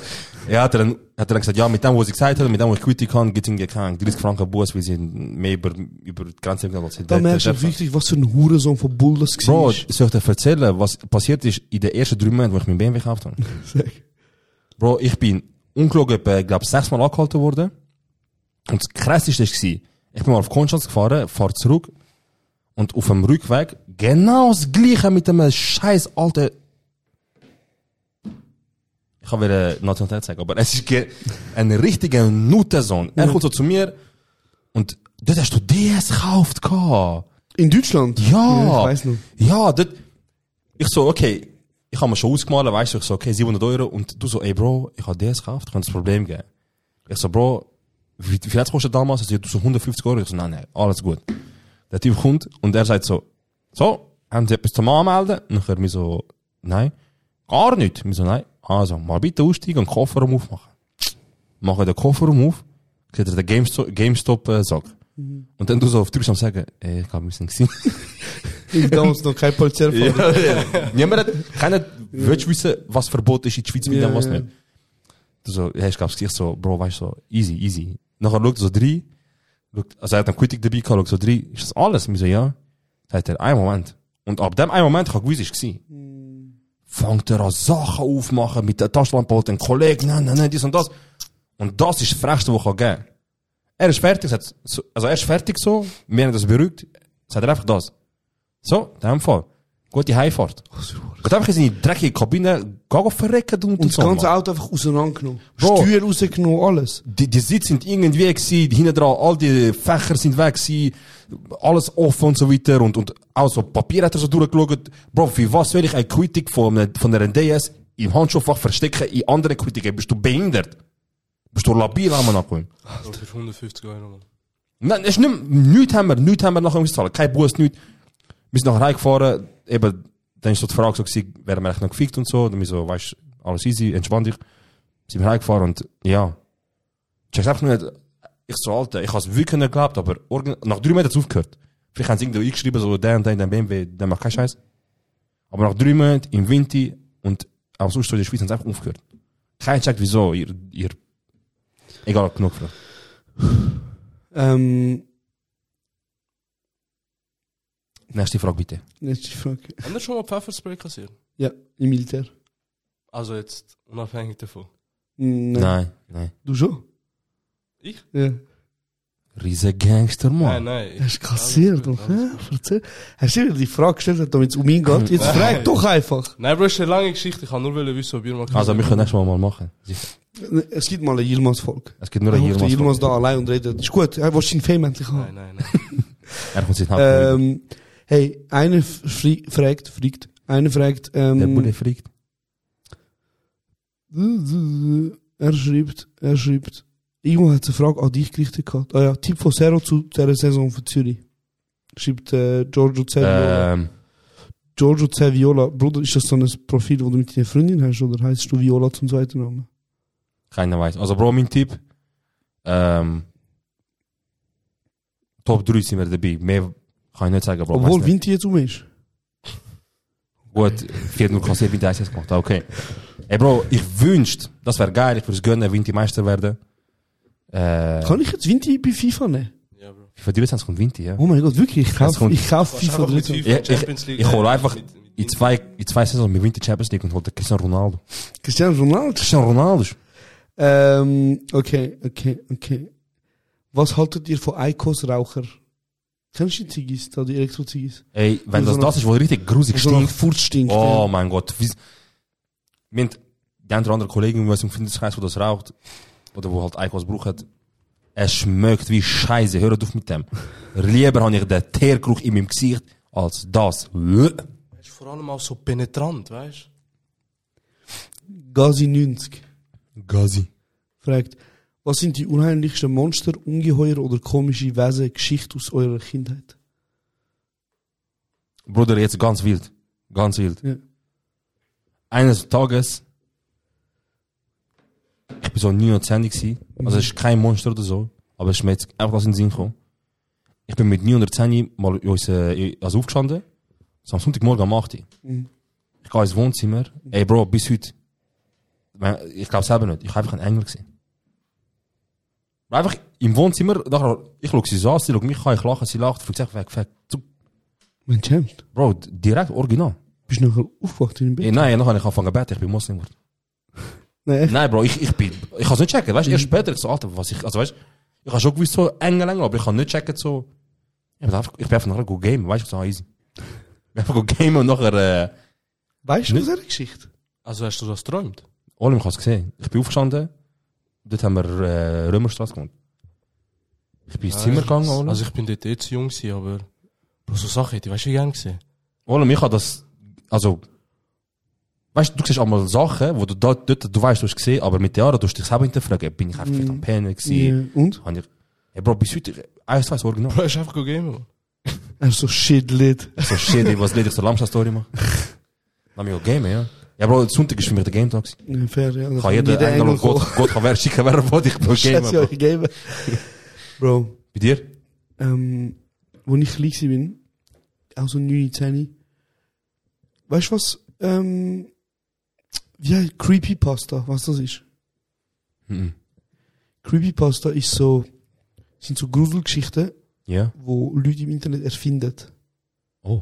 A: Ja, hat er dann, hat er dann gesagt, ja, mit dem, was ich gesagt habe, mit dem, was ich Kütig kann, gibt's irgendwie keinen 30 Franken Bus, weil sie mehr über, über die Grenze gegangen sind.
B: Da merkst du wirklich, was für ein Hurensohn von Bull das
A: Bro,
B: war.
A: soll ich dir erzählen, was passiert ist in den ersten drei Monaten, wo ich mein BMW gekauft habe?
B: Sag.
A: Bro, ich bin ungelogen, etwa, glaub, sechsmal angehalten worden. Und das krasseste war, ich bin mal auf Konstanz gefahren, fahr zurück. Und auf dem Rückweg, genau das gleiche mit dem scheiß alten, ich kann wieder Nationalität sagen, aber es ist ge- ein richtiger Nutensohn. Er kommt so zu mir, und dort hast du DS gekauft, gehabt.
B: In Deutschland?
A: Ja.
B: ja ich weiß noch.
A: Ja, dort. Ich so, okay. Ich habe mir schon ausgemalt, weißt du, ich so, okay, 700 Euro. Und du so, ey, Bro, ich habe das gekauft, könnte es Problem geben. Ich so, Bro, wie, wie viel hat's kostet damals? Also, du so 150 Euro. Ich so, nein, nein, alles gut. Der Typ kommt und er sagt so, so, haben Sie etwas zum Anmelden? Und ich mir so, nein, gar nicht. Mir so, nein. Also, mal bitte aussteigen und den Kofferraum aufmachen. Mache den Kofferraum auf, sieht er den GameStop-Sack. GameStop, äh, Sack.
B: Mhm.
A: und dann du so auf Türkisch am sagen, ey, ich hab ein bisschen gesehen.
B: Ich damals noch kein Polizei
A: Ja, ja. Niemand hat, keiner willst wissen, was verboten ist in der Schweiz mit
B: Ja,
A: dem, was
B: ja.
A: nicht. Du so, hey, ich glaub's, ich so, Bro, weißt du, so, easy, easy. Nachher schaut er so drei, schaut, also er hat einen Quittig dabei gehabt, schaut so drei, ist das alles? Wir so, ja. Sagt er, ein Moment. Und ab dem einen Moment, ich hab gewusst, ist es Fangt er an, Sachen aufmachen, mit der Taschenlampe holt den Kollegen, nein, nein, nein, dies und das. Und das ist das Frechste, was ich geben kann. Er ist fertig, sagt, so- also er ist fertig so, wir haben das berügt, sagt er einfach das. So, in dem Fall. Gute Heimfahrt. Geht einfach in seine dreckige Kabine, geh auf verrecken, du
B: Und das
A: Sohn,
B: ganze
A: Mann.
B: Auto einfach auseinandergenommen.
A: Bro.
B: Steuer rausgenommen, alles.
A: Die, die Sitze sind irgendwie gewesen, hinten dran, all die Fächer sind weg gewesen, alles offen und so weiter und, und auch so Papier hat er so durchgeschaut. Bro, für was will ich eine Quittung von, einem- von einer DS im Handschuhfach verstecken in andere Quittungen? Bist du behindert? Bist du labil am Nachkommen?
H: Bro, für 150 Euro, Mann.
A: Nein, es ist nicht, nichts haben wir, nichts haben wir nachher müssen zahlen. Kein Bus, nichts. Wir sind nachher heimgefahren, eben, dann ist so die Frage so gewesen, werden wir echt noch gefickt und so, dann wir so, weißt du, alles easy, entspann dich. Sind wir heimgefahren und, ja. Ich hab's einfach nur nicht, ich so, Alter, ich hab's wirklich nicht geglaubt, aber irgend- nach drei Monaten hat's aufgehört. Vielleicht haben sie irgendwo eingeschrieben, so, der und der in dem BMW, der macht keinen Scheiß. Aber nach drei Monaten, im Winter und auch sonst so in der Schweiz haben sie einfach aufgehört. Keiner checkt wieso, ihr, ihr, egal, genug gefragt.
B: Ähm,
A: Nächste Frage bitte.
B: letzte Frage.
H: Haben wir schon mal Pfefferspray kassiert?
B: Ja, im Militär.
H: Also jetzt, unabhängig davon.
B: Nein.
A: Nein, nein.
B: Du schon?
H: Ich?
B: Ja.
A: Riesen Gangster,
H: Nein,
A: Mann.
H: nein.
B: Hast du kassiert,
H: Alles
B: doch,
H: gut, alles
B: hä? Erzähl. Hast du dir die Frage gestellt, hat, damit es um ihn geht? Jetzt
H: Nein.
B: frag doch einfach.
H: Nein, Bro, ist eine lange Geschichte. Ich kann nur wissen, ob ihr mal
A: Also, wir können nächstes Mal mal machen.
B: Es gibt mal eine Yilmaz-Folge.
A: Es gibt nur
B: Er
A: einen
B: hockt den
A: Yilmaz.
B: Yilmaz da allein und redet. Ist gut, er will seinen Fame endlich haben.
H: Nein, nein, nein.
A: Er kommt sich nach.
B: Ähm, hey, einer f- fri- fragt, fragt, einer fragt,
A: Der Bude
B: ähm,
A: fragt.
B: er schreibt, er schreibt, irgendwo hat eine Frage an dich gerichtet gehabt. Ah ja, Tipp von Zero zu dieser Saison für Zürich. Schreibt äh, Giorgio Zaviola.
A: Ähm,
B: Giorgio Zaviola, Bruder, ist das so ein Profil, das du mit deiner Freundin hast, oder heißt du Viola zum zweiten Namen?
A: keiner weiß. Also, Bro, mein Tipp. Ähm, Top 3 sind wir dabei. Mehr kann ich nicht sagen, Bro.
B: Obwohl
A: Weiss nicht.
B: Vinti jetzt um ist.
A: Gut, 4 0 kassiert, Vinti 1 gemacht. Ah, Okay. Ey, Bro, ich wünschte, das wäre geil. Ich würde es gönnen, Vinti Meister werden. Äh,
B: Kann ich jetzt Vinti bei FIFA nehmen?
H: Ja, Bro.
A: für die Lizenz kommt Vinti, ja.
B: Oh mein Gott, wirklich, ich
A: Das
B: kaufe
A: kommt-
B: ich kauf
H: Du kannst
B: FIFA
H: einfach mit
B: 13.
H: FIFA
A: Ja, ich-
H: Champions League.
A: Ich hole einfach
H: Mit- mit-
A: in zwei, in zwei Saisons mit Winter Champions League und hole den Cristiano Ronaldo.
B: Cristiano Ronaldo.
A: Cristiano Ronaldo ist
B: Ähm, okay, okay, okay. Was haltet ihr von Eikos-Raucher? Kennst du die Ziggis, da die Elektro-Ziggis?
A: Ey, wenn
B: Und
A: das
B: so
A: das ist, wo richtig grusig
B: So nach
A: stinkt.
B: Furz stinkt.
A: Oh mein Gott. Wie, wir haben die ein oder andere Kollegen aus dem Freundeskreis, wo das raucht, oder wo halt Eikos braucht, es schmeckt wie Scheiße. Hört auf mit dem. Lieber habe ich den Teergeruch in meinem Gesicht als das.
H: Ist vor allem auch so penetrant, weißt du?
B: Gazi 90
A: Gazi.
B: fragt, was sind die unheimlichsten Monster, Ungeheuer oder komische Wesen, Geschichte aus eurer Kindheit?
A: Bruder, jetzt ganz wild. Ganz wild.
B: Ja.
A: Eines Tages, ich bin so 19 gewesen, also es ist kein Monster oder so, aber es ist mir jetzt einfach das in den Sinn gekommen. Ich bin mit 910 mal in unser, in- also aufgestanden, so am Sonntagmorgen am 8. Uhr. Ich gehe ins Wohnzimmer, ey Bro, bis heute, Mein- ich glaube selber nicht, ich habe einfach einen Engel gesehen. Einfach im Wohnzimmer, nachher, ich schaue sie so an, sie schaut mich an, ich lache, sie lacht, ich sage, weg, weg, zuck.
B: Mein Champ,
A: Bro, d- direkt original.
B: bist du nachher aufgewacht in dem Bett?
A: Ey, nein, nachher habe ich angefangen zu beten, ich bin Muslim geworden.
B: Nein, echt?
A: Nein, Bro, ich, ich bin, ich kann es nicht checken, weißt du, erst später, ich so, Alter, was ich, also weißt du, ich habe schon gewusst, so enge Länge, aber ich kann nicht checken, so, ich bin einfach, ich bin einfach nachher go game, weißt du, ich so, ah, easy. Ich bin einfach go game und nachher, äh,
B: Weißt du
A: Nicht.
B: aus einer Geschichte?
H: Also hast du das geträumt?
A: alle haben es gesehen. Ich bin aufgestanden, dort haben wir, äh, Römerstraße gewohnt. Ich bin ins Zimmer gegangen, Olim.
H: Also ich bin dort eh zu jung gewesen, aber... Bro, so Sachen hätte ich, weißt du, wie gern gesehen.
A: Olim, ich habe das, also, weißt du, du siehst einmal Sachen, wo du dort, dort, du weißt, du hast gesehen, aber mit den Jahren, du hast dich selber hinterfragen, bin ich einfach vielleicht am Pennen gewesen,
B: Ja. Und?
A: Habe ich, ey e, Bro, bis heute, eins, zwei, e original.
H: Bro, ist einfach gegeben, Mann.
B: Er so shit lit.
A: So shit, ey, was ledig so Lamsa-Story machen. Lass mich auch gamen, ja. Ja, Bro, Sonntag ist für mich der Game-Tag. gewesen.
B: Ja, fair, ja.
A: Ich kann jeder Engel und Gott, Gott kann wer schicken, wer will, ich will gamen,
B: Schätze
A: Bro.
B: euch gegeben. Bro.
A: Bei dir?
B: ähm, wo ich klein gsi bin, auch so 9, 10. Weißt du was, ähm, wie heißt Creepypasta, was das ist?
A: Mhm.
B: Creepypasta ist so, sind so Gruselgeschichten,
A: Ja.
B: wo Leute im Internet erfinden.
A: Oh.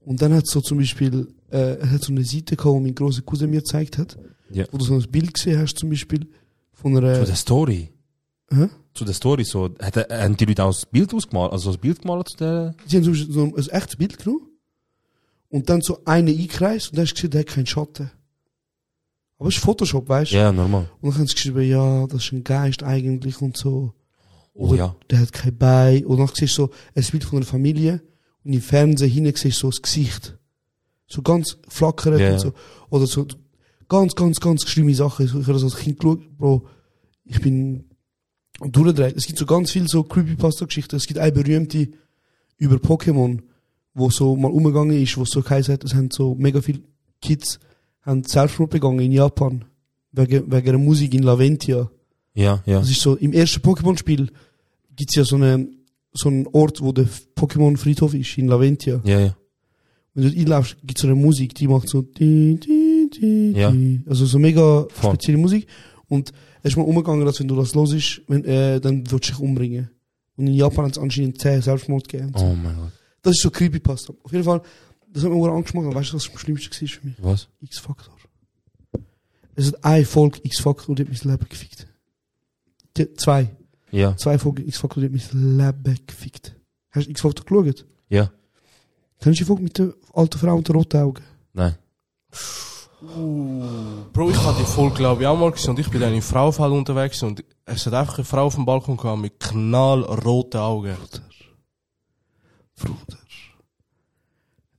B: Und dann hat so zum Beispiel, äh, er hat so eine Seite gehabt, die mein großer Cousin mir gezeigt hat,
A: Ja.
B: wo du so ein Bild gesehen hast zum Beispiel von
A: Zu
B: einer,
A: der Story.
B: Hä?
A: Zu der Story, so, e, hat, er- haben die Leute auch das Bild ausgemalt, also das Bild gemalt zu der,
B: die haben so, so ein echtes Bild genommen Und dann so einen einkreist und dann hast du gesehen, der hat keinen Schatten. Aber es ist Photoshop, weißt du?
A: Ja, normal.
B: Und dann haben sie geschrieben, ja, das ist ein Geist eigentlich und so.
A: Oh
B: Oder
A: ja.
B: Der hat kein Bein. Und dann siehst du so ein Bild von einer Familie und im Fernsehen hinten siehst du so das Gesicht. So ganz flackernd
A: Ja.
B: und so. Oder so ganz, ganz, ganz schlimme Sachen. So, Ich habe das als Kind geschaut, Bro. Ich bin durchgedreht. Es gibt so ganz viele so Creepypasta-Geschichten. Es gibt eine berühmte über Pokémon, wo so mal umgegangen ist, wo so geheißen hat, es haben so mega viele Kids haben Selbstmord begangen in Japan. Wegen, wegen der Musik in Laventia.
A: Ja, ja.
B: Das ist so, im ersten Pokémon-Spiel gibt's ja so, eine, so einen Ort, wo der F- Pokémon-Friedhof ist, in Laventia.
A: Ja, ja.
B: Wenn du dort einlaufst, gibt's so eine Musik, die macht so di, di, di,
A: Ja.
B: di. Also so mega
A: Voll.
B: spezielle Musik. Und es ist mal umgegangen, dass wenn du das los ist, wenn, äh, dann würdest du dich umbringen. Und in Japan hat's anscheinend 10 Selbstmord gegeben.
A: Oh mein Gott.
B: Das ist so Creepypasta. Auf jeden Fall, das hat mir auch Angst gemacht. aber Weißt du, was das Schlimmste war für mich?
A: Was?
B: X-Factor. Es hat eine Folge X-Factor, die hat mein Leben gefickt. Die, zwei.
A: Ja.
B: Zwei Folgen X-Factor, die hat mein Leben gefickt. Hast du X-Factor geschaut?
A: Ja.
B: Kennst du die Folge mit der alten Frau und den roten Augen?
A: Nein.
H: Uh. Bro, ich hatte die Folge, glaube ich, auch mal gesehen und ich bin dann im Frauenfeld unterwegs und es hat einfach eine Frau auf dem Balkon gehabt mit knallroten Augen.
B: Bruder.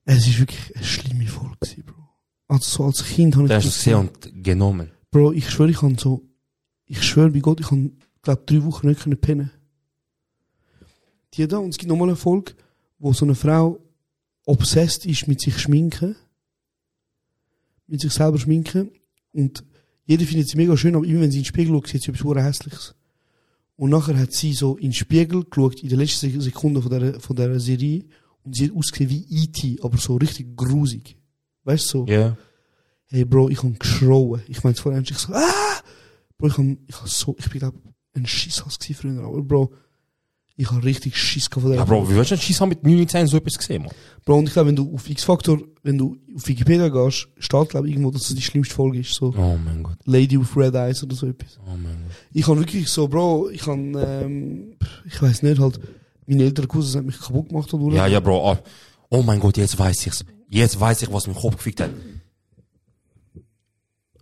B: Es ist wirklich eine schlimme Folge, gewesen, Bro. Also so als Kind habe ich
A: Du hast
B: das
A: es gesehen und genommen.
B: Bro, ich schwöre, ich kann so. Ich schwöre bei Gott, ich kann, glaube drei Wochen nicht können pennen. Die da, und es gibt nochmal eine Folge, wo so eine Frau obsessed ist mit sich schminken. Mit sich selber schminken. Und jeder findet sie mega schön, aber immer wenn sie in den Spiegel schaut, sieht sie etwas verdammt Hässliches. Und nachher hat sie so in den Spiegel geschaut, in der letzten Sek- Sekunde von der, von der Serie, und sie hat ausgesehen wie E.T., aber so richtig grusig. Weißt du, so.
A: Ja.
B: Hey Bro, ich habe geschrauen. Ich meine, vorher ich so, ah! Bro, ich habe ich hab so, ich bin glaub, ein Schisshass gewesen früher, aber Bro, ich habe richtig Schiss gehabt von der
A: Ja, Bro, wie willst du denn Scheiss haben mit 19 so etwas gesehen, Mann?
B: Bro, und ich glaube, wenn du auf X-Factor, wenn du auf Wikipedia gehst, steht glaube ich irgendwo, dass es die schlimmste Folge ist, so
A: Oh mein Gott.
B: Lady with Red Eyes oder so etwas.
A: Oh mein Gott.
B: Ich habe wirklich so, Bro, ich habe, ähm, ich weiß nicht, halt, meine älteren Cousins haben mich kaputt gemacht oder
A: Ja, ja, Bro. Oh, oh mein Gott, jetzt weiß ich's. Jetzt weiß ich, was mein Kopf gefickt hat.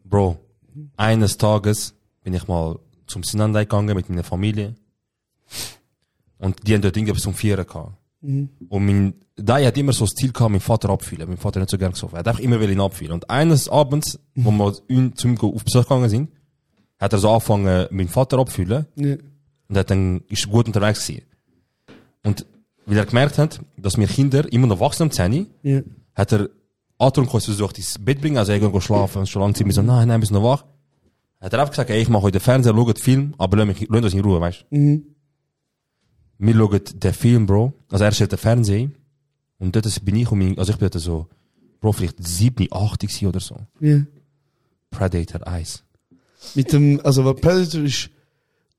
A: Bro, eines Tages bin ich mal zum Sinandai gegangen mit meiner Familie. Und die haben dort irgendwas um vier gehabt.
B: Mhm.
A: Und mein Dai hat immer so das Ziel gehabt, meinen Vater abfühlen. Mein Vater hat nicht so gerne gesoffen. Er hat einfach immer will ihn abfühlen. Und eines Abends, wo wir ihn zu ihm auf Besuch gegangen sind, hat er so angefangen, meinen Vater abfühlen.
B: Ja.
A: Und hat dann ist gut unterwegs gewesen. Und weil er gemerkt hat, dass wir Kinder immer noch wachsen am 10,
B: Ja.
A: hat er Atron kurz versucht, ins Bett bringen, also er geht schlafen, und schon lange sind wir so, nein, nein, wir sind noch wach. Hat er einfach gesagt, ey, ich mache heute Fernseher, schaut Film, aber lasst mich- lasst uns in Ruhe, weißt du.
B: Mhm.
A: Wir schauen den Film, Bro. Also er stellt den Fernseher und dort bin ich und mein, also ich bin dort so, Bro, vielleicht 7, 8 gewesen oder so.
B: Ja.
A: Predator 1.
B: Mit dem, also, weil Predator ist,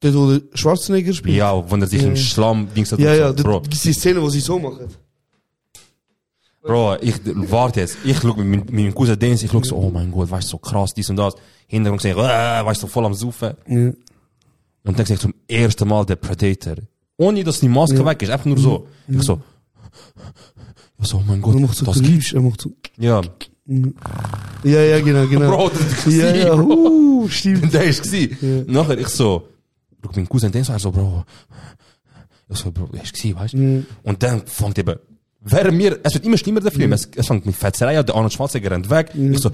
B: dort wo der Schwarzenegger spielt.
A: Ja, wenn er sich
B: Ja,
A: im
B: ja.
A: Schlamm ging,
B: Ja, ja,
A: so, Bro.
B: dort gibt's die Szene, wo sie so machen.
A: Bro, ich, warte jetzt. Ich schau mit, meinem- mit meinem Cousin Dennis, ich schau so, oh mein Gott, weißt du, so krass, dies und das. Hintergrund sehe ich, äh, weißt du, voll am Saufen.
B: Ja.
A: Und dann sehe ich zum ersten Mal den Predator. Ohne, dass die Maske
B: Ja.
A: weg ist, einfach nur so. Ich so, ich so, oh mein Gott,
B: er macht so,
A: das
B: du liebst, er macht so.
A: Ja.
B: Ja, ja, genau, genau.
A: Bro, das ist
B: ja,
A: gewesen,
B: ja,
A: Bro.
B: uh, stimmt.
A: Der ist gewesen.
B: Ja.
A: Nachher, ich so, schau meinen Cousin Dennis, er so, also, Bro. Ich so, Bro, er ist gewesen, weißt du?
B: Ja.
A: Und dann fängt eben, während mir, es wird immer schlimmer, der Film, es, es fängt mit Fetzerei an, der Arnold Schwarzenegger rennt weg, ich so,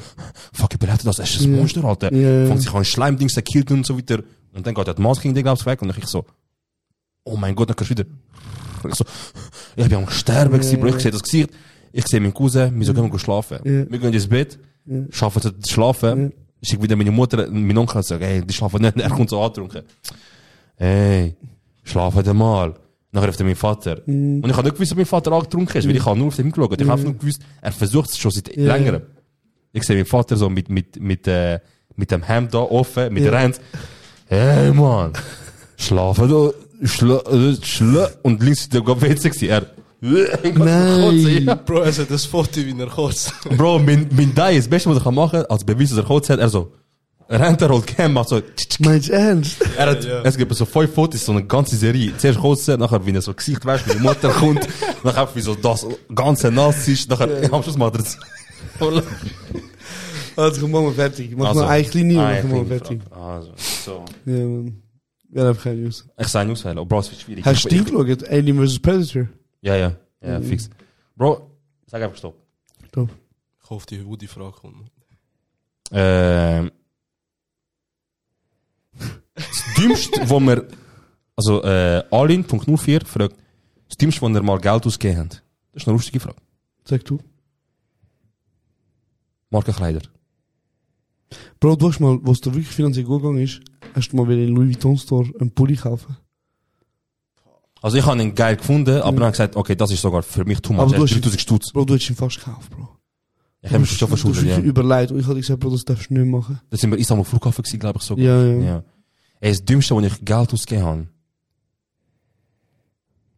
A: fuck, ich belette das, es ist ein Monster, Alter.
B: Ja.
A: Fängt sich an Schleimdings, der killt ihn und so weiter. Und dann geht der Maske in den Glaubens weg und ich so, oh mein Gott, dann kannst du wieder, ich so, ich bin am Sterben gewesen, Bro, ich sehe das Gesicht, ich sehe meinen Cousin, wir so gehen wir schlafen.
B: Ja.
A: Wir gehen ins Bett, schaffen zu schlafen, ich schicke wieder meine Mutter, meinen Onkel und sage, ey, die schlafen nicht, er kommt so antrunken. Ey, schlafen wir mal. Nachher rief er meinen Vater. Und ich habe nicht gewusst, ob mein Vater angetrunken ist, weil ich habe nur auf den geschaut. Ich habe einfach nur gewusst, er versucht es schon seit
B: Ja.
A: längerem. Ich sehe meinen Vater so mit, mit, mit, äh, mit dem Hemd da offen, mit
B: Ja.
A: der Hand. Ey, Mann, schlafen da, Also, schla, äh, schla. Und links war der WC. gewesen. Er,
B: Nein.
A: Ja.
H: Bro, es hat das Foto wie er kotzt.
A: Bro, mein, mein Dai ist das Beste, was ich machen kann, als Beweis, dass er kurz hat. Er so, rennt er und Cam macht so.
B: Meinst du ernst?
A: Er hat, Es gibt so fünf Fotos, so eine ganze Serie. Zuerst kurz, nachher, wie er so Gesicht wäscht, wie die Mutter kommt, nachher, wie so das Ganze nass ist, nachher, am Schluss macht er es.
B: Also, komm, machen wir fertig. Machen
A: Also,
B: wir eine kleine und
A: eine
B: machen wir
A: kleine
B: fertig.
A: Frage. Also, so.
B: Ja, Mann. Wir haben keine News.
A: Ich sage nur, Silo, Bro, es wird schwierig.
B: Hast du
A: Ich- ich-
B: dich geschaut? Alien vs. Predator?
A: Ja, ja, ja,
B: Mhm.
A: fix. Bro, sag einfach Stopp.
H: Ich hoffe, die, wo die Frage kommt.
A: Ähm, das Dümmste, wo wir, also, äh, Alin.04 fragt, das Dümmste, wo wir mal Geld ausgegeben haben. Das ist eine lustige Frage.
B: Sag du.
A: Markenkleider.
B: Bro, du hast mal, was dir wirklich finanziell gut gegangen ist, hast du mal wieder in Louis Vuitton Store einen Pulli kaufen.
A: Also, ich habe ihn geil gefunden, aber dann habe ich gesagt, okay, das ist sogar für mich too much.
B: Aber du
A: Er ist
B: hast-
A: 3000 Stutz.
B: Bro, du hättest ihn fast gekauft, Bro.
A: Ich habe mich schon
B: Du hast
A: verschuldet, ja.
B: wirklich überlegt und ich hatte gesagt, Bro, das darfst du nicht machen.
A: Da sind wir in Istanbul Flughafen gewesen, glaube ich, sogar.
B: Ja, ja.
A: Ey, das Dümmste, wo ich Geld ausgegeben habe.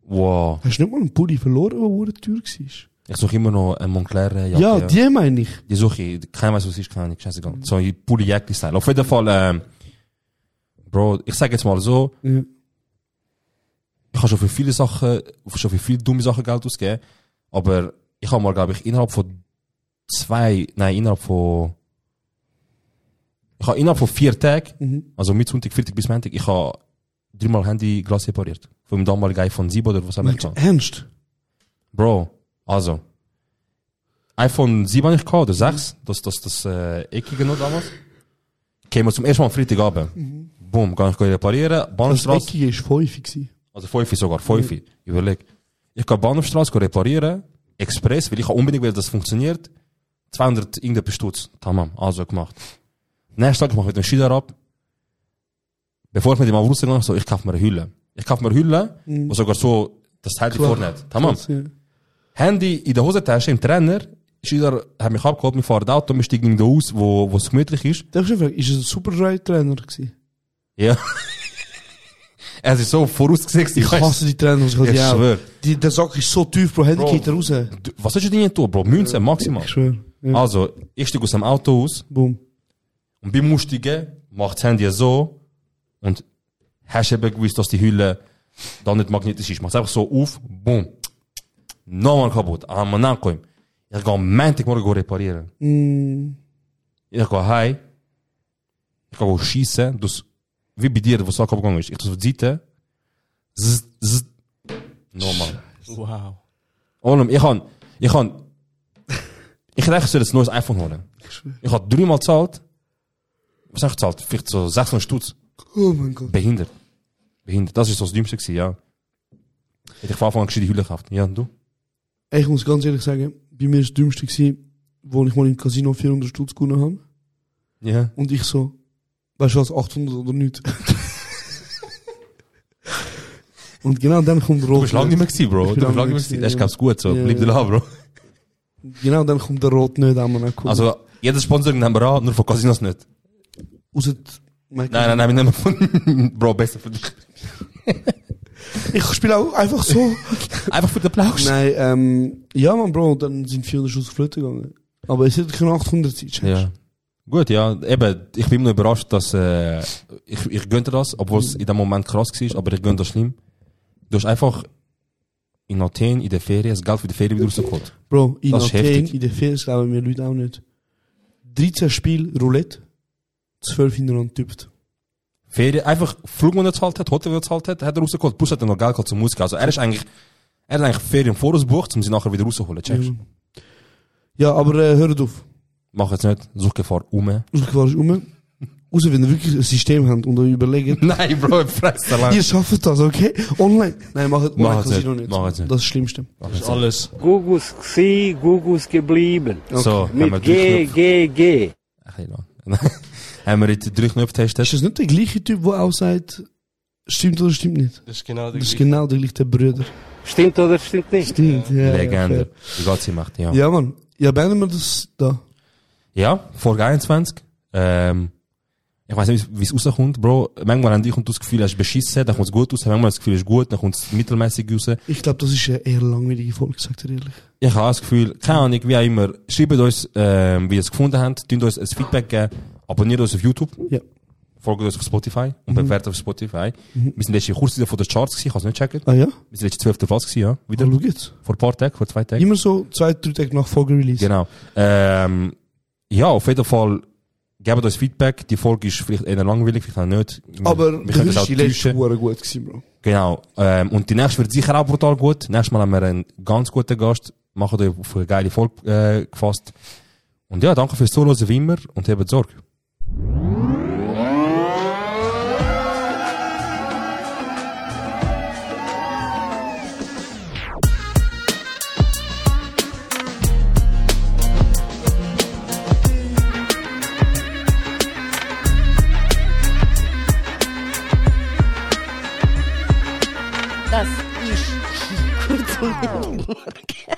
A: Wow.
B: Hast du nicht mal einen Pulli verloren, der wurde teuer war?
A: Ich suche immer noch einen Moncler äh, Jacke.
B: Ja, die meine ich.
A: Die suche ich. Keiner weiß, was es ist, keine Ahnung. Scheißegal. So ein pulli jacke style Auf jeden Fall, ähm, Bro, ich sage jetzt mal so,
B: Ja.
A: ich habe schon für viele Sachen, für schon für viele dumme Sachen Geld ausgegeben, aber ich habe mal, glaube ich, innerhalb von zwei, nein, innerhalb von, ich habe innerhalb von vier Tagen,
B: Mhm.
A: also mit Sonntag, Freitag bis Montag, ich habe dreimal Handyglas repariert. Vom damaligen iPhone 7 oder was auch
B: Meinst du
A: immer.
B: ernst?
A: Bro, also. iPhone 7 habe ich gehabt, oder 6, das, das, das äh, eckige noch damals. Kämen wir zum ersten Mal am Freitagabend. Boom, kann ich reparieren,
B: Mhm. Das
A: Bahnhofstraße.
B: Eckige ist Mhm. häufig gewesen.
A: Also 5 sogar, 5. Überleg. Ich kann Bahnhofstraße gehen reparieren, Express, weil ich auch unbedingt will, dass es funktioniert. 200 irgendein Stutz. Tamam, also gemacht. Nächsten Tag, ich mache mit dem Schieder ab. Bevor ich mit dem Avrus gegangen so, ich kaufe mir eine Hülle. Ich kaufe mir eine Hülle,
B: Mhm.
A: wo sogar so, das Teil
B: Klar.
A: vorne hat. Tamam.
B: Krass, ja.
A: Handy in der Hosentasche, im Trainer. Schieder hat mich abgeholt, wir fahren Auto, wir steigen irgendwo aus, wo, wo es gemütlich ist.
B: Darf ich dich fragen, ist es ein Superdry-Trainer gewesen?
A: Ja. es ist so vorausgesehen,
B: Ich
A: weiss-
B: hasse die Trainer, ich,
A: Ich
B: ich auch.
A: schwöre.
B: Die, der Sack ist so tief, Bro, Handy
A: Bro.
B: geht da raus.
A: Du- Was sollst du denn hier tun, Bro? Münzen, maximal.
B: Ich schwöre. Ja.
A: Also, ich steige aus dem Auto aus
B: Boom.
A: und beim Aussteigen macht das Handy so und hast eben gewusst, dass die Hülle da nicht magnetisch ist. Machst einfach so auf, boom. Nochmal kaputt. Einmal nachkommen. Ich gehe am Montagmorgen reparieren.
B: Mm.
A: Ich gehe heim. Ich gehe schießen. Das, wie bei dir, was auch abgegangen ist. Ich tue auf die Seite. Zzz, zzz. Nochmal.
H: Wow.
A: Ohne, ich kann, ich kann, ich denke, ich soll jetzt ein neues iPhone holen. Ich habe dreimal gezahlt. Was habe ich gezahlt? Vielleicht so 600 Stutz.
B: Oh mein Gott.
A: Behindert. Behindert. Das ist so das Dümmste gewesen, ja. Hätte ich von Anfang an gescheit die Hülle gehabt. Ja, und du?
B: Ey, Ich muss ganz ehrlich sagen, bei mir war das Dümmste, gewesen, wo ich mal im Casino 400 Stutz gewonnen habe.
A: Ja.
B: Und ich so, weißt du was, 800 oder nicht? und genau dann kommt Rot.
A: Du bist lange nicht mehr gewesen, Bro.
B: Ich
A: Du
B: bin
A: bist
B: lange
A: lange
B: nicht
A: nicht mehr gewesen.
B: mehr
A: Das ist, glaub's, gut so.
B: Ja,
A: Bleib
B: ja.
A: da, Bro.
B: Genau dann kommt der Rot nicht einmal angekommen.
A: Also, jeder Sponsor nehmen wir an, nur von Casinos nicht.
B: Außer
A: Nein, nein, nein, wir nehmen von, Bro, besser für dich.
B: Ich spiele auch einfach so.
A: Einfach für den Plausch.
B: nein, ähm, ja man Bro, dann sind 400 Stutz flöten gegangen. Aber es hätte keine 800 sein, schätzt.
A: Ja. Gut, ja. Eben, ich bin immer noch überrascht, dass äh, ich, ich gönnte das, obwohl es in dem Moment krass war, aber ich gönne das schlimm. Du hast einfach in Athen, in der Ferien, das Geld für die Ferien wieder rausgeholt.
B: Bro, in
A: Das ist
B: Athen,
A: heftig.
B: in der Ferien glauben mir Leute auch nicht. 13 Spiel Roulette, 12 hintereinander tippt.
A: Ferien, einfach Flug, den er gezahlt hat, Hotel, den er gezahlt hat, hat er rausgeholt, plus hat er noch Geld gehabt zum Ausgehen. Also er ist eigentlich, er hat eigentlich Ferien im Voraus gebucht, um sie nachher wieder rauszuholen.
B: Ja,
A: Checkst?
B: Mann. ja, aber äh, hört auf.
A: Mach jetzt nicht, such Gefahr um.
B: Rausgefahren ist um. Außer wenn ihr wirklich ein System habt und euch überlegt,
A: Nein, Bro, ich fresse allein.
B: ihr schafft das, okay? Online. Nein, macht online
A: Macht's
B: Casino
A: nicht,
B: nicht.
A: macht's nicht.
B: Das ist das Schlimmste.
H: Das ist alles.
F: Gugus gsi, Gugus geblieben.
A: So, haben wir
F: Mit G,
A: drei Knöpfe.
F: G, G.
A: Ach, hey, lang. Haben wir jetzt drei Knöpfe
B: Ist
A: getestet?
B: das nicht der gleiche Typ, der auch sagt, stimmt oder stimmt nicht?
H: Das ist genau der
B: Das ist
H: gleiche.
B: genau der gleiche Bruder.
F: Stimmt oder stimmt nicht?
B: Stimmt, ja.
A: Legende. Wie geht's ihm, macht, ja.
B: Ja, ja, Mann. Ja, beenden wir das da.
A: Ja, Folge 21. Ähm, ich weiß nicht, wie es rauskommt, Bro. Manchmal haben dich und du das Gefühl, es ist beschissen, dann kommt es gut raus, manchmal das Gefühl, es ist gut, dann kommt es mittelmäßig raus.
B: Ich glaube, das ist eine eher langweilige Folge, sagt er ehrlich.
A: Ich habe auch das Gefühl, keine Ahnung, wie auch immer, schreibt uns, ähm, wie ihr es gefunden habt, tun uns ein Feedback geben Abonniert uns auf YouTube.
B: Ja. Mhm.
A: Folgt uns auf Spotify und bewertet auf Spotify. Wir sind letzte kurz von den Charts gewesen, ich habe es nicht checken.
B: Ah ja?
A: Wir sind letzte 12. Platz gewesen, ja. Wieder.
B: Schau jetzt.
A: Vor ein paar Tagen, vor zwei Tagen.
B: Immer so zwei, drei Tage nach Folge-Release.
A: Genau. Ähm, ja, auf jeden Fall gebt uns Feedback. Die Folge ist vielleicht eher langweilig, vielleicht auch nicht. Wir,
B: Aber
A: wir können
B: das
A: auch
B: ist die letzte
A: täuschen.
B: Uhr gut gewesen, Bro.
A: Genau. Ähm, und die nächste wird sicher auch brutal gut. Nächstes Mal haben wir einen ganz guten Gast. Macht euch auf eine geile Folge äh, gefasst. Und ja, danke fürs Zuhören wie immer und habt Sorge.
G: Das ist gut und